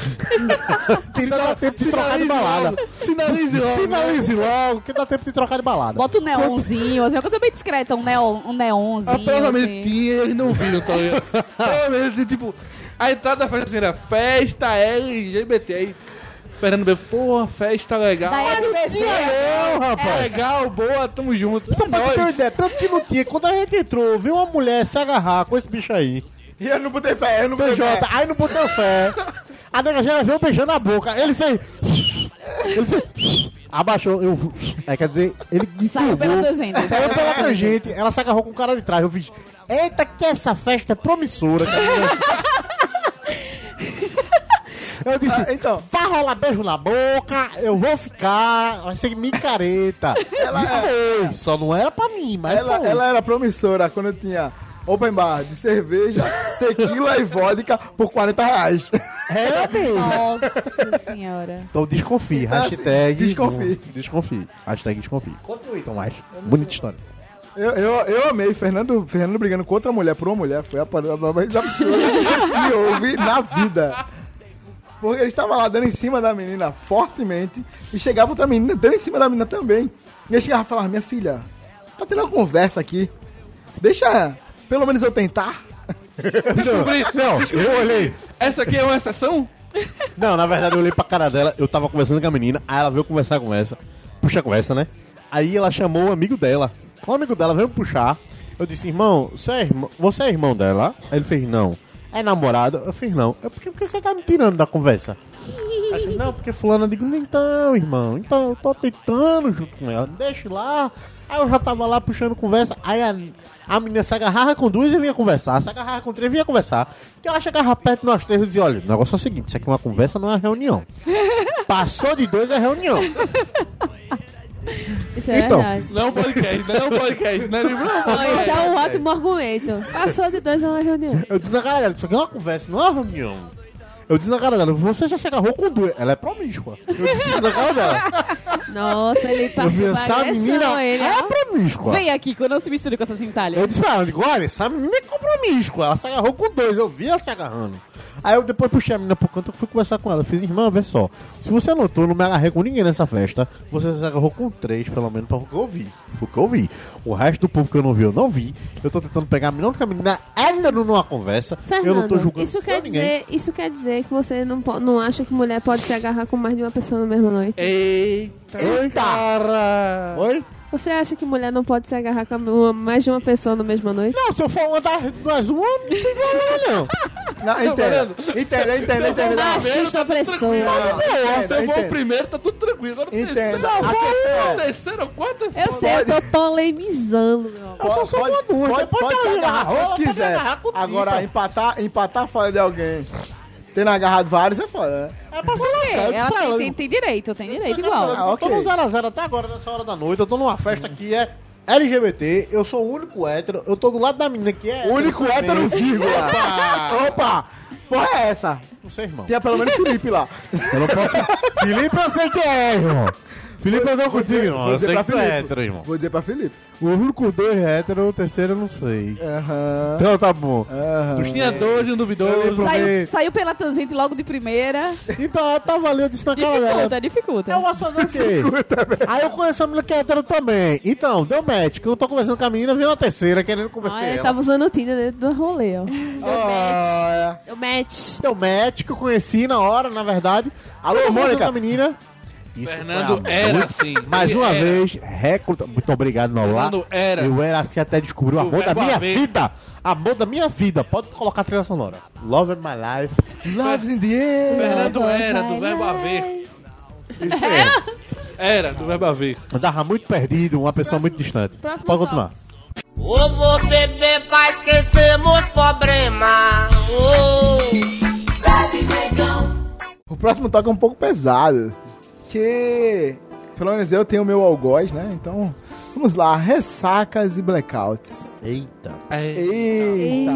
S7: que ainda dá tempo de trocar de balada.
S4: Sinalize logo. né?
S7: Sinalize
S3: né?
S7: logo, que dá tempo de trocar de balada.
S5: Bota um neonzinho, assim, uma coisa bem discreta, um, neon, um
S4: Ah,
S5: neonzinho.
S4: provavelmente
S5: assim.
S4: tinha, eles não viram, tá ligado? provavelmente, tipo, A entrada da festa assim era festa LGBT. Aí Fernando B, porra, festa legal.
S5: Da né?
S3: Não, rapaz.
S4: é Legal, boa, tamo junto. É
S3: Só pra
S4: Nós.
S3: você ter uma ideia, tanto que não tinha. Quando a gente entrou, viu uma mulher se agarrar com esse bicho aí.
S1: E eu não botei fé, eu não botei fé.
S3: PJ, aí não botou fé. A nega já veio beijando a boca. Ele fez. Ele fez. Abaixou. Eu... É, quer dizer, ele
S5: Saiu pela
S3: empurrou.
S5: tangente.
S3: Saiu pela tangente, ela se agarrou com o cara de trás. Eu fiz, eita, que essa festa é promissora. cara." Eu disse,
S7: assim,
S1: Ah, então.
S3: vai rolar beijo na boca, eu vou ficar, vai ser micareta. Ela foi, só não era pra mim, mas
S1: Ela,
S7: um.
S3: foi.
S1: ela era promissora quando eu tinha open bar de cerveja, tequila e vodka por 40 reais.
S3: Era mesmo.
S5: Nossa senhora.
S3: Então desconfie, hashtag...
S1: Desconfie.
S3: Desconfie, hashtag desconfie. Continue,
S7: então,
S3: Tomás. Bonita história.
S1: Eu, eu, eu amei Fernando, Fernando brigando com outra mulher por uma mulher. Foi a parada mais absurda que houve na vida. Porque ele estava lá dando em cima da menina fortemente e chegava outra menina dando em cima da menina também. E ele chegava e falava, minha filha, tá tendo uma conversa aqui. Deixa, pelo menos eu tentar.
S4: Descobri.
S3: Não, eu olhei.
S4: Essa aqui é uma exceção?
S3: Não, na verdade eu olhei pra cara dela, eu tava conversando com a menina, aí ela veio conversar com essa. Puxa a conversa, né? Aí ela chamou o amigo dela. O amigo dela veio puxar. Eu disse, irmão, você é irmão, você é irmão dela? Aí ele fez, não. É namorado? Eu fiz, não. Eu, por, que, por que você tá me tirando da conversa? Aí ele fez, não, porque fulano, eu digo, então, irmão, então eu tô tentando junto com ela, me deixa lá. Aí eu já tava lá puxando conversa, aí a, a menina se agarrava com duas e vinha conversar, se agarrava com três e vinha conversar. Que ela chegava perto de nós três e dizia, olha, o negócio é o seguinte, isso aqui é uma conversa, não é uma reunião. Passou de dois é reunião.
S2: Isso é
S3: Então.
S2: verdade.
S4: Não é um podcast, não é um podcast, não é livro, não.
S2: Não, esse é um ótimo argumento. Passou de dois a uma reunião.
S3: Eu disse na cara dela, isso aqui é uma conversa, não é uma reunião. Eu disse na cara dela, você já se agarrou com duas. Ela é promíscua. Eu disse isso na cara dela.
S2: Nossa, ele
S3: Eu vi
S2: partiu pra
S3: essa
S2: agressão.
S3: menina,
S2: Ele,
S3: ela é
S2: ó.
S3: promíscua.
S5: Vem aqui, que eu não se misture com essa gentalha.
S3: Eu disse pra ela, eu digo, olha, essa menina é compromíscua. Ela se agarrou com dois, eu vi ela se agarrando. Aí eu depois puxei a menina pro canto e fui conversar com ela. Eu fiz, irmã, vê só. Se você anotou, eu não me agarrei com ninguém nessa festa. Você se agarrou com três, pelo menos, pra o que eu vi. Foi o que eu vi. O resto do povo que eu não vi, eu não vi. Eu tô tentando pegar a menina, porque a menina ainda não numa conversa. eu não tô julgando
S2: isso
S3: só
S2: quer,
S3: ninguém.
S2: dizer, isso quer dizer que você não, po- não acha que mulher pode se agarrar com mais de uma pessoa na mesma noite?
S4: Eita, cara.
S3: Oi?
S2: Você acha que mulher não pode se agarrar com uma- mais de uma pessoa na mesma noite?
S3: Não, se eu for uma das, das uma, não tem problema não. Tá
S1: Não, entendo, entendo, entendo, entendo. não.
S2: Machista
S4: Tá
S2: opressor.
S4: Pô, se eu vou
S1: entendo.
S4: o primeiro, tá tudo tranquilo. Agora o
S1: Entendo. Ah, Não,
S4: terceiro, um a
S1: vou-
S4: quarta, a terceira, a quarta, é
S2: Eu sei, eu tô polemizando, meu amor.
S3: Eu sou só uma duas.
S1: Pode,
S3: Depois
S1: pode
S3: eu
S1: se
S3: viro a
S1: agarrar
S3: rola,
S1: quanto
S3: pode me
S1: quiser.
S3: agarrar com
S1: Agora,
S3: trinta.
S1: empatar, empatar fora de alguém. Tendo agarrado vários é foda, né?
S3: É pra se
S5: É,
S3: lascar, eu disse
S5: ela
S3: pra
S5: tem,
S3: ela. tá
S5: tem, tem direito, tem direito
S3: Eu
S1: cara.
S5: igual.
S1: Ah,
S3: tô no
S1: ok.
S3: 0 a 0 até agora, nessa hora da noite. Eu tô numa festa que é LGBT, eu sou o único hétero, eu tô do lado da menina que é.
S1: O único
S3: também.
S1: hétero, vírgula. Opa! Porra é essa?
S3: Não sei, irmão.
S1: Tinha pelo menos Felipe lá.
S3: Eu não posso. Felipe, eu sei que é, irmão. Felipe andou contigo, irmão.
S1: Vou
S3: Eu
S1: dizer
S3: sei
S1: pra
S3: que tu é
S1: Felipe.
S3: hétero, irmão.
S1: Vou dizer pra Felipe.
S3: O único dois é hétero, o terceiro eu não sei.
S1: Aham.
S3: Então tá bom.
S1: Aham.
S4: Tinha dois, um duvidoso.
S3: Eu
S5: Saiu,
S3: também.
S5: saiu pela tangente logo de primeira.
S3: Então ela tava ali, eu disse na cara dela.
S5: Dificulta, dificulta.
S3: Eu posso fazer o quê? Aí eu conheço a menina que é hétero também. Então, deu match. que Eu tô conversando com a menina, veio uma terceira querendo conversar com
S4: é,
S2: Ah, eu
S4: tá
S3: ela.
S2: tava usando o Tinder dentro do rolê, ó.
S1: Ah, é.
S2: Eu match.
S3: Deu match, que eu conheci na hora, na verdade.
S1: Alô,
S3: Eu tô conversando
S1: Mônica.
S3: com a menina. Isso
S4: Fernando
S3: foi
S4: era
S3: amor.
S4: assim.
S3: Mais
S4: Ele
S3: uma
S4: era.
S3: vez, recruta. Muito obrigado, Nolá.
S4: Fernando era.
S3: Eu era assim até descobrir o
S4: Do
S3: amor da
S4: verbo
S3: minha
S4: haver.
S3: vida. Amor da minha vida. Pode colocar a trilha sonora. Love in my life.
S1: Loves in the air.
S4: Fernando era, do verbo haver.
S3: Isso é.
S4: Era, do verbo haver.
S3: Eu tava muito perdido, uma pessoa muito distante.
S2: próximo
S3: Pode continuar.
S6: Ou vou beber pra esquecer meus problemas. Oh.
S1: O próximo toque é um pouco pesado. Que. Pelo menos eu tenho o meu algoz, né? Então, vamos lá. Ressacas e blackouts.
S3: Eita.
S4: É.
S1: Eita.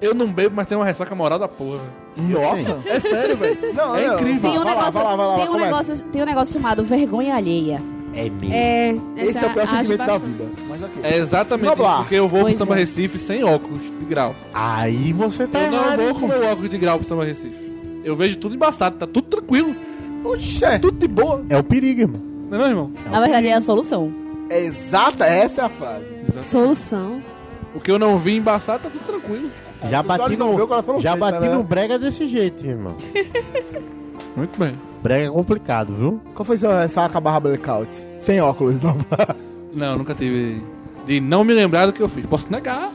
S4: Eu não bebo, mas tenho uma ressaca moral da porra. velho.
S1: Nossa.
S4: É sério, velho.
S1: Não,
S4: É
S1: não.
S4: incrível.
S5: Tem um,
S1: Vai lá,
S5: negócio,
S1: vai lá, vai lá,
S5: tem, um
S1: começa.
S5: negócio, tem um negócio chamado vergonha alheia.
S3: É mesmo.
S2: É,
S1: Esse é o pior
S2: age
S1: sentimento da
S2: bastante.
S1: vida. Mas ok.
S4: É exatamente
S1: Vamos lá.
S4: isso, porque eu vou
S5: Pois
S4: pro Samba
S5: é.
S4: Recife sem óculos de grau.
S3: Aí você tá
S4: eu não
S3: errado,
S4: vou
S3: irmão.
S4: com meu óculos de grau pro Samba Recife. Eu vejo tudo embaçado, tá tudo tranquilo,
S1: Oxê.
S4: tudo de boa.
S3: É o perigo, irmão.
S4: Não é, meu irmão?
S5: Na verdade, é a solução.
S1: É exata, essa é a frase.
S2: Solução.
S4: O que eu não vi embaçado tá tudo tranquilo.
S3: Já
S1: Os olhos
S3: bati
S1: não vê, o
S3: no,
S1: coração não
S3: já
S1: sente,
S3: bati
S1: né,
S3: no
S1: né?
S3: brega desse jeito, irmão.
S4: Muito bem.
S3: Brega é complicado, viu?
S1: Qual foi sua saca barra blackout? Sem óculos, não.
S4: Não, nunca tive. De não me lembrar do que eu fiz. Posso negar.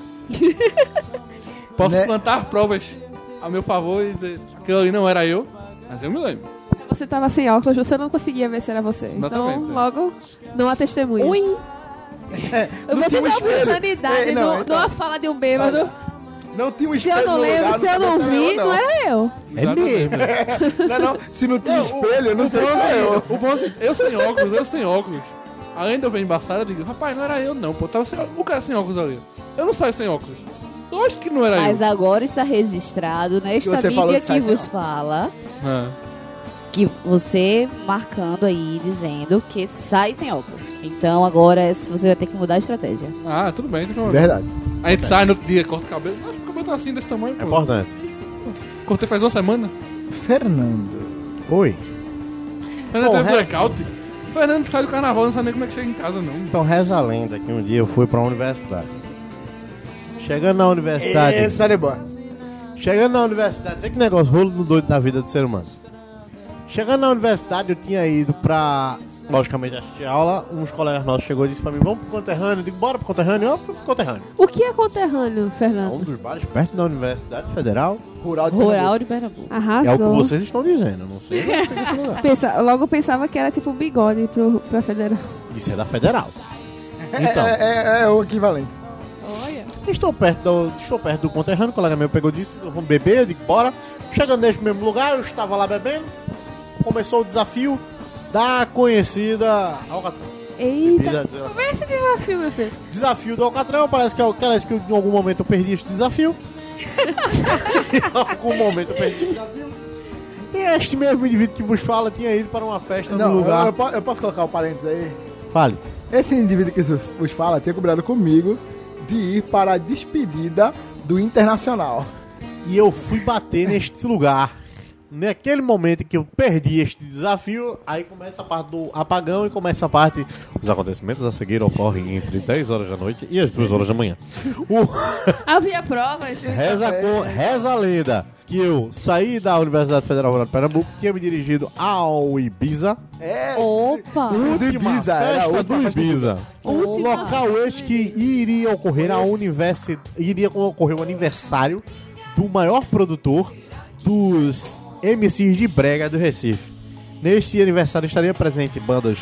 S4: Posso
S1: Né?
S4: plantar provas a meu favor e dizer aquilo ali não era eu. Mas eu me lembro.
S2: Você tava sem óculos, você não conseguia ver se era você. Então,
S1: né?
S4: Exatamente.
S2: logo, não há testemunha.
S5: Ui.
S2: Você
S1: tinha um
S2: já ouviu
S1: espelho.
S2: sanidade
S1: Ei, não,
S2: no-
S1: então.
S2: numa fala de um bêbado.
S1: Não tinha um
S2: se eu
S1: espelho
S2: não
S1: no
S2: lembro,
S1: lugar,
S2: se eu não
S1: sabia
S2: vi,
S1: eu,
S2: não era eu.
S3: É mesmo.
S1: Não, não. Se não tinha espelho, eu não sei se é eu.
S4: O bom é assim, eu sem óculos, eu sem óculos. Além de eu ver embaçado, eu digo, rapaz, não era eu não, pô. Tava sem, o cara sem óculos ali. Eu não saio sem óculos. Eu acho que não era
S5: Mas
S4: eu.
S5: agora está registrado nesta
S1: você falou
S5: mídia
S1: que sai
S5: que,
S1: sem
S5: vos fala
S4: Ah,
S5: que você marcando aí, dizendo que sai sem óculos. Então agora você vai ter que mudar a estratégia.
S4: Ah, tudo bem, não tem problema.
S1: Verdade.
S4: A gente sai no outro dia, corta o cabelo. Acho que o cabelo tá assim, desse tamanho,
S3: É
S4: pô.
S3: importante.
S4: Cortei faz uma semana.
S1: Fernando.
S3: Oi.
S4: Fernando
S3: Bom,
S4: teve
S3: re-
S4: blackout. Fernando sai do carnaval, não sabe nem como é que chega em casa, não.
S3: Então reza a lenda que um dia eu fui pra universidade. Chegando na universidade.
S1: Essa é boa.
S3: Chegando na universidade, vê que negócio rolo do doido da vida do ser humano. Chegando na universidade, eu tinha ido pra, logicamente, assistir aula. Uns colegas nossos chegou e disse pra mim, vamos pro conterrâneo. Eu digo, bora pro conterrâneo. Eu fui pro conterrâneo.
S2: O que é conterrâneo,
S3: É
S2: Fernando?
S3: um dos bares perto da Universidade Federal.
S1: Rural de
S5: Rural de Pernambuco.
S3: É o que
S2: Arrasou.
S3: vocês estão dizendo, eu não sei. onde fica esse lugar.
S2: Pensa, logo pensava que era tipo bigode pro, pra federal.
S3: Isso é da Federal.
S1: Então.
S3: Então,
S1: É, é- é o equivalente.
S2: Olha.
S3: estou perto do, estou perto do conterrâneo. O colega meu pegou e disse, vamos beber. Eu digo, bora. Chegando nesse mesmo lugar, eu estava lá bebendo. Começou o desafio da conhecida Alcatrão.
S2: Eita.
S3: Bebida de-
S2: Como é esse desafio, meu filho?
S3: desafio do Alcatrão. Parece que, eu- parece que eu, em algum momento eu perdi esse desafio. em algum momento eu perdi esse desafio. E este mesmo indivíduo que vos fala tinha ido para uma festa
S1: Não,
S3: no lugar.
S1: Eu, eu po- eu posso colocar o parênteses aí?
S3: Fale.
S1: Esse indivíduo que vos vos fala tinha cobrado comigo de ir para a despedida do Internacional.
S3: E eu fui bater neste lugar. Naquele momento que eu perdi este desafio, aí começa a parte do apagão e começa a parte. Os acontecimentos a seguir ocorrem entre 10 horas da noite e as 2 horas da manhã. O...
S2: Havia provas.
S3: Reza,
S1: É.
S3: com, reza a lenda que eu saí da Universidade Federal Rural de Pernambuco, tinha me dirigido ao Ibiza.
S1: É,
S2: Ah.
S5: Opa!
S1: O do
S3: Última
S1: Ibiza, era a
S3: festa
S1: última
S3: do
S1: festa do
S3: Ibiza. O
S5: Última.
S3: local este que iria ocorrer a universidade, iria ocorrer o aniversário do maior produtor dos MCs de brega do Recife. Neste aniversário estaria presente bandas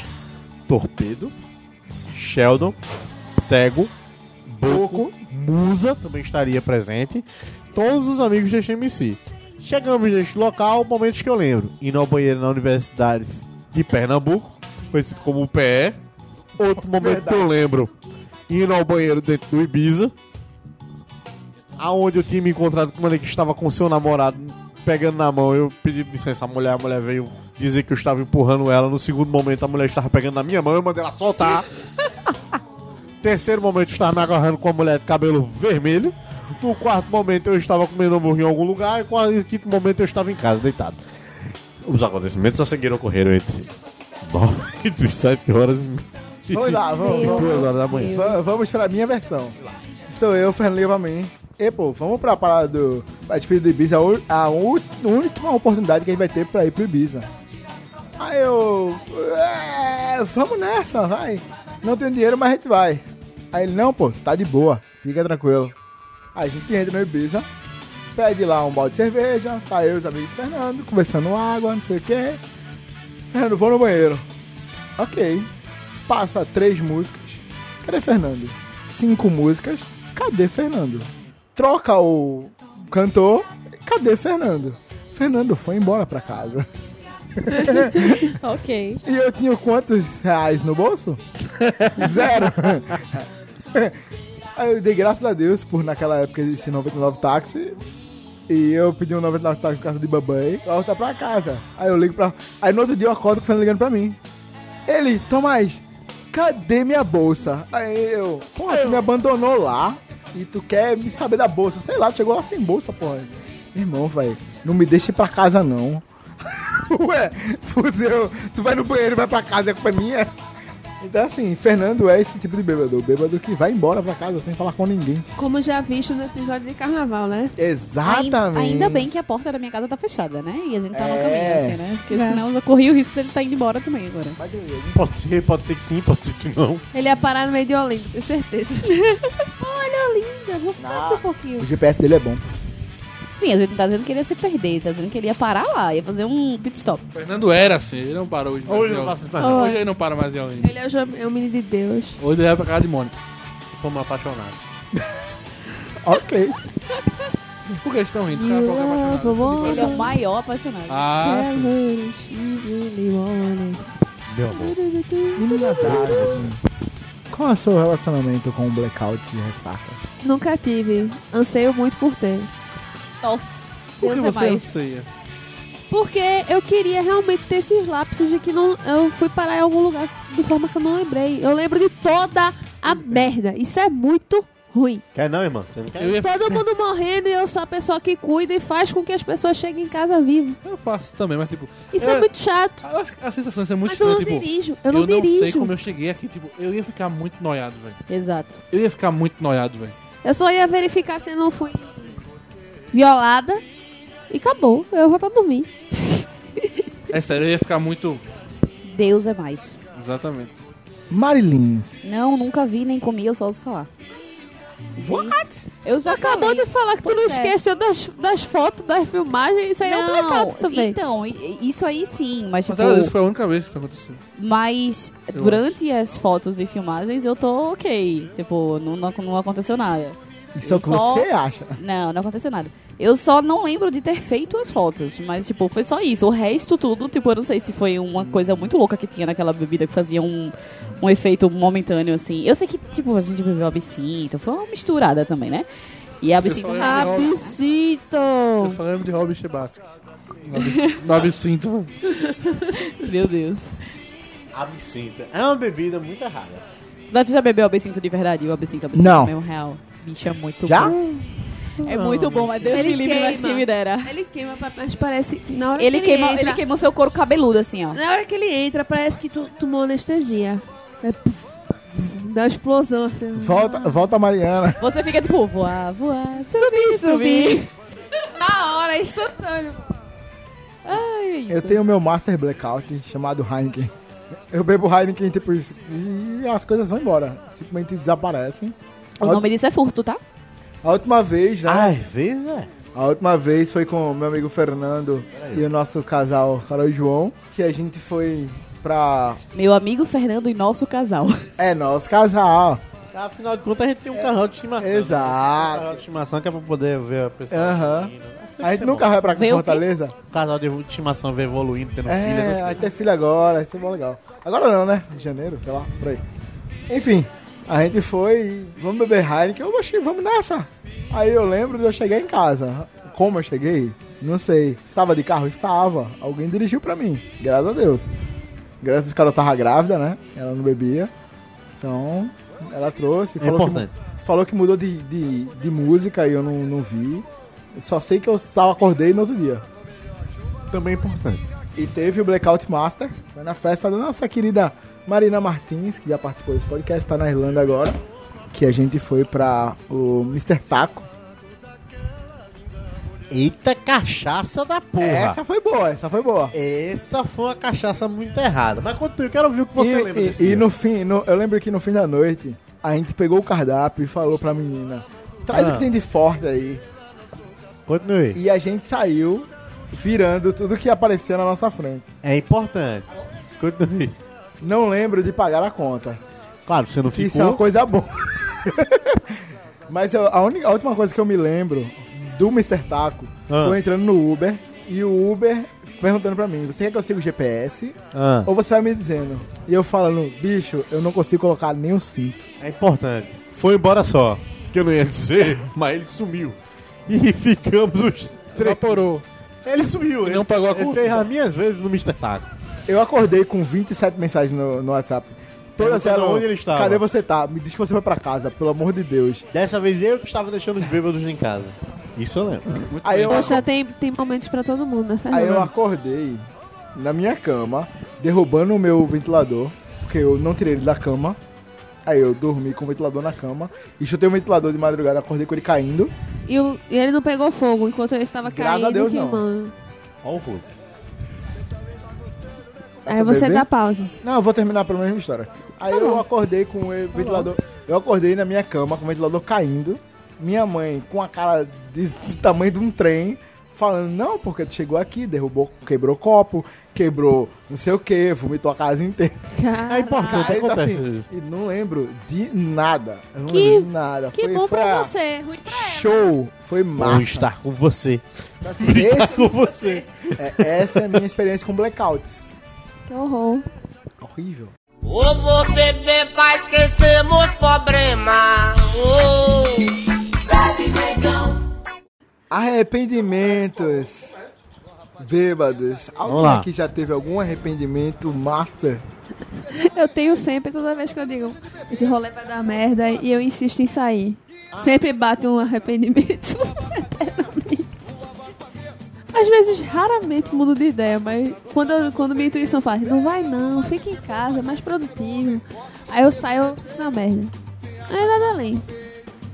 S3: Torpedo, Sheldon, Cego, Boco, Musa também estaria presente. Todos os amigos deste MC. Chegamos neste local, momentos que eu lembro. Indo ao banheiro na Universidade de Pernambuco, conhecido como PE. Outro momento que eu lembro, indo ao banheiro dentro do Ibiza. Aonde eu tinha me encontrado com uma mulher que estava com seu namorado pegando na mão. Eu pedi licença à mulher, a mulher veio dizer que eu estava empurrando ela. No segundo momento, a mulher estava pegando na minha mão, eu mandei ela soltar. Terceiro momento, eu estava me agarrando com a mulher de cabelo vermelho. No quarto momento, eu estava comendo hambúrguer em algum lugar. E qua- e quinto momento, eu estava em casa, deitado. Os acontecimentos a seguir ocorreram entre 9 entre 7 horas e
S1: Vamos lá, vamos, vamos.
S3: duas horas da manhã.
S1: Va- Vamos para a minha versão. Sou eu, Fernando Livramento. E, pô, vamos pra parada do a despedida do Ibiza, a u- a u- última oportunidade que a gente vai ter pra ir pro Ibiza. Aí eu. "É, vamos nessa, vai. Não tenho dinheiro, mas a gente vai. Aí ele, não, pô, tá de boa, fica tranquilo. Aí a gente entra no Ibiza, pede lá um balde de cerveja, tá eu e os amigos do Fernando, conversando água, não sei o quê. Fernando, vou no banheiro. Ok. Passa três músicas. Cadê Fernando? Cinco músicas. Cadê Fernando? Troca o cantor. Cadê Fernando? Fernando foi embora pra casa.
S5: Ok.
S1: E eu tinha quantos reais no bolso? Zero. Aí eu dei graças a Deus por naquela época existir 99 táxi. E eu pedi um 99 táxi por causa de babai. Pra voltar pra casa. Aí eu ligo pra. Aí no outro dia eu acordo com o Fernando ligando pra mim. Ele, Tomás, cadê minha bolsa? Aí eu, porra, tu me abandonou lá e tu quer me saber da bolsa. Sei lá, tu chegou lá sem bolsa, porra. Irmão, velho, não me deixe ir pra casa não. Ué, fudeu. Tu vai no banheiro, vai pra casa, é culpa minha. Então, assim, Fernando é esse tipo de bêbado. O bêbado que vai embora pra casa sem falar com ninguém.
S2: Como já visto no episódio de carnaval, né?
S1: Exatamente.
S5: Ainda, ainda bem que a porta da minha casa tá fechada, né? E a gente tá no
S1: É.
S5: caminho, assim, né? Porque senão eu corri o risco dele tá indo embora também agora.
S3: Pode ser, pode ser que sim, pode ser que não.
S2: Ele ia parar no meio de Olinda, tenho certeza.
S5: Olha, linda, vou ficar aqui um pouquinho.
S1: O GPS dele é bom.
S5: Sim, a gente não tá dizendo que ele ia se perder, tá dizendo que ele ia parar lá, ia fazer um pit stop.
S4: Fernando era assim, ele não parou hoje. é
S3: Hoje eu não faço isso mais
S2: não.
S4: Hoje ele não para mais em Olinda.
S2: Ele é o, jo- é o menino de Deus.
S4: Hoje ele vai pra casa de Mônica.
S3: Somos apaixonados.
S1: Ok.
S4: Por que estão rindo? O cara
S2: You
S4: falou
S2: are the one.
S4: que é apaixonado.
S5: Ele é o maior apaixonado.
S4: Ah, sim.
S2: Ever, she's really wanted.
S3: Meu amor.
S1: Inadável, assim. Qual é o seu relacionamento com blackouts e ressacas?
S2: Nunca tive. Anseio muito por ter.
S5: Nossa,
S4: Por que
S5: Deus é
S4: você
S5: mais.
S4: anseia?
S2: Porque eu queria realmente ter esses lapsos de que não, eu fui parar em algum lugar de forma que eu não lembrei. Eu lembro de toda a merda. Isso é muito ruim.
S3: Quer não, irmã? Você não quer?
S4: Eu ia
S2: Todo mundo morrendo e eu sou a pessoa que cuida e faz com que as pessoas cheguem em casa vivas.
S4: Eu faço também, mas tipo,
S2: Isso
S4: É,
S2: é, muito chato.
S4: a, a sensação de ser muito
S2: Mas eu não
S4: estranha, tipo,
S2: dirijo. Eu não
S4: não sei
S2: dirijo.
S4: como eu cheguei aqui, tipo, eu ia ficar muito noiado, velho.
S5: Exato.
S4: Eu ia ficar muito noiado, velho.
S2: Eu só ia verificar se eu não fui violada. E acabou. Eu vou estar dormindo.
S4: É sério, eu ia ficar muito.
S5: Deus é mais.
S4: Exatamente.
S2: Tipo,
S1: Marilins.
S5: Não, nunca vi nem comi, eu só ouço falar. What? Eu já
S2: Acabou
S5: falei.
S2: de falar que tu
S5: Pois
S2: não
S5: é.
S2: esqueceu das, das fotos, das filmagens. Isso aí é um
S5: Não,
S2: blackout também.
S5: Então, i- i- isso aí sim, mas
S4: Mas
S5: tipo,
S4: ela disse que foi a única vez que isso aconteceu.
S5: mas
S4: Eu
S5: durante as fotos e filmagens eu tô ok. Tipo, não, não, não aconteceu nada.
S1: Isso é o que você acha.
S5: Não, não aconteceu nada. Eu só não lembro de ter feito as fotos, mas tipo, foi só isso. O resto tudo, tipo, eu não sei se foi uma coisa muito louca que tinha naquela bebida que fazia um, um efeito momentâneo assim. Eu sei que, tipo, a gente bebeu absinto, foi uma misturada também, né? E a absinto
S4: só lembro- Eu
S2: Absinto!
S4: só lembro de Robin Chebasque. No abs- No absinto.
S5: Meu Deus.
S3: Absinto. É uma bebida muito errada.
S5: Mas tu já bebeu absinto de verdade? O absinto, absinto
S1: Não.
S5: é um real. Bicho, é muito
S1: Já?
S5: bom. É muito bom, mas Deus
S2: Ele
S5: me livre, mas
S2: queima.
S5: que me dera.
S2: Ele queima, pa- mas parece. Na hora
S5: Ele
S2: que ele
S5: queima,
S2: entra,
S5: ele queima o seu couro cabeludo, assim, ó.
S2: Na hora que ele entra, parece que tu tomou anestesia. É, puf, puf, dá uma explosão assim.
S1: Volta,
S5: Ah.
S1: volta Mariana.
S5: Você fica tipo, voar, voar,
S2: Subir, subir. Na hora, é instantâneo.
S5: Ai, é isso.
S1: Eu tenho meu master blackout chamado Heineken. Eu bebo Heineken tipo isso. E as coisas vão embora. Simplesmente desaparecem.
S5: O nome disso é furto, tá?
S1: A última vez, né?
S3: Às vezes é.
S1: A última vez foi com o meu amigo Fernando e o nosso casal Carol e João, que a gente foi pra.
S5: Meu amigo Fernando e nosso casal.
S1: É nosso casal.
S3: Afinal de contas, a gente tem um casal de estimação. né?
S1: Exato.
S3: Um casal de estimação que é pra poder ver a pessoa.
S1: Aham.
S3: evoluindo. Isso
S1: A gente
S3: é
S1: nunca
S3: bom.
S1: vai pra
S5: Vê o quê?
S1: Fortaleza?
S3: O casal de estimação ver evoluindo, tendo filhos.
S1: É,
S3: essas
S1: vai
S3: coisas.
S1: ter filho agora, isso é bom legal. Agora não, né? Em Janeiro, sei lá, por aí. Enfim, a gente foi, e vamos beber Heineken, eu achei, vamos nessa. Aí eu lembro de eu chegar em casa. Como eu cheguei? Não sei. Estava de carro? Estava. Alguém dirigiu pra mim, graças a Deus. Graças a Deus, Carol tava grávida, né? Ela não bebia. Então, ela trouxe.
S3: É
S1: que-
S3: importante.
S1: Falou que mudou de, de, de música e eu não, não vi. Só sei que eu só acordei no outro dia.
S3: Também é importante.
S1: E teve o Blackout Master, foi na festa da nossa querida Marina Martins, que já participou desse podcast, tá na Irlanda agora. Que a gente foi pra o Mr. Taco.
S3: Eita cachaça da porra.
S1: Essa foi boa, essa foi boa.
S3: Essa foi uma cachaça muito errada. Mas continua, eu quero ouvir o que você
S1: e,
S3: lembra
S1: e-
S3: desse
S1: e
S3: dia.
S1: no fim, no- eu lembro que no fim da noite, a gente pegou o cardápio e falou pra menina: traz
S3: Ah.
S1: o que tem de forte aí.
S3: Continue.
S1: E a gente saiu virando tudo que aparecia na nossa frente.
S3: É importante. Continue.
S1: Não lembro de pagar a conta.
S3: Claro, você não
S1: Que isso é uma
S3: ficou.
S1: coisa boa. Mas eu- a, única, a última coisa que eu me lembro do Mr. Taco
S3: Ah.
S1: foi entrando no Uber e o Uber perguntando pra mim: Você quer que eu siga o GPS?
S3: Ah,
S1: Ou você vai me dizendo? E eu falando: Bicho, eu não consigo colocar nem o cinto.
S3: é importante. Foi embora só. Que eu não ia dizer, mas ele sumiu. E ficamos os três.
S4: Evaporou.
S3: Ele sumiu. Ele
S4: não pagou a
S3: Ele
S4: conta.
S3: fez as minhas vezes no Mr. Taco.
S1: Eu acordei com 27 mensagens no, no WhatsApp. Todas
S3: Perguntando
S1: elas.
S3: onde ele estava.
S1: Cadê você tá? Me diz que você foi pra casa, pelo amor de Deus.
S3: Dessa vez eu que estava deixando os bêbados em casa. Isso eu lembro.
S4: Muito
S1: Aí
S4: bem.
S1: eu,
S2: Poxa, tem, tem momentos pra todo mundo, né,
S1: aí eu
S2: Fernando?
S1: acordei na minha cama, derrubando o meu ventilador. porque eu não tirei ele da cama. Aí eu dormi com o ventilador na cama. E chutei o ventilador de madrugada, acordei com ele caindo.
S2: E, o- e ele não pegou fogo enquanto ele estava
S1: Graças
S2: caindo
S1: a Deus, não.
S2: queimando.
S3: Olha o Hulk.
S2: Aí
S1: Essa
S2: você
S1: bebê?
S2: dá pausa.
S1: Não, eu vou terminar pela mesma história. Aí eu acordei com o ventilador. Eu acordei na minha cama com o ventilador caindo. Minha mãe com a cara de, de tamanho de um trem, falando: Não, porque tu chegou aqui, derrubou, quebrou copo, quebrou não sei o que, vomitou a casa inteira.
S2: Cara,
S3: É importante,
S1: Aí tá
S3: acontece
S1: assim,
S3: isso.
S1: e não lembro de nada. Eu não
S2: Que-
S1: lembro de nada.
S2: que
S1: Foi-
S2: bom
S1: foi
S2: pra
S1: a-
S2: você, ruim pra ela.
S1: Show! Foi
S3: Vou
S1: massa.
S3: estar com você.
S1: Então, assim, esse-
S3: Com você.
S1: é- essa é a minha experiência com blackouts.
S2: Que horror.
S1: Horrível.
S6: Eu vou beber pra esquecer meus problemas. Oh.
S1: Arrependimentos. Bêbados. Alguém
S3: lá.
S1: aqui já teve algum arrependimento master?
S2: Eu tenho sempre, toda vez que eu digo, esse rolê vai dar merda e eu insisto em sair. Sempre bate um arrependimento eternamente. Às vezes, raramente mudo de ideia, mas quando, eu- quando minha intuição fala, não vai não, fica em casa, é mais produtivo. Aí eu saio na merda. Aí nada além.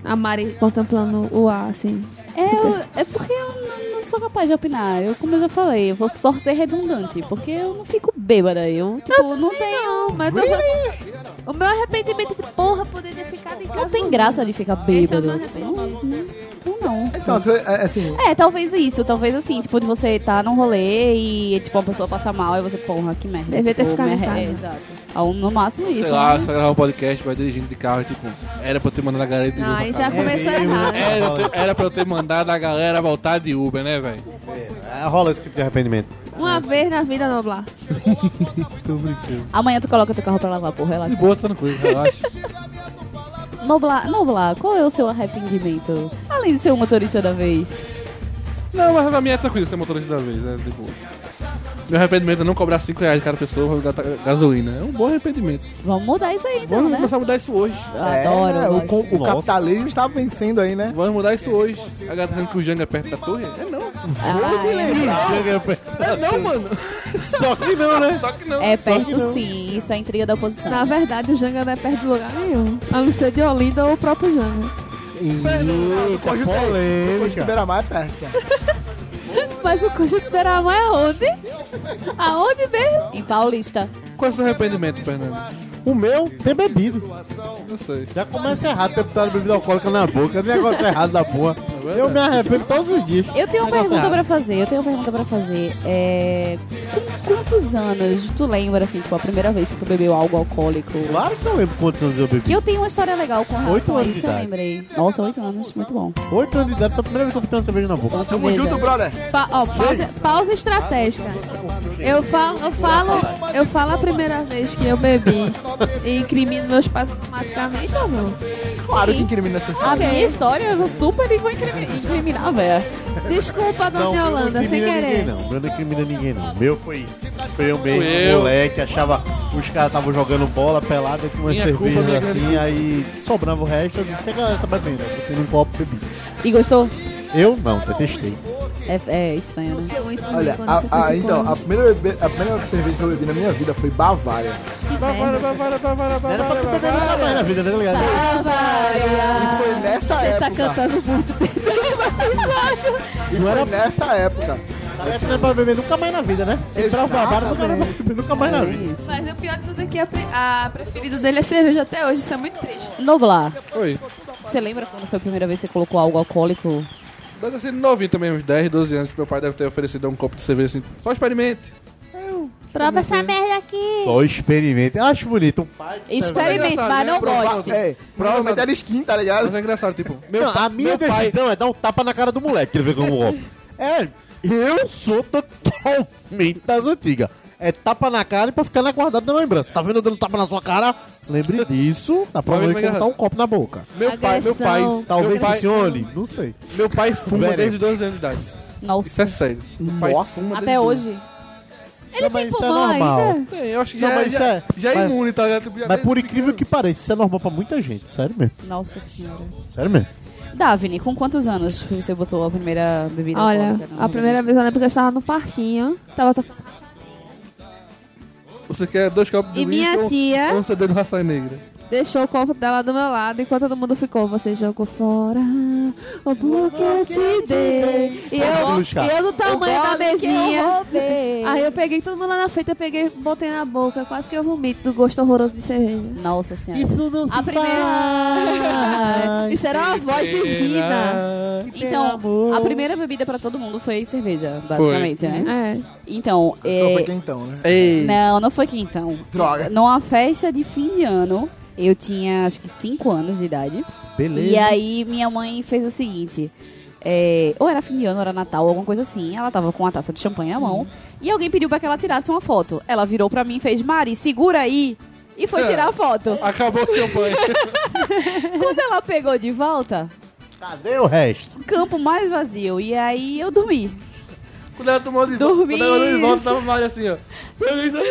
S2: A Mari contemplando o ar, assim.
S5: É, eu- é porque eu não, não sou capaz de opinar. Eu, como eu já falei, eu vou só ser redundante, porque eu não fico bêbada. Eu, tipo, não tenho.
S2: Não, mas eu tô falando- O meu arrependimento é de porra poder ter ficado em casa.
S5: Não tem graça de ficar
S2: Esse é o
S5: bêbado.
S2: meu arrependimento.
S5: Ou não.
S1: Então, as coisas, é, assim,
S5: É, talvez isso, talvez assim, tipo, de você tá num rolê e, tipo, uma pessoa passa mal e você, porra, que merda.
S2: Devia ter
S5: Tipo,
S2: ficado em
S5: me arre-
S2: casa.
S5: É, exato. Ao- No máximo isso.
S4: Sei lá,
S5: mas-
S4: só gravar um podcast, vai dirigindo de carro, tipo, era pra eu ter mandado a galera de
S2: Não,
S4: Uber.
S2: aí
S4: pra
S2: já
S1: é
S4: casa.
S2: começou errado.
S4: Era, eu ter- era pra eu ter mandado a galera voltar de Uber, né, velho?
S3: É, rola esse tipo de arrependimento.
S2: Uma vez na vida noblar.
S5: Amanhã tu coloca teu carro pra lavar, porra,
S4: De
S5: relaxa.
S4: boa, tá tranquilo, relaxa.
S5: Noblar, Noblar, qual é o seu arrependimento? Além de ser o motorista da vez.
S4: Não, mas pra mim é tranquilo ser motorista da vez, né? De boa. Meu arrependimento é não cobrar 5 reais de cada pessoa pra gastar gasolina. É um bom arrependimento.
S5: Vamos mudar isso aí, então,
S4: Vamos
S5: né?
S4: começar a mudar isso hoje.
S5: Eu adoro.
S1: é, o,
S5: mas-
S1: com- o
S3: Nossa.
S1: capitalismo está vencendo aí, né?
S4: Vamos mudar isso hoje. A galera tá arrancando o Janga perto da torre? É não.
S5: Ai,
S4: É não, mano. Só que não, né? Só que não.
S5: é perto sim, isso é intriga da oposição.
S2: Na verdade, o Janga não é perto de lugar nenhum. A não ser de Olinda ou o próprio Janga.
S3: Eita,
S1: Poxa,
S3: polêmica.
S1: Beira-Mar é perto.
S2: Mas o Conjunto Beramã é aonde? Aonde mesmo?
S5: Em Paulista.
S4: Qual é o seu arrependimento, Fernando?
S3: O meu tem bebido.
S4: Não sei.
S3: Já começa errado ter botado bebida alcoólica na boca. é Negócio errado da porra. Eu me arrependo todos os dias.
S5: Eu tenho uma
S3: Negócio
S5: pergunta
S3: errado.
S5: pra fazer, eu tenho uma pergunta pra fazer. É... Com quantos anos tu lembra, assim, tipo, a primeira vez que tu bebeu algo alcoólico?
S3: Claro que eu lembro quantos anos eu
S5: Que
S3: bebi.
S5: eu tenho uma história legal com relação
S3: Oito
S5: a
S3: anos de
S5: isso, eu
S3: idade.
S5: lembrei. Nossa, oito anos, muito bom.
S3: Oito anos de idade foi a primeira vez que eu botei uma cerveja na boca.
S5: Nossa,
S1: Tamo
S5: veja.
S1: junto, brother.
S2: Pa- ó, pausa, pausa estratégica. Eu falo, eu falo, eu falo a primeira vez que eu bebi e incrimino meus pais automaticamente ou não?
S1: Claro que
S5: Sim.
S1: incrimina essa
S5: A
S1: história.
S2: Ok.
S5: minha história eu super vou incrimi- incriminar, velho.
S2: Desculpa, dona
S3: o meu
S2: Yolanda, sem
S3: incrimina
S2: querer.
S3: Ninguém, não. O meu não incrimina ninguém, não. O meu foi, foi eu mesmo, um
S4: Foi eu.
S3: moleque. Achava os caras estavam jogando bola pelada com umas
S4: Minha culpa,
S3: cervejas
S4: minha
S3: assim,
S4: grande
S3: aí sobrava o resto. Eu disse: "Que a galera tá bebendo? Eu botei num copo e bebi.
S5: E gostou?
S3: Eu não, detestei.
S5: É, é estranho, né?
S2: Muito ruim
S1: Olha,
S2: quando
S1: a-
S2: você
S1: a-
S2: se
S1: então,
S2: come.
S1: a primeira, bebe- a primeira cerveja que eu bebi na minha vida foi Bavária.
S3: Não era pra tu beber nunca mais na vida, né, tá ligado?
S1: E foi nessa
S2: Você tá
S1: época.
S2: cantando muito dentro do episódio.
S1: E foi nessa época.
S3: Parece que não é pra beber nunca mais na vida, né? Entrar o babado, nunca era pra beber nunca mais na vida.
S2: Mas o pior de tudo é que a, pre- a preferida dele é cerveja até hoje, isso é muito triste.
S5: Noblar,
S4: Oi.
S5: você lembra quando foi a primeira vez que você colocou algo alcoólico?
S4: Deve ser novinho também, uns 10, 12 anos. Meu pai deve ter oferecido um copo de cerveja assim. Só experimente.
S2: Prova essa merda aqui.
S3: Só experimente. Eu acho bonito. Um pai.
S5: Experimente,
S4: engraçado,
S5: mas
S4: né?
S5: não
S4: Provar-
S5: goste.
S1: É, provavelmente era skin, tá ligado?
S4: Mas é engraçado, tipo... Meu
S3: Não,
S4: pai-
S3: a minha
S4: meu pai-
S3: decisão é dar um tapa na cara do moleque, que ele vê como golpe. É, eu sou totalmente das antigas. É tapa na cara e pra ficar na guardada na lembrança. Tá vendo eu dando tapa na sua cara? Lembre disso, dá pra
S4: Mas
S3: ele
S4: vai engraçar.
S3: contar um copo na boca.
S4: Meu pai, meu pai...
S2: Agressão.
S3: Talvez
S4: meu pai,
S3: funcione, não sei.
S4: Meu pai fuma
S3: Velho.
S4: desde 12 anos de idade. Isso é
S5: Nossa,
S4: sério. Meu pai
S1: Nossa.
S4: fuma
S5: até
S4: desde
S5: hoje.
S2: Ele tem
S3: Não, mas isso é
S2: pulmão
S3: normal.
S2: ainda?
S4: Tem, eu acho que
S3: Não,
S4: já,
S3: mas isso
S4: já,
S3: é-
S4: já é
S3: mas-
S4: imune, tá ligado? Tipo, já
S3: Mas
S4: desde
S3: por
S4: pequeno.
S3: incrível que pareça, isso é normal pra muita gente. Sério mesmo.
S5: Nossa senhora.
S3: Sério mesmo.
S5: Davine, com quantos anos você botou a primeira bebida
S2: Olha,
S5: alcoólica? na
S2: a
S5: vida?
S2: primeira vez eu lembro que eu estava no parquinho, tava tocando
S4: Você quer dois copos de
S2: E minha
S4: uísque
S2: tia-
S4: ou um CD do Raça Negra?
S2: Deixou o corpo dela do meu lado enquanto todo mundo ficou. Você jogou fora o amor que eu te dei. E eu,
S3: Luiz Carlos.
S2: e eu do tamanho da mesinha. Aí
S5: Aí
S2: eu peguei todo mundo lá na frente, eu peguei, botei na boca, quase que eu vomito do gosto horroroso de cerveja.
S5: eu- Nossa senhora.
S3: não
S2: A primeira. Isso era uma voz divina.
S5: Então, a primeira bebida pra todo mundo foi cerveja, basicamente, né?
S2: É.
S5: Então,
S1: Então
S5: é...
S1: foi quentão, né?
S4: Ei.
S5: Não, não foi quentão.
S1: Droga.
S5: Numa festa de fim de ano, eu tinha acho que 5 anos de idade.
S3: Beleza.
S5: E aí minha mãe fez o seguinte. é, ou era fim de ano, ou era Natal, alguma coisa assim. Ela tava com a taça de champanhe na mão. E alguém pediu pra que ela tirasse uma foto. Ela virou pra mim e fez, Mari, segura aí. E foi
S4: É.
S5: tirar a foto.
S4: Acabou o champanhe.
S5: Quando ela pegou de volta,
S3: Cadê o resto?
S5: campo mais vazio. E aí eu dormi.
S4: Quando ela tomou de volta,
S5: Dormi.
S4: quando ela olhou de volta, tava Mari assim, ó. Feliz ano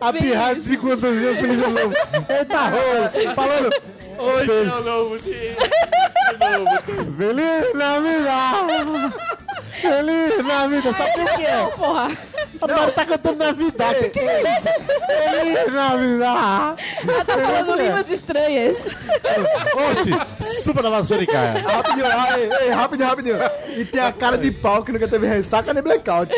S3: A pirrada de 50 anos, feliz ano novo. Eita, rolo. Falando,
S4: Hoje é o novo dia. De novo.
S3: feliz Navidad. Feliz Navidad. Sabe o que é?
S5: Porra.
S3: A Mari tá cantando Navidad. O que, que é isso? Feliz Navidad.
S5: Ela tá falando línguas estranhas.
S3: Oxi, suba da vassoura e caia.
S1: Rapidinho, ai, ei, rapidinho, rapidinho. E tem a cara de pau que nunca teve ressaca nem blackout.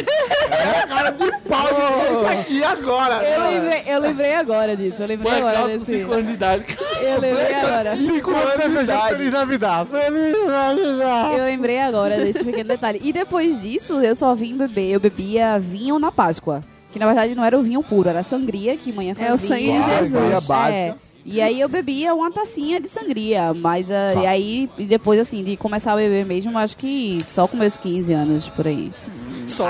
S1: É a cara de pau que fez isso aqui agora.
S5: Eu lembrei, eu lembrei agora disso. Eu lembrei agora
S4: Blackout com
S5: desse.
S4: 5 anos de idade.
S5: Eu lembrei agora.
S3: Cinco anos de idade. Feliz Navidad. Feliz Navidad.
S5: Eu lembrei agora desse pequeno detalhe. E depois disso, eu só vim beber. Eu bebia vinho na Páscoa. Que na verdade não era o vinho puro, era a sangria que manhã fazia.
S2: É o sangue de
S1: Claro,
S2: Jesus.
S1: coisa
S5: É.
S1: básica.
S5: E aí eu bebia uma tacinha de sangria, mas ah,
S1: Tá.
S5: e aí e depois assim de começar a beber mesmo, acho que só com meus 15 anos por aí.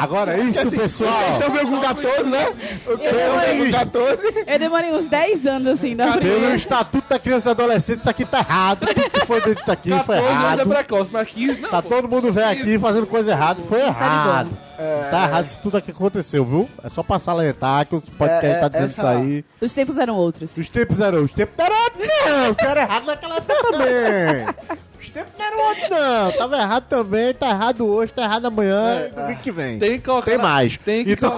S3: Agora é isso, pessoal.
S1: Então veio com 14, né? O que veio com 14?
S5: Eu demorei uns 10 anos assim da
S3: Pelo
S1: né?
S5: primeira.
S3: Estatuto da Criança e Adolescente, isso aqui tá errado. Tudo que foi dito aqui foi
S4: 14 anos é
S3: errado.
S4: precoce, mas 15 não.
S3: Tá
S4: pô.
S3: todo mundo velho aqui fazendo coisa errada. Foi errado.
S1: É.
S3: Tá errado isso tudo aqui que aconteceu, viu? É só passar lentar que os podcasts
S1: É, é,
S3: tá dizendo
S1: essa-
S3: isso aí.
S5: Os tempos eram outros.
S3: Os tempos eram os tempos não eram outros, não. Que era errado naquela época também. Os tempos não eram outros, não. Tava errado também, tá errado hoje, tá errado amanhã e domingo que vem.
S4: Tem que colocar-
S3: Tem mais.
S4: Tem que
S3: então,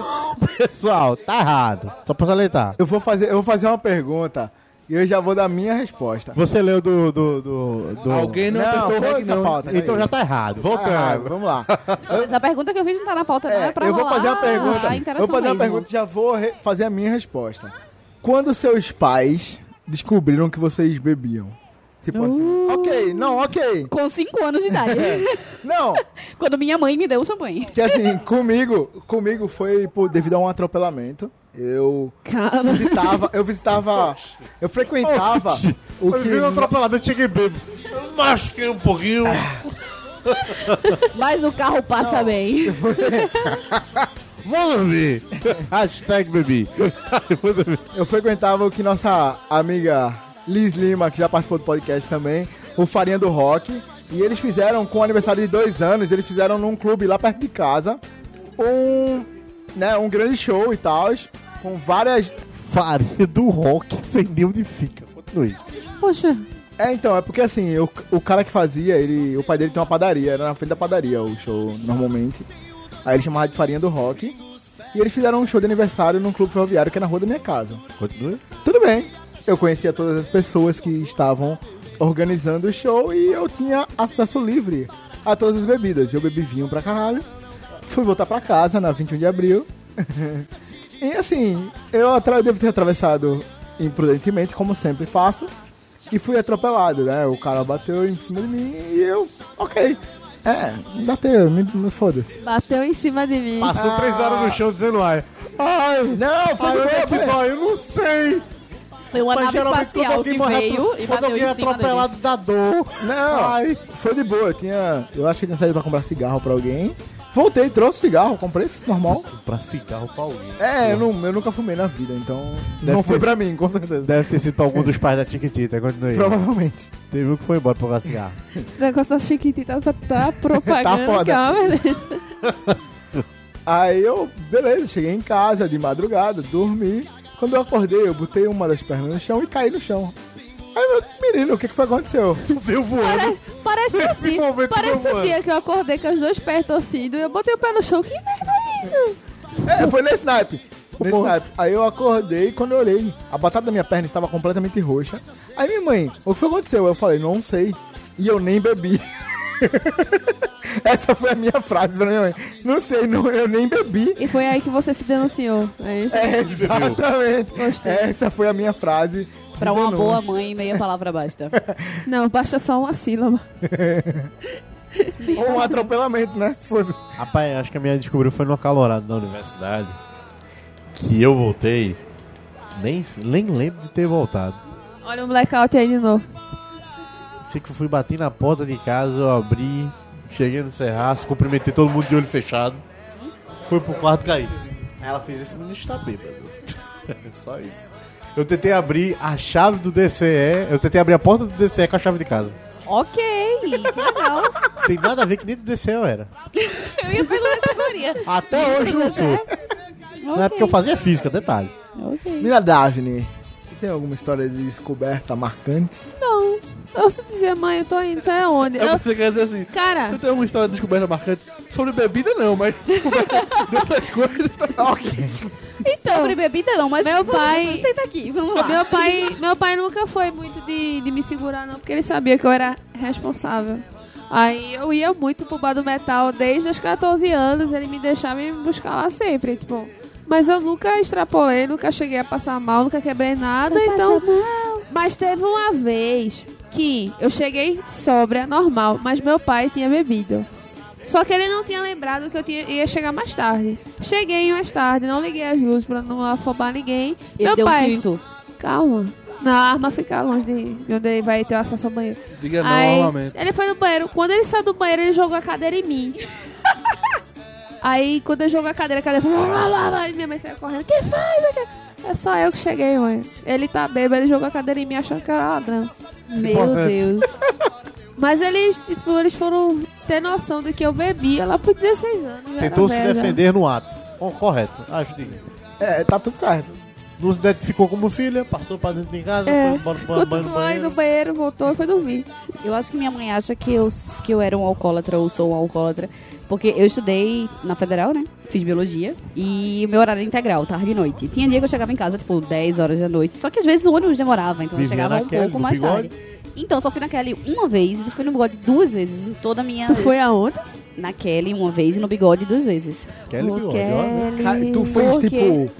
S3: pessoal, tá errado. Só pra salientar.
S1: Eu vou fazer, eu vou fazer uma pergunta e eu já vou dar minha resposta.
S3: Você leu do. do, do, do-
S4: Alguém não,
S1: Não,
S4: apertou o
S1: foi
S4: reg,
S1: essa
S4: não.
S1: pauta. Ah,
S3: Então já tá errado. Voltando.
S1: vamos lá.
S5: Mas a pergunta que eu fiz não tá na pauta, não. É
S1: É,
S5: pra
S1: eu vou
S5: rolar
S1: fazer uma pergunta.
S5: a
S1: Eu
S5: interação
S1: vou fazer uma
S5: mesmo.
S1: pergunta e já vou re- fazer a minha resposta. Quando seus pais descobriram que vocês bebiam? Tipo assim, ok, não, ok.
S5: Com 5 anos de idade.
S1: É. Não,
S5: Quando minha mãe me deu o champanhe.
S1: que assim, comigo, comigo foi por, devido a um atropelamento. Eu
S2: Cara.
S1: visitava, eu visitava, eu frequentava o
S3: Eu vi um
S1: que...
S3: atropelamento, cheguei bêbado. Eu machuquei um pouquinho.
S5: Mas o carro passa bem.
S3: Vou dormir. Hashtag bebi. Vou dormir.
S1: Eu frequentava o que nossa amiga Liz Lima, que já participou do podcast também, o Farinha do Rock. E eles fizeram, com o aniversário de dois anos, eles fizeram num clube lá perto de casa um, né, um grande show e tal, com várias.
S3: Farinha do rock, sem nem onde fica. Continue.
S2: Poxa,
S1: É, então, é porque assim, o, o cara que fazia, ele, o pai dele tem uma padaria, era na frente da padaria o show normalmente. Aí ele chamava de Farinha do Rock. E eles fizeram um show de aniversário num clube ferroviário que é na rua da minha casa.
S3: Continue.
S1: Tudo bem. Eu conhecia todas as pessoas que estavam organizando o show e eu tinha acesso livre a todas as bebidas. Eu bebi vinho pra caralho. Fui voltar pra casa na 21 de abril. e assim, eu atra- devo ter atravessado imprudentemente, como sempre faço. E fui atropelado, né? O cara bateu em cima de mim e eu, ok. É, bateu, me, me foda-se.
S2: bateu em cima de mim.
S3: Passou três horas no chão dizendo ai. Ai,
S1: Não, foi
S3: ai, onde
S1: boa,
S3: é que
S1: foi-
S3: dói? Eu não sei.
S5: Foi uma nave espacial que
S3: morre
S5: veio
S3: atro-
S5: e
S3: quando
S5: bateu
S3: alguém é
S5: em cima dele.
S3: atropelado da dor.
S1: Não,
S3: Ai.
S1: foi de boa. Eu tinha. Eu acho que eu tinha saído pra comprar cigarro pra alguém. Voltei, trouxe cigarro, comprei, fica normal.
S3: Pra cigarro pra alguém.
S1: É, eu, não- eu nunca fumei na vida, então.
S3: Deve
S1: não foi
S3: ter-
S1: pra mim, com certeza.
S3: Deve ter sido pra algum dos pais da Tiquitita. Continue.
S1: Provavelmente.
S3: Teve um que foi embora pra comprar cigarro.
S2: Esse negócio da chiquitita tá, tá propagando.
S1: Tá foda.
S2: que é uma beleza.
S1: Aí eu, beleza, cheguei em casa de madrugada, dormi. Quando eu acordei, eu botei uma das pernas no chão e caí no chão. Aí eu, menino, o que, que foi que aconteceu?
S3: Tu veio voando.
S2: Parece, parece
S3: Nesse
S2: o dia,
S3: momento,
S2: parece
S3: meu
S2: o dia que eu acordei com os dois pés torcidos e eu botei o pé no chão. Que merda é isso?
S1: É, foi nesse naipe. Nesse naipe. Aí eu acordei quando eu olhei, a batata da minha perna estava completamente roxa. Aí minha mãe, o que foi que aconteceu? Eu falei, não sei. E eu nem bebi. Essa foi a minha frase pra minha mãe. Não sei, não, eu nem bebi.
S2: E foi aí que você se denunciou. É isso?
S1: É, exatamente.
S2: Gostei.
S1: Essa foi a minha frase. de
S5: Pra uma
S1: denúncia.
S5: boa mãe, meia palavra basta.
S2: Não, basta só uma sílaba.
S1: Ou um atropelamento, né? Foda-se.
S3: Rapaz, acho que a minha descobriu foi no acalorado da universidade. Que eu voltei. Nem, nem lembro de ter voltado.
S2: Olha o blackout aí de novo.
S3: Sei que eu fui bater na porta de casa, eu abri, cheguei no Serraço, cumprimentei todo mundo de olho fechado. Fui pro quarto cair. Aí ela fez esse menino está bêbado. Só isso. Eu tentei abrir a chave do DCE, eu tentei abrir a porta do DCE com a chave de casa.
S5: ok, que legal.
S3: Tem nada a ver que nem do DCE eu era.
S5: Eu ia perguntar agora.
S3: Até hoje eu não sou. Na
S2: é
S3: época é eu fazia física, detalhe.
S5: Ok.
S1: Mira Daphne, tem alguma história de descoberta marcante?
S2: Não. Eu se dizer, mãe, eu tô indo, sai aonde?
S4: Eu
S2: Eu,
S4: pensei que ia dizer assim. Você
S2: cara,
S4: tem alguma história de descoberta marcante? Sobre bebida não, mas descoberta de outras coisas. Tá...
S2: então.
S5: Sobre bebida não, mas...
S2: Meu pai-
S5: Você tá aqui, vamos lá.
S2: Meu pai, meu pai nunca foi muito de, de me segurar, não, porque ele sabia que eu era responsável. Aí eu ia muito pro bar do metal desde os 14 anos, ele me deixava me buscar lá sempre, tipo. Mas eu nunca extrapolei, nunca cheguei a passar mal, nunca quebrei nada, então. Mas teve uma vez que eu cheguei sobra, normal, mas meu pai tinha bebido. Só que ele não tinha lembrado que eu tinha- ia chegar mais tarde. Cheguei mais tarde, não liguei as luzes pra não afobar ninguém.
S5: Ele
S2: meu
S5: deu um
S2: pai.
S5: tiro em tu.
S2: Calma. Na arma fica longe de, de onde ele vai ter acesso ao banheiro.
S4: Diga não
S2: Aí,
S4: ao armamento.
S2: ele foi no banheiro. Quando ele saiu do banheiro, ele jogou a cadeira em mim. Aí, quando eu jogou a cadeira, a cadeira foi... Lá, lá, lá, e minha mãe saiu correndo. Que faz? aqui?" É só eu que cheguei, mãe. Ele tá bêbado, ele jogou a cadeira em mim achando que era ladrão.
S5: Meu Deus.
S2: Mas eles, tipo, eles foram ter noção de que eu bebia lá por 16 anos. já era
S3: Tentou se
S2: velha.
S3: defender no ato. Bom, correto, Ah, acho digno.
S1: É, tá tudo certo.
S3: Não se identificou como filha, passou pra dentro de casa,
S2: É.
S3: foi embora pro banho no
S2: Continuou aí no
S3: banheiro.
S2: banheiro, voltou e foi dormir.
S5: Eu acho que minha mãe acha que eu, que eu era um alcoólatra ou sou um alcoólatra. Porque eu estudei na Federal, né? Fiz biologia. E o meu horário era integral, tarde e noite. Tinha dia que eu chegava em casa, tipo, 10 horas da noite. Só que às vezes o ônibus demorava, então
S3: Vivia
S5: eu chegava um
S3: naquele,
S5: pouco
S3: no
S5: mais
S3: bigode.
S5: tarde. Então, só fui na Kelly uma vez e fui no bigode duas vezes. Em toda a minha.
S2: Tu foi aonde?
S5: Na Kelly uma vez e no bigode duas vezes.
S3: Kelly
S2: Ô,
S3: Bigode, ó.
S2: Kelly.
S1: Cara, tu fez,
S5: Por quê?
S1: tipo,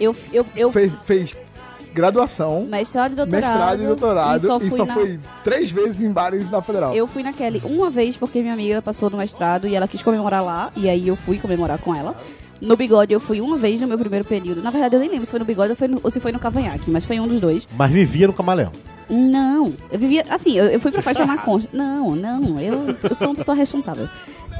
S5: Eu. eu, eu
S1: fez, fez graduação,
S5: mestrado e doutorado.
S1: mestrado e doutorado,
S5: só
S1: e
S5: fui
S1: só
S5: na-
S1: foi três vezes em bares da Federal.
S5: Eu fui na Kelly uma vez porque minha amiga passou no mestrado e ela quis comemorar lá. E aí eu fui comemorar com ela. No bigode eu fui uma vez no meu primeiro período. Na verdade eu nem lembro se foi no bigode ou, foi no- ou se foi no cavanhaque, mas foi um dos dois.
S3: Mas vivia no camaleão.
S5: Não, eu vivia. Assim, eu, eu fui pra
S3: tá
S5: festa na Concha. Não, não, eu, eu sou uma pessoa responsável.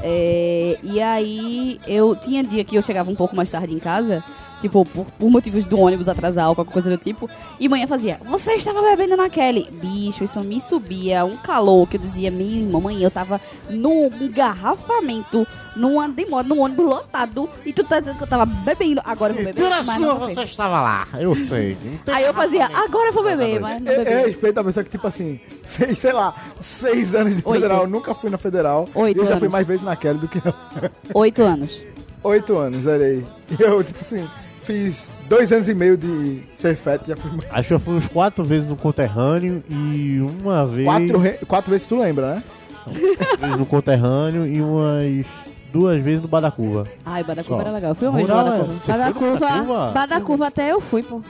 S5: É, e aí eu tinha dia que eu chegava um pouco mais tarde em casa, tipo, por, por motivos do ônibus atrasar ou qualquer coisa do tipo, e manhã fazia, você estava bebendo na Kelly. Bicho, isso me subia um calor que eu dizia, meu irmão, mãe, eu tava num engarrafamento, numa demora, num ônibus lotado, e tu tá dizendo que eu tava bebendo, agora eu vou beber.
S3: Mentira
S5: mas não
S3: sua,
S5: vou beber.
S3: você estava lá. Eu sei.
S5: Aí eu fazia, agora eu vou
S3: Tá
S5: beber, mas não
S1: Eu, eu
S5: bebi.
S1: É, respeito a pessoa que, tipo assim, fez, sei lá, seis anos de
S5: Oito.
S1: Federal, nunca fui na Federal.
S5: Oito
S1: e eu já fui
S5: anos.
S1: mais vezes na Kelly do que ela.
S5: Oito anos.
S1: Oito anos, olha aí. E eu, tipo assim, fiz dois anos e meio de ser feto, já fui
S3: Acho que eu fui uns quatro vezes no conterrâneo e uma vez.
S1: quatro, re- quatro vezes, tu lembra, né?
S3: vezes no conterrâneo e umas duas vezes no bar da curva.
S5: Ai,
S3: Só.
S5: Badacuva era legal. Eu fui uma vez no
S3: Rural, é,
S5: Badacuva.
S3: você
S2: Bada
S3: foi no Bada
S2: curva, bada curva até eu fui, pô.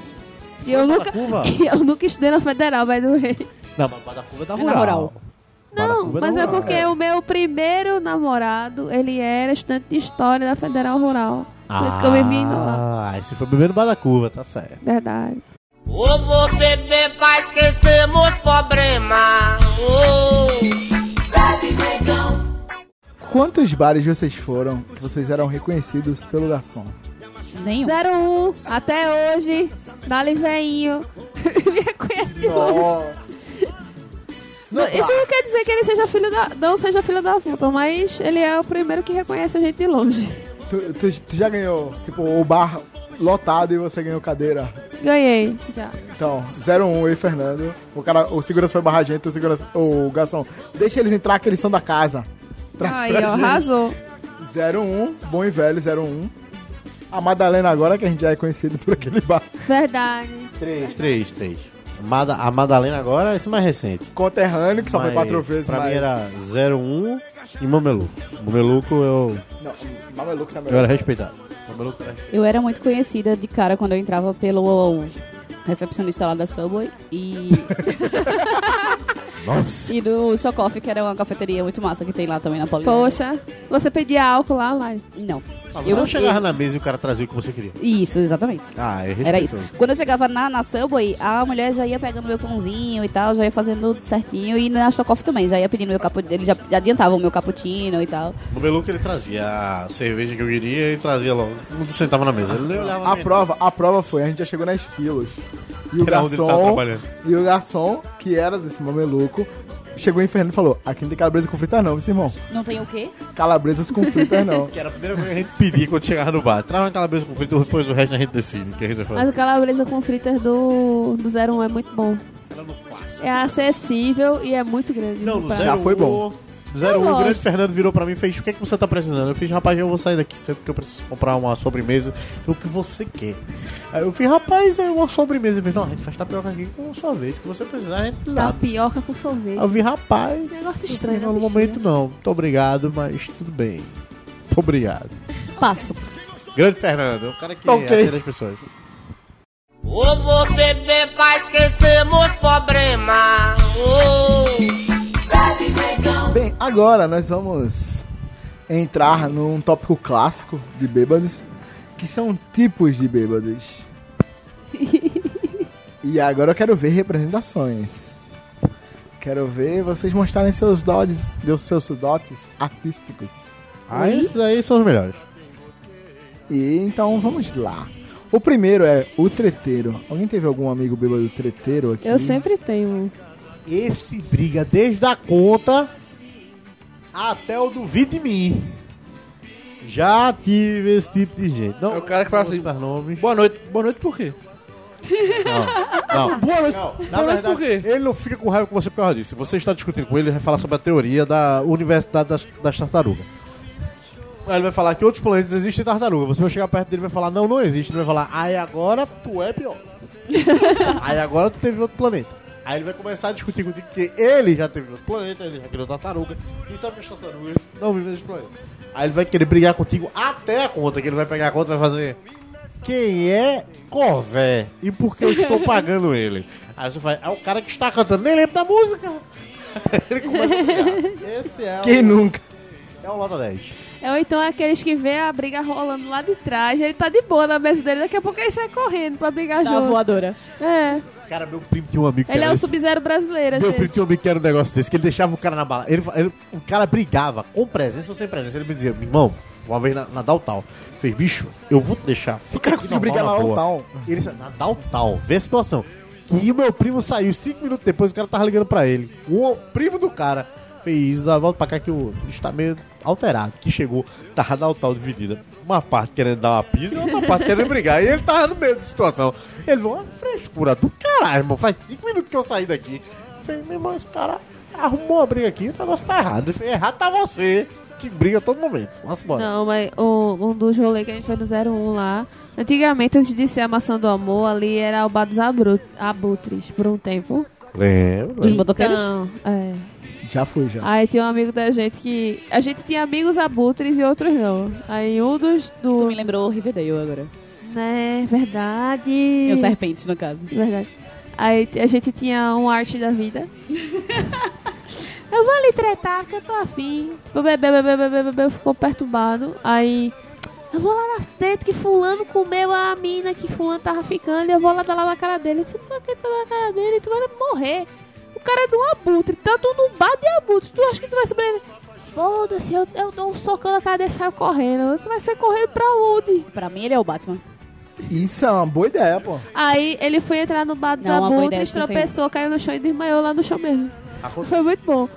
S2: E eu nunca,
S3: Badacuva?
S2: eu nunca estudei na federal, by the way.
S3: Não, mas bar da curva é da
S5: É na
S3: rural.
S5: rural.
S2: Não,
S3: Badacuva
S2: mas é
S3: rural.
S2: porque o meu primeiro namorado, ele era estudante de história da Federal Rural. Por isso que eu me vim indo lá.
S3: Ah, aí você foi beber no bar da curva, tá certo.
S2: Verdade.
S6: Ou vou beber pra esquecer meus problemas. Oh.
S1: Quantos bares vocês foram que vocês eram reconhecidos pelo garçom?
S5: Nenhum.
S2: 01, até hoje, dali veinho. me reconhece de longe. Não,
S3: tá.
S2: Isso não quer dizer que ele seja filho da. Não seja filho da puta, mas ele é o primeiro que reconhece a gente de longe.
S1: Tu, tu- tu já ganhou, tipo, o bar lotado e você ganhou cadeira.
S2: Ganhei, já.
S1: Então, 01 eu e Fernando. O cara, o segurança foi barrar a gente, o segurança, o garçom, deixa eles entrar que eles são da casa. um, Pra,
S2: Aí,
S1: pra
S2: ó,
S1: gente.
S2: arrasou.
S1: 01, bom e velho 01. A Madalena agora, que a gente já é conhecido por aquele bar.
S2: Verdade.
S3: Três, três, três. Mada- a Madalena agora é esse mais recente.
S1: Conterrâneo, que só foi
S3: Mas
S1: quatro vezes.
S3: Pra
S1: mas-
S3: mim era 01 e Mameluco. Mameluco eu,
S1: Não, Mameluco também.
S3: eu era respeitado. Ah, Mameluco era
S5: Eu era muito conhecida de cara quando eu entrava pelo recepcionista lá da Subway e,
S3: Nossa.
S5: e do Socoff, que era uma cafeteria muito massa que tem lá também na Paulina.
S2: Poxa, você pedia álcool lá, Lari.
S5: Não.
S3: Ah, você não chegava na mesa e o cara trazia o que você queria.
S5: Isso, exatamente.
S3: Ah, é
S5: Era isso. Quando eu chegava na, na Subway, a mulher já ia pegando meu pãozinho e tal, já ia fazendo certinho. E na Socoff também, já ia pedindo meu cappuccino. Ele já, já adiantava o meu cappuccino e tal.
S3: Mameluco ele trazia a cerveja que eu queria e trazia logo. Todo mundo sentava na mesa. Ele nem olhava
S1: A
S3: pra mim.
S1: prova, a prova foi, a gente já chegou nas quilos. E o
S3: Era onde ele tava
S1: garçom,
S3: trabalhando.
S1: e o garçom, que era desse mameluco, chegou em Fernando e falou, aqui não tem calabresa com fritas não, viu, irmão?
S5: Não tem o quê?
S1: Calabresas com fritas não.
S3: Que era a primeira coisa que a gente pedia quando chegava no bar. Trava uma calabresa com frito, depois o resto a gente decide. o Que a gente vai fazer.
S2: Mas o calabresa com fritas do, do 01 é muito bom. É acessível e é muito grande.
S3: Não,
S2: no
S3: no
S2: prato.
S1: Já
S3: 01,
S1: foi bom.
S3: 01,
S2: Eu
S3: o grande
S2: gosto.
S3: Fernando virou pra mim e fez: O que é que você tá precisando? Eu fiz: Rapaz, eu vou sair daqui cedo porque eu preciso comprar uma sobremesa. O que você quer? Aí eu fiz: Rapaz, é uma sobremesa. Ele fez: Não, a gente faz tapioca aqui com sorvete. O que você precisar, a gente dá.
S2: Tapioca com sorvete.
S3: Aí eu vi: Rapaz,
S2: Negócio
S3: não,
S2: estranho.
S3: Ah, no
S2: né,
S3: momento não. Muito obrigado, mas tudo bem. Muito obrigado.
S5: Passo.
S3: Grande Fernando, é o cara que
S1: Ok.
S3: atende as pessoas.
S6: Eu vou beber pra esquecer meus problemas. Oh.
S1: Bem, agora nós vamos entrar num tópico clássico de bêbados, que são tipos de bêbados. e agora eu quero ver representações. Quero ver vocês mostrarem seus dotes, seus dotes artísticos.
S3: Ah, esses aí são os melhores.
S1: E então vamos lá. O primeiro é o treteiro. Alguém teve algum amigo bêbado treteiro aqui?
S2: Eu sempre tenho. um.
S3: Esse briga desde a conta até o duvido de mim. Já tive esse tipo de gente. Não,
S4: É o cara que fala
S3: não vou
S4: assim,
S3: citar nomes.
S4: Boa noite. Boa noite por quê?
S3: Não, não.
S4: Boa noite.
S3: Na
S4: Boa noite
S3: verdade,
S4: por quê?
S3: ele não fica com raiva com você por causa disso. Se você está discutindo com ele, ele vai falar sobre a teoria da Universidade das, das Tartarugas. Aí ele vai falar que outros planetas existem tartaruga. Você vai chegar perto dele e vai falar, não, não existe. Ele vai falar, aí agora tu é pior. aí agora tu teve outro planeta. Aí ele vai começar a discutir contigo porque ele já teve outro planeta, ele já criou tartaruga. E sabe que as tartarugas não vivem nesse planeta. Aí ele vai querer brigar contigo até a conta, que ele vai pegar a conta e vai fazer... Quem é Corvé? E por que eu estou pagando ele? Aí você faz, é o cara que está cantando, nem lembro da música. ele começa a brigar. Esse é
S1: Quem
S3: o,
S1: nunca?
S3: é o Lota 10.
S2: É, ou então é aqueles que vê a briga rolando lá de trás, ele tá de boa na mesa dele, daqui a pouco ele sai correndo pra brigar
S5: Da
S2: junto.
S5: voadora.
S2: É.
S3: Cara, meu primo tinha um amigo que
S2: Ele é
S3: era
S2: o
S3: esse.
S2: sub-zero brasileiro, às
S3: Meu primo
S2: vezes.
S3: tinha um amigo que era um negócio desse, que ele deixava o cara na bala. Ele, ele- o cara brigava com presença ou sem presença. Ele me dizia, meu irmão, uma vez na, na Downtown, fez, bicho, eu vou te deixar. Fica
S1: O cara conseguiu brigar na
S3: boa."
S1: Downtown.
S3: Ele sa- na Downtown, vê a situação. Que o meu primo saiu cinco minutos depois, o cara tava ligando pra ele. O primo do cara fez, "Ah, volta pra cá que o bicho tá meio alterado. Que chegou, tava na Downtown dividida. Uma parte querendo dar uma pisa, outra parte querendo brigar. E ele tava no meio da situação. Ele falou, "Ah, frescura do caralho, irmão. Faz cinco minutos que eu saí daqui. Eu falei, meu irmão, esse cara arrumou a briga aqui, o negócio tá errado. Ele falou, errado tá você, que briga a todo momento. Vamos embora.
S2: Não, mas o- um dos rolês que a gente foi no 01 lá. Antigamente, antes de ser a maçã do amor, ali era o bar dos Abru- abutres por um tempo.
S3: Lembra?
S5: Os motoqueiros?
S2: Então, é.
S1: Já fui, já.
S2: Aí tinha um amigo da gente que. A gente tinha amigos abutres e outros não. Aí um dos.
S5: Isso
S2: Do,
S5: me lembrou o Riverdale agora.
S2: né, verdade.
S5: Eu serpente, no caso.
S2: Verdade. Aí t- a gente tinha um arte da vida. eu vou lhe tretar, que eu tô afim. Tipo, bebê, bebê, bebê, bebê, ficou perturbado. Aí, eu vou lá na frente que fulano comeu a mina que fulano tava ficando. E eu vou lá dar lá na cara dele. Se tu vai querer dar na cara dele, tu vai morrer. O cara é de um abutre, tanto num bar de abutre. Tu acha que tu vai sobreviver? Foda-se, eu, eu dou um socão na cara dele e saio correndo. Você vai sair correndo pra onde?
S5: Pra mim, ele é o Batman.
S1: Isso é uma boa ideia, pô.
S2: Aí ele foi entrar no bar dos
S5: Não, uma boa ideia,
S2: abutres,
S5: isso não tem.
S2: tropeçou, caiu no chão e desmaiou lá no chão mesmo.
S3: Aconte-
S2: Foi muito bom.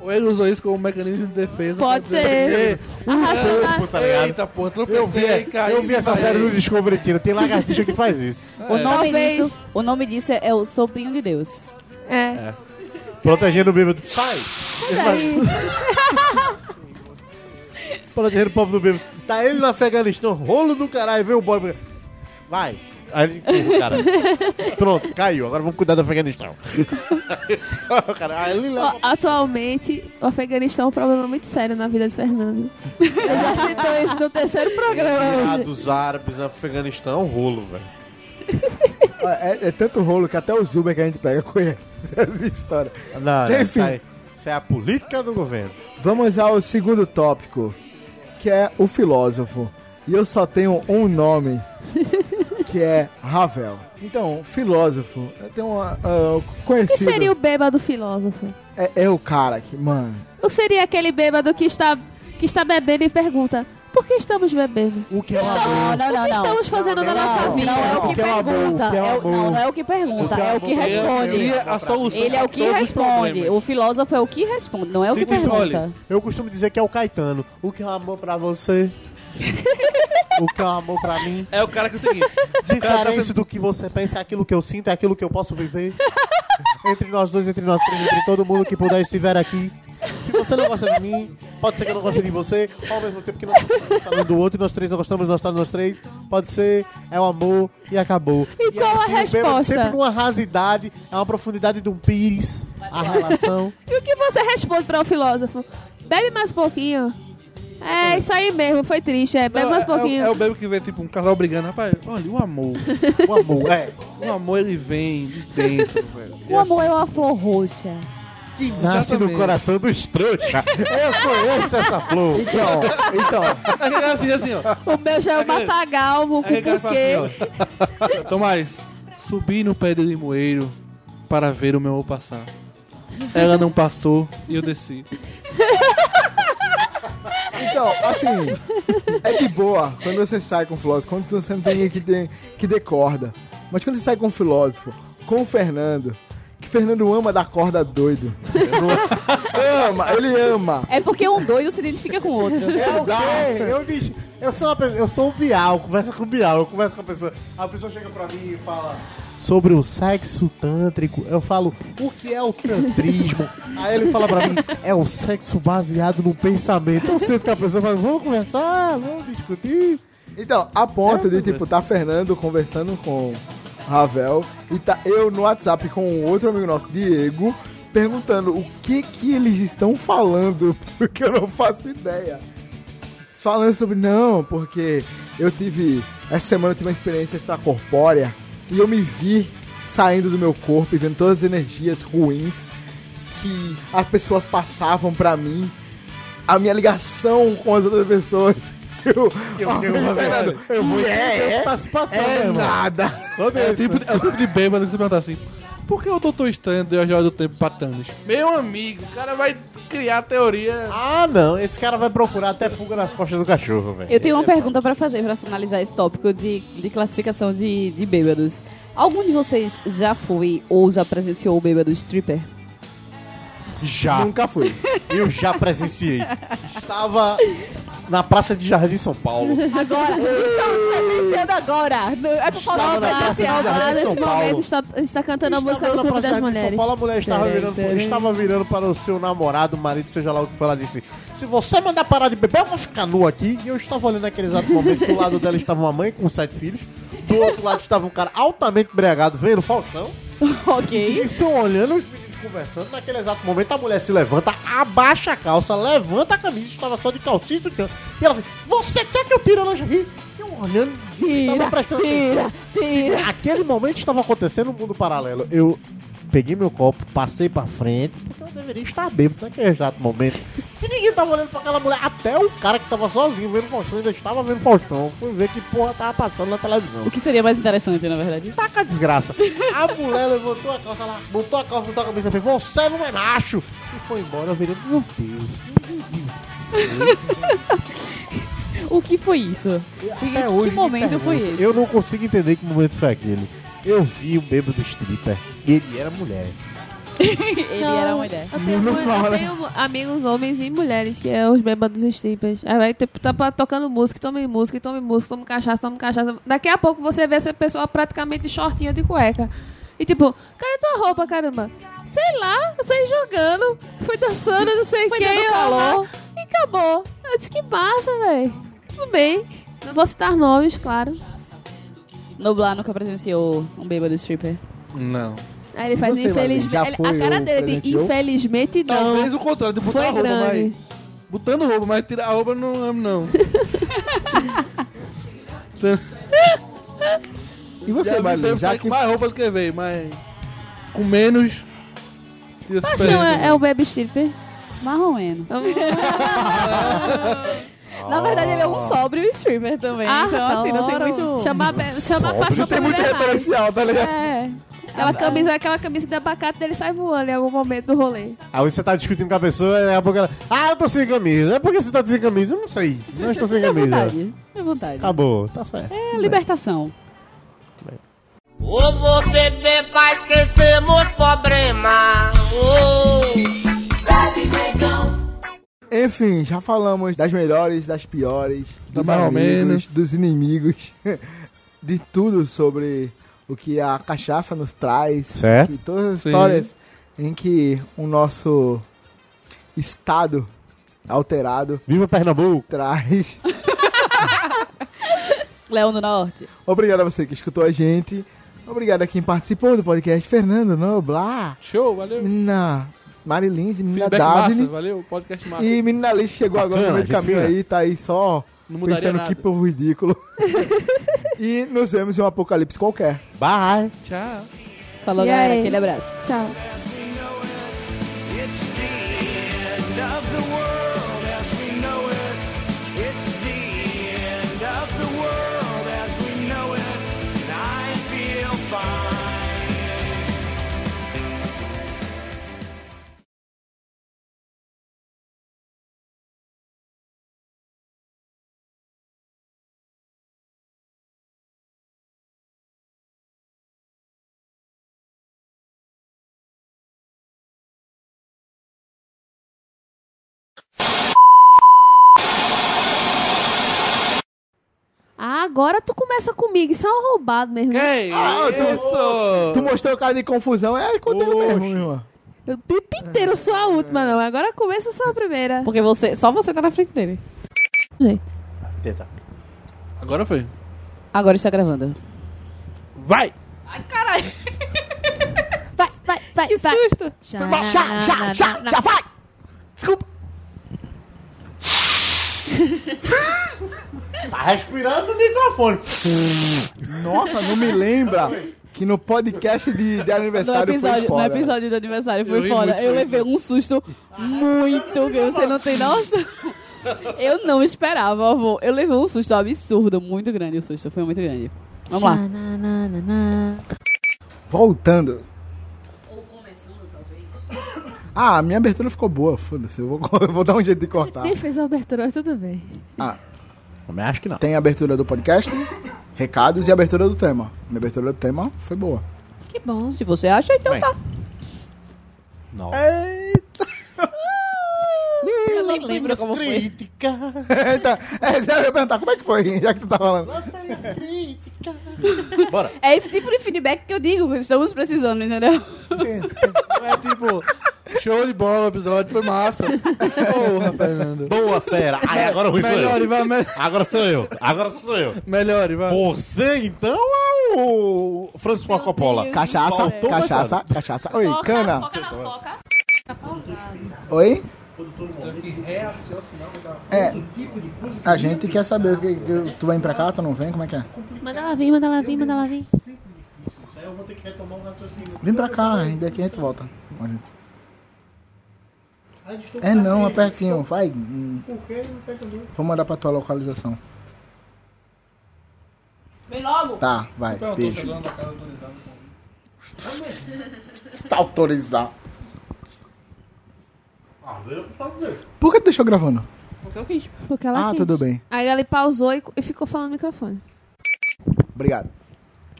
S4: Ou ele usou isso como mecanismo de defesa.
S2: Pode
S4: pra
S2: ser.
S4: dizer,
S2: A racional-
S3: Tá ligado?
S4: Eita, porra, tropecei,
S3: Eu vi,
S4: caí,
S3: eu vi essa série do
S4: desmaiei."
S3: Discovery Channel. Tem lagartixa que faz isso.
S5: O, nome
S2: Talvez.
S5: disso, o nome disso é o Sobrinho de Deus.
S2: É.
S3: Protegendo o bêbado. Sai!
S2: Mas aí,
S3: Protegendo o povo do bêbado.
S7: Tá ele no Afeganistão, rolo do caralho, vem o boy. Vai. Aí ele empurra o cara. Pronto, caiu. Agora vamos cuidar do Afeganistão. O cara, aí ele leva.
S2: Ó, Atualmente, o Afeganistão é um problema muito sério na vida de Fernando. Eu já citou isso no terceiro
S4: é
S2: programa hoje.
S3: Emirados Árabes, Afeganistão, é um rolo, velho.
S1: Olha, É, é tanto rolo que até os Uber que a gente pega conhece essa história.
S7: Não, não,
S1: Enfim.
S7: isso aí- isso é a política do governo.
S1: Vamos ao segundo tópico, que é o filósofo. E eu só tenho um nome, que é Ravel. Então, filósofo, eu tenho uma, ah,
S2: O que
S1: conhecido.
S2: seria o bêbado filósofo?
S1: É, é o cara que, mano.
S2: O que seria aquele bêbado que está, que está bebendo e pergunta: por que estamos bebendo?
S7: O que é
S5: Não,
S7: uma
S5: não,
S2: o
S5: não,
S2: que
S5: não.
S2: estamos fazendo da nossa vida?
S5: Não é o que
S1: que é uma boa,
S5: pergunta.
S1: o que é uma
S5: é o-
S1: boa.
S5: Não, não é o que pergunta, é o que
S4: Ele é
S5: responde.
S4: a solução.
S5: Ele é o que
S4: a todos os
S5: responde.
S4: problemas.
S5: O filósofo é o que responde, não é o
S4: Se
S5: que
S4: escolhe.
S5: pergunta.
S7: Eu costumo dizer que é o Caetano. O que é um amor pra você? o que é um amor pra mim?
S4: É o cara que é o seguinte.
S7: Diferente do que você pensa, é aquilo que eu sinto, é aquilo que eu posso viver. entre nós dois, entre nós três, entre todo mundo que puder estiver aqui. Se você não gosta de mim, pode ser que eu não goste de você, ao mesmo tempo que nós gostamos um do outro, e nós três não gostamos, nós estamos nós três. Pode ser, é o amor e acabou.
S2: E qual a
S7: o bêbado
S2: resposta?
S7: Sempre numa rasidade, é uma profundidade de um pires, a relação.
S2: E o que você responde para o filósofo? Bebe mais um pouquinho. É, isso aí mesmo, foi triste. É, bebe
S4: Não,
S2: mais
S4: é-
S2: um pouquinho.
S4: É, o- é o bebo que vê, tipo, um casal brigando. Rapaz, olha, o amor.
S7: O amor, é.
S4: O amor, ele vem de dentro, velho. E
S5: O amor
S4: assim,
S5: é uma flor roxa.
S7: que
S1: é assim
S7: nasce no
S4: Exatamente.
S7: coração dos trouxa. Eu conheço essa flor.
S1: Então, então,
S4: é... assim, assim, ó.
S2: O meu já é o matagal, muco,
S4: Aí o cara
S2: por
S4: fala
S2: quê?
S4: assim, ó. Tomás, subi no pé de limoeiro para ver o meu amor passar. Ela não passou e eu desci.
S1: então, assim, é de boa quando você sai com um filósofo, quando você não tem ninguém que, tem, que dê corda. Mas quando você sai com um filósofo, com o Fernando, que Fernando ama dar corda doido. ama, ele ama.
S5: É porque um doido se identifica com o outro.
S7: É o quê? Eu, disse, eu, sou uma, pessoa- eu sou o Bial, conversa com o Bial, eu converso com a pessoa. A pessoa chega pra mim e fala sobre o sexo tântrico. Eu falo, o que é o tantrismo? Aí ele fala pra mim, é o sexo baseado no pensamento. Eu sinto que a pessoa fala, vamos conversar, vamos discutir.
S1: Então, a ponto de, tipo, tá Fernando conversando com Ravel e tá eu no WhatsApp com um outro amigo nosso, Diego, perguntando o que que eles estão falando, porque eu não faço ideia. Falando sobre, não, porque eu tive, essa semana eu tive uma experiência extracorpórea e eu me vi saindo do meu corpo e vendo todas as energias ruins que as pessoas passavam pra mim, a minha ligação com as outras pessoas. Eu, Fernando,
S7: eu vou
S1: é,
S7: tá se passando,
S1: é
S7: meu irmão.
S1: nada.
S4: É o tipo, é o tipo de bêbado que você pergunta assim: por que o Doutor Estranho deu a joia do tempo pra Thanos? Meu amigo, o cara vai criar teoria.
S7: Ah, não, esse cara vai procurar até pulga nas costas do cachorro, velho.
S5: Eu tenho uma pergunta pra fazer pra finalizar esse tópico de, de classificação de, de bêbados. Algum de vocês já foi ou já presenciou o bêbado stripper?
S7: Já.
S1: Nunca fui.
S7: Eu já presenciei. Estava na Praça de Jardim São Paulo.
S5: Agora, estamos presenciando agora. Não, É por
S7: Estava
S5: falta
S7: na
S5: de
S7: Praça
S5: atenção.
S7: de Jardim
S2: Ah,
S7: São
S2: nesse
S7: Paulo.
S2: momento está, está cantando a
S7: Estava
S2: música do
S7: na
S2: Clube
S7: Praça
S2: das
S7: de São
S2: Mulheres.
S7: Paulo, a mulher estava
S5: Tcharam,
S7: virando,
S5: tcharam.
S7: estava virando para o seu namorado, marido, seja lá o que for, ela disse: Se você mandar parar de beber, eu vou ficar nu aqui. E eu estava olhando naquele exato momento. Do lado dela estava uma mãe com sete filhos. Do outro lado estava um cara altamente embriagado, vendo Faustão. E
S5: ok.
S7: isso eu olhando os meninos conversando. Naquele exato momento, a mulher se levanta, abaixa a calça, levanta a camisa, estava só de calcinha e sutiã. E ela fez: Você quer que eu tire a lingerie? E eu olhando, estava
S5: Tira,
S7: prestando atenção.
S5: tira, tira.
S7: Aquele momento estava acontecendo um mundo paralelo. Eu peguei meu copo, passei pra frente, porque eu deveria estar bêbado naquele exato momento. Que ninguém tava olhando pra aquela mulher. Até o cara que tava sozinho vendo Faustão ainda estava vendo Faustão. Fui ver que porra tava passando na televisão.
S5: O que seria mais interessante, na verdade?
S7: Taca a desgraça. A mulher levantou a calça lá, botou a calça, botou a camisa e fez, você não é macho. E foi embora. Eu virei, meu Deus, ninguém viu isso.
S5: O que foi isso?
S7: Até
S5: que
S7: hoje me
S5: momento
S7: pergunto,
S5: foi esse?
S7: Eu não consigo entender que momento foi aquele. Eu vi o
S3: um
S7: bêbado stripper e ele era mulher.
S5: Ele
S2: Não,
S5: era mulher.
S2: Eu tenho, muito- eu tenho amigos homens e mulheres, que é os bêbados strippers. Aí vai tipo, tá pa- tocando música, tome música, tome música, tome cachaça, tome cachaça. Daqui a pouco você vê essa pessoa praticamente de shortinho ou de cueca. E tipo, cadê tua roupa, caramba? Sei lá, eu saí jogando, fui dançando, não sei o
S5: Foi
S2: que.
S5: dando calor.
S2: E acabou. Eu disse que massa, velho. Tudo bem. Não vou citar nomes, claro.
S5: Noblar nunca presenciou um bêbado stripper.
S4: Não.
S2: Aí ele faz
S1: Você,
S2: infelizmente.
S1: Valentim, já
S2: ele-
S1: foi
S2: é, A cara
S1: ou
S2: dele de
S1: presenciou?
S2: infelizmente não.
S4: Talvez o contrário, de botar
S2: Foi
S4: a roupa,
S2: grande.
S4: mas. Botando roupa, mas tirar a roupa não amo, não. Então,
S1: E você,
S4: já me
S1: Balinho,
S4: teve
S1: já
S4: sair
S1: que...
S4: com mais roupa do que veio, mas. Com menos. e a
S2: Paixão
S4: experiência.
S2: é, é o Baby Stripper.
S5: Marroeno. Na verdade, ele é um sóbrio streamer também.
S2: Ah,
S5: então, assim, não tem muito...
S2: Chamar, be- chamar paixão
S1: Tem
S2: pelo
S1: muito
S2: Bernardo.
S1: referencial, tá ligado?
S5: É.
S2: Aquela camisa, aquela camisa de abacate dele sai voando em algum momento do rolê.
S3: Aí você tá discutindo com a pessoa e a boca ela. Ah, eu tô sem camisa. É porque você tá sem camisa? Eu não sei. Não estou sem
S5: Dá
S3: camisa.
S5: vontade. Dá vontade.
S3: Acabou, tá certo.
S5: É a libertação.
S6: Ou vou beber pra esquecer meus problemas. Oh.
S1: Enfim, já falamos das melhores, das piores, dos
S4: mais ou
S1: amigos,
S4: menos.
S1: dos inimigos, de tudo sobre o que a cachaça nos traz.
S3: Certo.
S1: Que todas as
S4: Sim.
S1: histórias em que o nosso estado alterado
S3: Viva Pernambuco!
S1: traz.
S5: Leão do Norte.
S1: Obrigado a você que escutou a gente. Obrigado a quem participou do podcast. Fernando Noblar,
S4: Show, valeu.
S1: menina Marilins, menina
S4: Feedback massa,
S1: Daphne.
S4: valeu. Podcast massa.
S1: E menina Liz que chegou agora no
S3: Bacana,
S1: meio do caminho
S3: gente fina.
S1: aí, tá aí só
S4: Não mudaria
S1: pensando
S4: nada.
S1: que povo ridículo. e nos vemos em um apocalipse qualquer.
S3: Bye!
S4: Tchau.
S5: Falou,
S2: E
S5: galera.
S2: aí?
S5: Aquele abraço.
S2: Tchau.
S8: It's the end of the world as we know it. It's the end of the world as we know it. And I feel fine.
S2: Ah, agora tu começa comigo. Isso é um roubado mesmo.
S4: Quem?
S1: Ah, tu- Tu
S4: isso!
S1: mostrou cara de confusão, é conteúdo mesmo, meu irmão.
S2: Eu o tempo inteiro sou a última, não. Agora começa só a primeira.
S5: Porque você, só você tá na frente dele.
S3: Tenta.
S4: Agora foi.
S5: Agora está gravando.
S4: Vai!
S2: Vai, vai, vai,
S5: Que
S2: vai.
S5: susto!
S1: Já, já, já, já, vai!
S3: Tá respirando no microfone.
S1: Nossa, não me lembra que no podcast de,
S4: é
S1: de
S5: No
S1: aniversário foi
S5: é episódio, no
S1: foda.
S5: episódio do aniversário
S4: Eu
S5: foi
S4: ri
S5: foda.
S4: muito
S5: Eu
S4: com
S5: levei um susto muito grande. Você não tem noção? Eu não esperava, avô. Eu levei um susto absurdo, muito grande o susto. Foi muito grande. Vamos lá.
S1: Voltando. Ah, minha abertura ficou boa, foda-se. Eu vou, eu vou dar um jeito de cortar.
S2: Nem fez a abertura, mas tudo bem.
S1: Ah,
S3: Não me acho que não.
S1: tem a abertura do podcast, recados e a abertura do tema. Minha abertura do tema foi boa.
S2: Que bom.
S5: Se você acha, então
S3: Bem.
S5: tá.
S3: Não.
S5: Eu nem lembro como foi.
S1: Então, é, você vai perguntar como é que foi, já que tu tá falando.
S3: Bora.
S5: É esse tipo de feedback que eu digo que estamos precisando, entendeu?
S4: É tipo, show de bola, o episódio foi massa. Porra, Fernando.
S3: Boa, fera. Ai, agora o Rui sou
S4: Melhore,
S3: eu.
S4: vai, me...
S3: Agora sou eu. Agora sou eu.
S4: melhore, vai.
S3: Você, então, é o François Coppola.
S1: Cachaça,
S3: Faltou
S1: cachaça,
S3: bastante.
S1: cachaça. Oi, cana.
S2: Foca na foca.
S1: Oi? É, a gente quer saber o que, que- tu vem pra cá, tu não vem, como é que é?
S2: Manda ela vir, manda ela vir, manda ela vir.
S1: Vem pra cá, a gente- daqui a gente volta. com a gente. É não, é pertinho, vai. hum. Vou mandar pra tua localização.
S5: Vem logo!
S1: Tá, vai, beijo.
S4: na casa autorizada.
S1: Tá autorizado. Por que tu deixou gravando?
S5: Porque eu quis.
S2: Porque ela
S1: Ah,
S2: quis.
S1: tudo bem.
S2: Aí ela pausou e e ficou falando no microfone.
S1: Obrigado.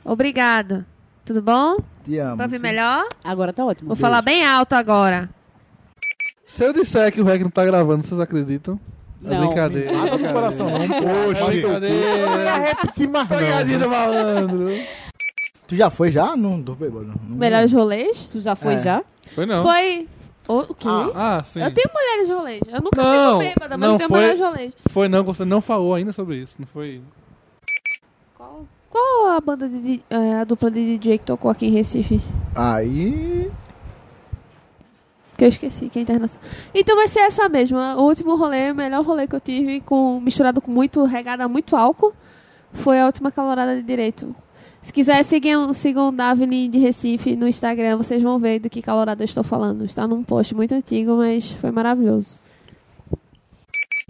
S2: Obrigado. Tudo bom?
S1: Te amo.
S2: Pra ouvir
S1: sim.
S2: melhor?
S5: Agora tá ótimo.
S2: Vou falar bem alto agora.
S4: Se eu disser que o REC não tá gravando, vocês acreditam? É
S5: Não.
S4: brincadeira.
S1: Mata no coração, não.
S4: É
S3: Hoje. Não
S4: brincadeira.
S3: ia repetir mais
S4: Pegadinha
S3: não.
S4: do malandro.
S1: Tu já foi já? Não tô bêbado. Não.
S2: Melhores rolês?
S5: Tu já foi
S1: É.
S5: já?
S4: Foi não.
S2: Foi. O, o quê?
S4: Ah, sim.
S2: eu tenho mulheres rolês. Eu nunca
S4: Não,
S2: fico bêbada, mas
S4: não
S2: eu tenho
S4: foi-
S2: mulheres rolês.
S4: Foi não, você não falou ainda sobre isso, não foi?
S2: Qual, qual a banda de. di- é, a dupla de DJ que tocou aqui em Recife?
S1: Aí.
S2: Que eu esqueci, que é internacional. Então vai ser essa mesma. O último rolê, o melhor rolê que eu tive, com, misturado com muito, regada a muito álcool, foi a última calorada de direito. Se quiser, sigam, sigam o Davine de Recife no Instagram, vocês vão ver do que calorada eu estou falando. Está num post muito antigo, mas foi maravilhoso.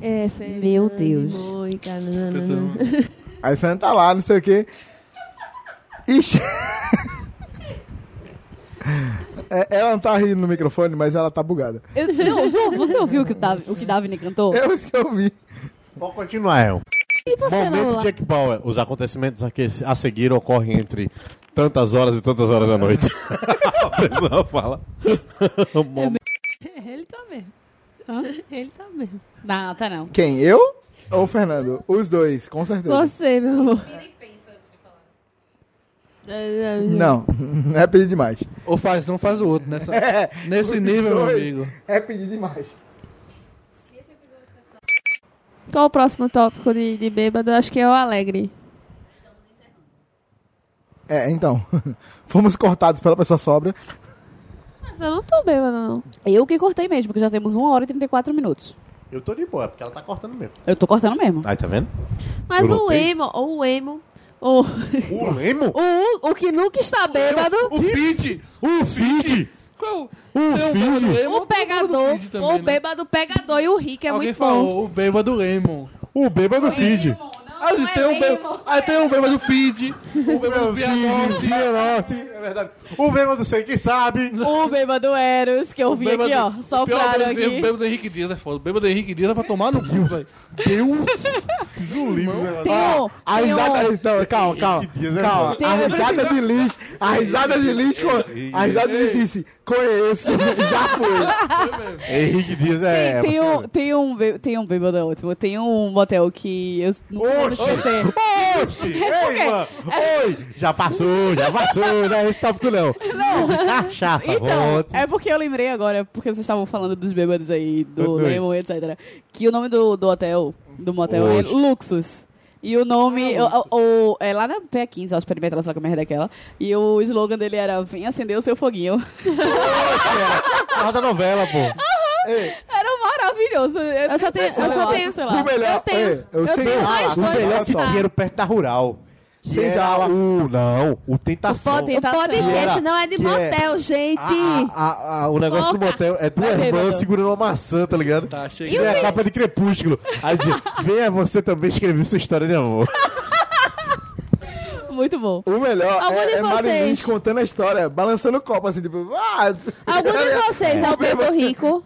S2: É, Fernando,
S5: Meu Deus.
S2: Moita, nanana.
S4: Pensando-
S1: Aí Fernando tá lá, não sei o quê. Ixi. É, ela não tá rindo no microfone, mas ela tá bugada.
S5: Eu- não, João, você ouviu o que o, Davi, o que Davine cantou?
S1: Eu que eu vi.
S3: Pode continuar, El.
S2: E você,
S3: Momento
S2: Lola?
S3: Jack Bauer. Os acontecimentos a, que a seguir ocorrem entre tantas horas e tantas horas da noite. a pessoa fala. Momento.
S2: Ele tá mesmo. Ele tá mesmo.
S5: Não, tá não.
S1: Quem? Eu ou o Fernando? Os dois, com certeza.
S2: Você, meu amor.
S1: Não, é pedir demais.
S4: Ou faz um, faz o outro. Nessa, nesse
S1: os
S4: nível, meu
S1: dois.
S4: amigo.
S1: É pedir demais.
S2: Qual o próximo tópico de, de bêbado? Eu acho que é o alegre.
S1: É, então. Fomos cortados pela pessoa sobra.
S2: Mas eu não tô bêbada, não.
S5: Eu que cortei mesmo, porque já temos 1 hora e 34 minutos.
S3: Eu tô de boa, porque ela tá cortando mesmo.
S5: Eu tô cortando mesmo.
S3: Aí, tá vendo?
S2: Mas
S3: Eu não
S2: o
S3: tenho.
S2: emo, ou o emo, o,
S3: O Lemo?
S2: o, o que nunca está bêbado,
S4: O feed!
S3: O Feed!
S4: Qual? um
S3: O Feed!
S2: o pegador,
S4: feed também,
S2: o
S4: né?
S2: bêbado pegador e o rico é
S4: Alguém
S2: muito bom.
S4: falou, o bêbado Lemon.
S3: O Bêbado Feed!
S4: Ah, tem,
S2: é
S4: um bê... ah, tem um bêbado feed, o bêbado Vianote,
S3: Vianote! É verdade. O Bêbado Sei Que Sabe!
S5: O bêbado Eros, que eu vi
S4: bêbado-
S5: aqui, ó.
S4: o
S5: Só
S4: pior
S5: claro
S4: bêbado- O
S5: aqui.
S4: bêbado Henrique Dias é foda. O bêbado Henrique Dias é pra tomar no cu, velho.
S3: Deus! Diz o livro, né?
S5: Tem um,
S1: A
S5: tem um-
S1: risada. Então, calma, calma.
S3: Que dias é
S1: calma.
S3: foda.
S1: A risada de Liz. A risada de Liz. co- A risada de Liz disse: Conheço. Já foi.
S3: Henrique Dias é.
S5: tem,
S3: você-
S5: um, tem, um, bê- tem um bêbado é ótimo. Tem um motel que eu não vou
S3: Oxi!
S5: esquecer. É,
S3: Oxi! Ei, mano! Oi! Já passou, já passou, não é esse tópico não. Não! Cachaça,
S5: Então,
S3: volta.
S5: é porque eu lembrei agora, porque vocês estavam falando dos bêbados aí, do
S3: Tudo bem.
S5: Lemon, etc. Que o nome do, do hotel, do motel é
S3: Oxe.
S5: Luxus. E o nome, o, o- o- é lá na PE15, eu acho, perimetral, sei lá que merda é aquela. E o slogan dele era, vem acender o seu foguinho.
S3: Fala da É novela, pô.
S5: Era maravilhoso.
S2: Eu só tenho, eu só tenho,
S5: sei
S1: O
S5: lá.
S1: melhor.
S2: eu tenho,
S1: é,
S2: eu
S1: sei
S2: tenho
S1: lá,
S2: mais
S1: o
S2: dois tá.
S1: melhor
S2: pra
S3: que
S2: citar.
S3: dinheiro perto da rural. Que
S1: Sem
S3: era
S1: sala.
S3: o, não, o Tentação.
S5: Pode-
S2: O podcast
S3: era-
S2: não é de
S3: que Ah,
S2: motel, gente.
S3: A- a- a- o negócio do
S2: Foca.
S3: motel é tua
S5: Vai ver,
S3: irmã
S5: Dudu.
S3: segurando uma maçã, tá ligado?
S4: Tá, chega.
S3: E é a capa de crepúsculo. Aí dizia, venha você também escrever sua história de amor.
S5: É Muito bom.
S1: O melhor
S2: Algum
S1: é,
S2: de
S1: é Mário
S2: vocês?
S1: Luiz contando a história, balançando o copo, assim, tipo... Ah!
S2: Algum de vocês é o bebo rico?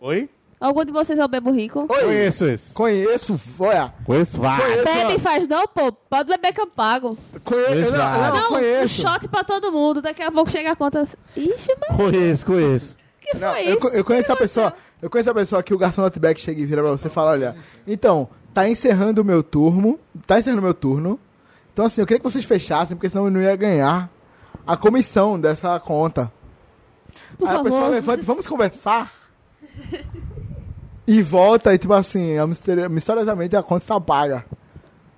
S3: Oi?
S2: Algum de vocês é o bebo rico?
S1: Oi,
S3: Conheço esse.
S1: conheço, olha,
S3: Conheço vários.
S2: Bebe e faz não, pô. Pode beber que eu pago.
S1: conheço,
S3: Conheço
S1: não, não,
S3: vários.
S2: Não, um
S1: Ah, conheço.
S2: shot pra todo mundo. Daqui a pouco chega a conta. Ixi, mas
S3: Conheço, conheço.
S2: que
S1: Não,
S5: é
S2: foi
S1: eu,
S2: isso?
S1: co- eu conheço a pessoa, eu conheço a pessoa que o garçom do Outback chega e vira pra você e fala, olha, então, tá encerrando o meu turno, tá encerrando o meu turno, então assim, eu queria que vocês fechassem, porque senão eu não ia ganhar a comissão dessa conta.
S2: Por
S1: Aí a pessoa
S2: favor.
S1: levanta, e vamos conversar? e volta e tipo assim, a mister- misteriosamente a conta está paga.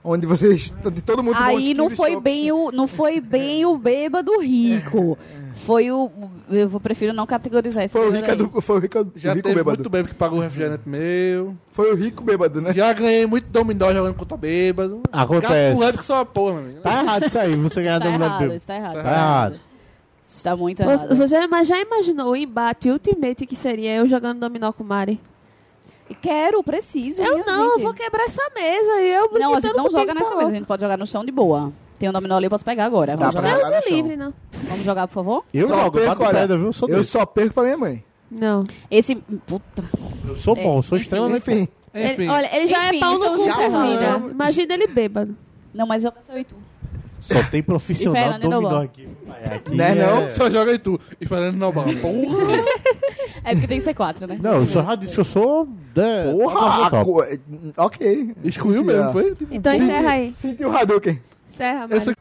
S1: Onde vocês, de todo mundo... tomou uns
S5: Aí não
S1: 15
S5: foi
S1: chocos.
S5: bem o não foi bem o bêbado rico. Foi o eu vou- prefiro não categorizar esse
S1: Foi o
S5: bêbado aí.
S1: Rica, foi o Rica,
S4: Já
S1: o rico
S4: teve
S1: bêbado.
S4: muito bêbado que pagou o refrigerante meu.
S1: Foi o rico bêbado, né?
S4: Já ganhei muito dominó jogando contra bêbado.
S3: Acontece.
S4: Gato que só é uma porra, meu amigo.
S3: Tá errado isso aí, você ganhar
S5: Tá
S3: da mulher
S5: errado,
S3: bêbada.
S5: isso tá errado.
S4: Tá
S5: isso tá
S3: errado.
S5: errado. Isso tá muito
S2: Você,
S5: errado.
S2: você já, ima- já imaginou o embate ultimate que seria eu jogando dominó com o Mari?
S5: Quero, preciso.
S2: Eu
S5: minha
S2: não,
S5: gente.
S2: eu vou quebrar essa mesa e eu
S5: Não, a gente
S2: brigando
S5: não
S2: com
S5: joga
S2: quem
S5: nessa
S2: tá
S5: mesa, a
S2: lá.
S5: gente pode jogar no chão de boa. Tem um dominó ali, eu posso pegar
S3: Tá
S5: agora.
S1: Dá
S5: Vamos
S1: pra
S5: jogar?
S1: jogar no
S2: Deus o
S1: chão.
S2: livre, não.
S5: Vamos jogar, por favor?
S3: Eu
S1: Só
S3: jogo, eu
S1: perco,
S3: bato
S1: olha,
S3: pedra, viu? Sou
S1: Eu
S3: desse.
S1: só perco pra minha mãe.
S2: Não.
S5: Esse puta. é,
S3: Eu sou bom, sou extremamente
S1: Enfim,
S4: Enfim.
S2: Ele- olha, ele já
S5: Enfim,
S2: é pau
S5: estamos
S2: no cu
S5: já
S2: com
S1: falando.
S2: vida. Imagina ele bêbado.
S5: Não, mas joga só eu e tu.
S7: é.
S3: Só tem
S5: E
S3: profissional
S5: Fernando
S3: dominó
S5: Noval.
S3: aqui. Vai, aqui
S1: Né, não?
S3: é-
S4: Só joga em tu. E Fernando Nobal. Porra.
S5: É porque tem que ser quatro, né?
S3: Não, eu sou errado disso, eu sou... né? da-
S1: porra!
S3: top.
S1: a co- Ok.
S4: Excluiu mesmo, foi?
S2: Então encerra aí.
S1: Senti o Hadouken.
S2: Encerra,
S4: Eu
S2: Mari.
S4: sou...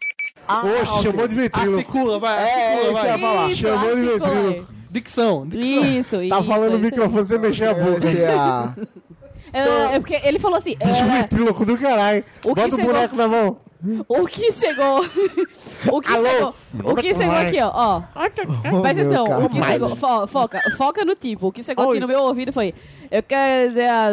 S1: Ah,
S3: Oxe,
S1: ok.
S3: chamou de ventrilo.
S4: Articula, vai.
S1: É, é, isso que eu ia falar.
S5: Chamou
S3: de
S5: ventrilo.
S4: Dicção, dicção.
S5: Isso, isso.
S3: Tá falando no
S5: isso aí.
S3: microfone, você mexeu a boca.
S1: Esse é a...
S5: É, é porque ele falou assim. é,
S3: Ventríloco do caralho.
S5: O que
S3: Bota o
S5: chegou-
S3: boneco na mão.
S5: o que chegou. o que chegou. O que chegou aqui, ó. ó. Presta atenção.
S1: cara.
S5: o que chegou. fo- foca, foca no tipo. O que chegou aqui no meu ouvido foi. Eu quero dizer. ah,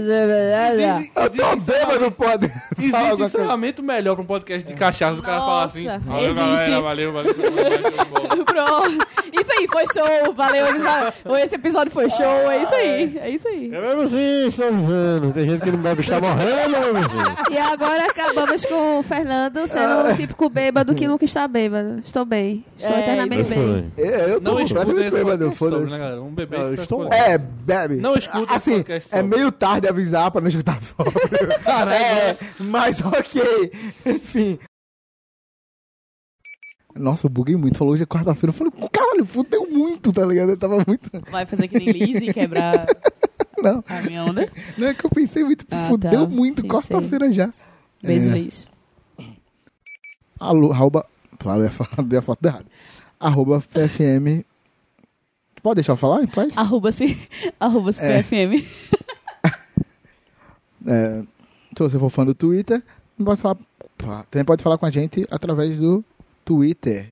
S5: a-
S4: Existe,
S1: Eu tô bêbado, pode. Fala
S4: existe
S1: alguma coisa.
S4: encerramento melhor pra um podcast de cachaça do cara falar assim.
S5: Nossa,
S4: Valeu,
S5: existe.
S4: galera, valeu, valeu. valeu, valeu, valeu.
S5: Pronto. Isso aí, foi show. Valeu, episódio. Esse episódio foi show. É isso aí. É isso aí.
S3: É mesmo sim, estou vivendo. Tem gente que não bebe, está morrendo, é mesmo sim.
S2: E agora acabamos com o Fernando sendo
S4: Ah.
S2: o típico bêbado que nunca está bêbado. Estou bem. Estou
S5: É,
S2: eternamente
S5: isso
S2: bem.
S1: É, Eu tô
S4: Não escuta
S1: completamente
S4: esse
S1: bêbado,
S4: podcast sobre,
S1: foda-se.
S4: né, galera? Um bebê.
S3: Eu estou
S4: escuta-
S1: É, bebe.
S4: Não escuta esse
S1: assim,
S4: podcast
S1: É
S4: sobre.
S1: meio tarde avisar pra não escutar fora.
S5: né?
S1: é, mas ok. Enfim.
S7: Nossa, eu buguei muito. Falou hoje é quarta-feira. Eu falei, caralho, fudeu muito, tá ligado? Eu tava muito.
S5: Vai fazer que nem Lizzie quebrar
S7: Não,
S5: a minha onda.
S7: não é que eu pensei muito.
S5: Ah,
S7: fudeu
S5: tá.
S7: muito,
S5: Pensei.
S7: quarta-feira já.
S5: Beijo,
S7: É.
S5: Liz.
S7: Alô, arroba. Claro, eu ia falar, dei a foto errada. Arroba PFM. Pode deixar eu falar, em paz?
S5: Ah. Arroba-se. Arroba-se
S7: É.
S5: PFM.
S7: É, se você for fã do Twitter, pode falar, também pode falar com a gente através do Twitter.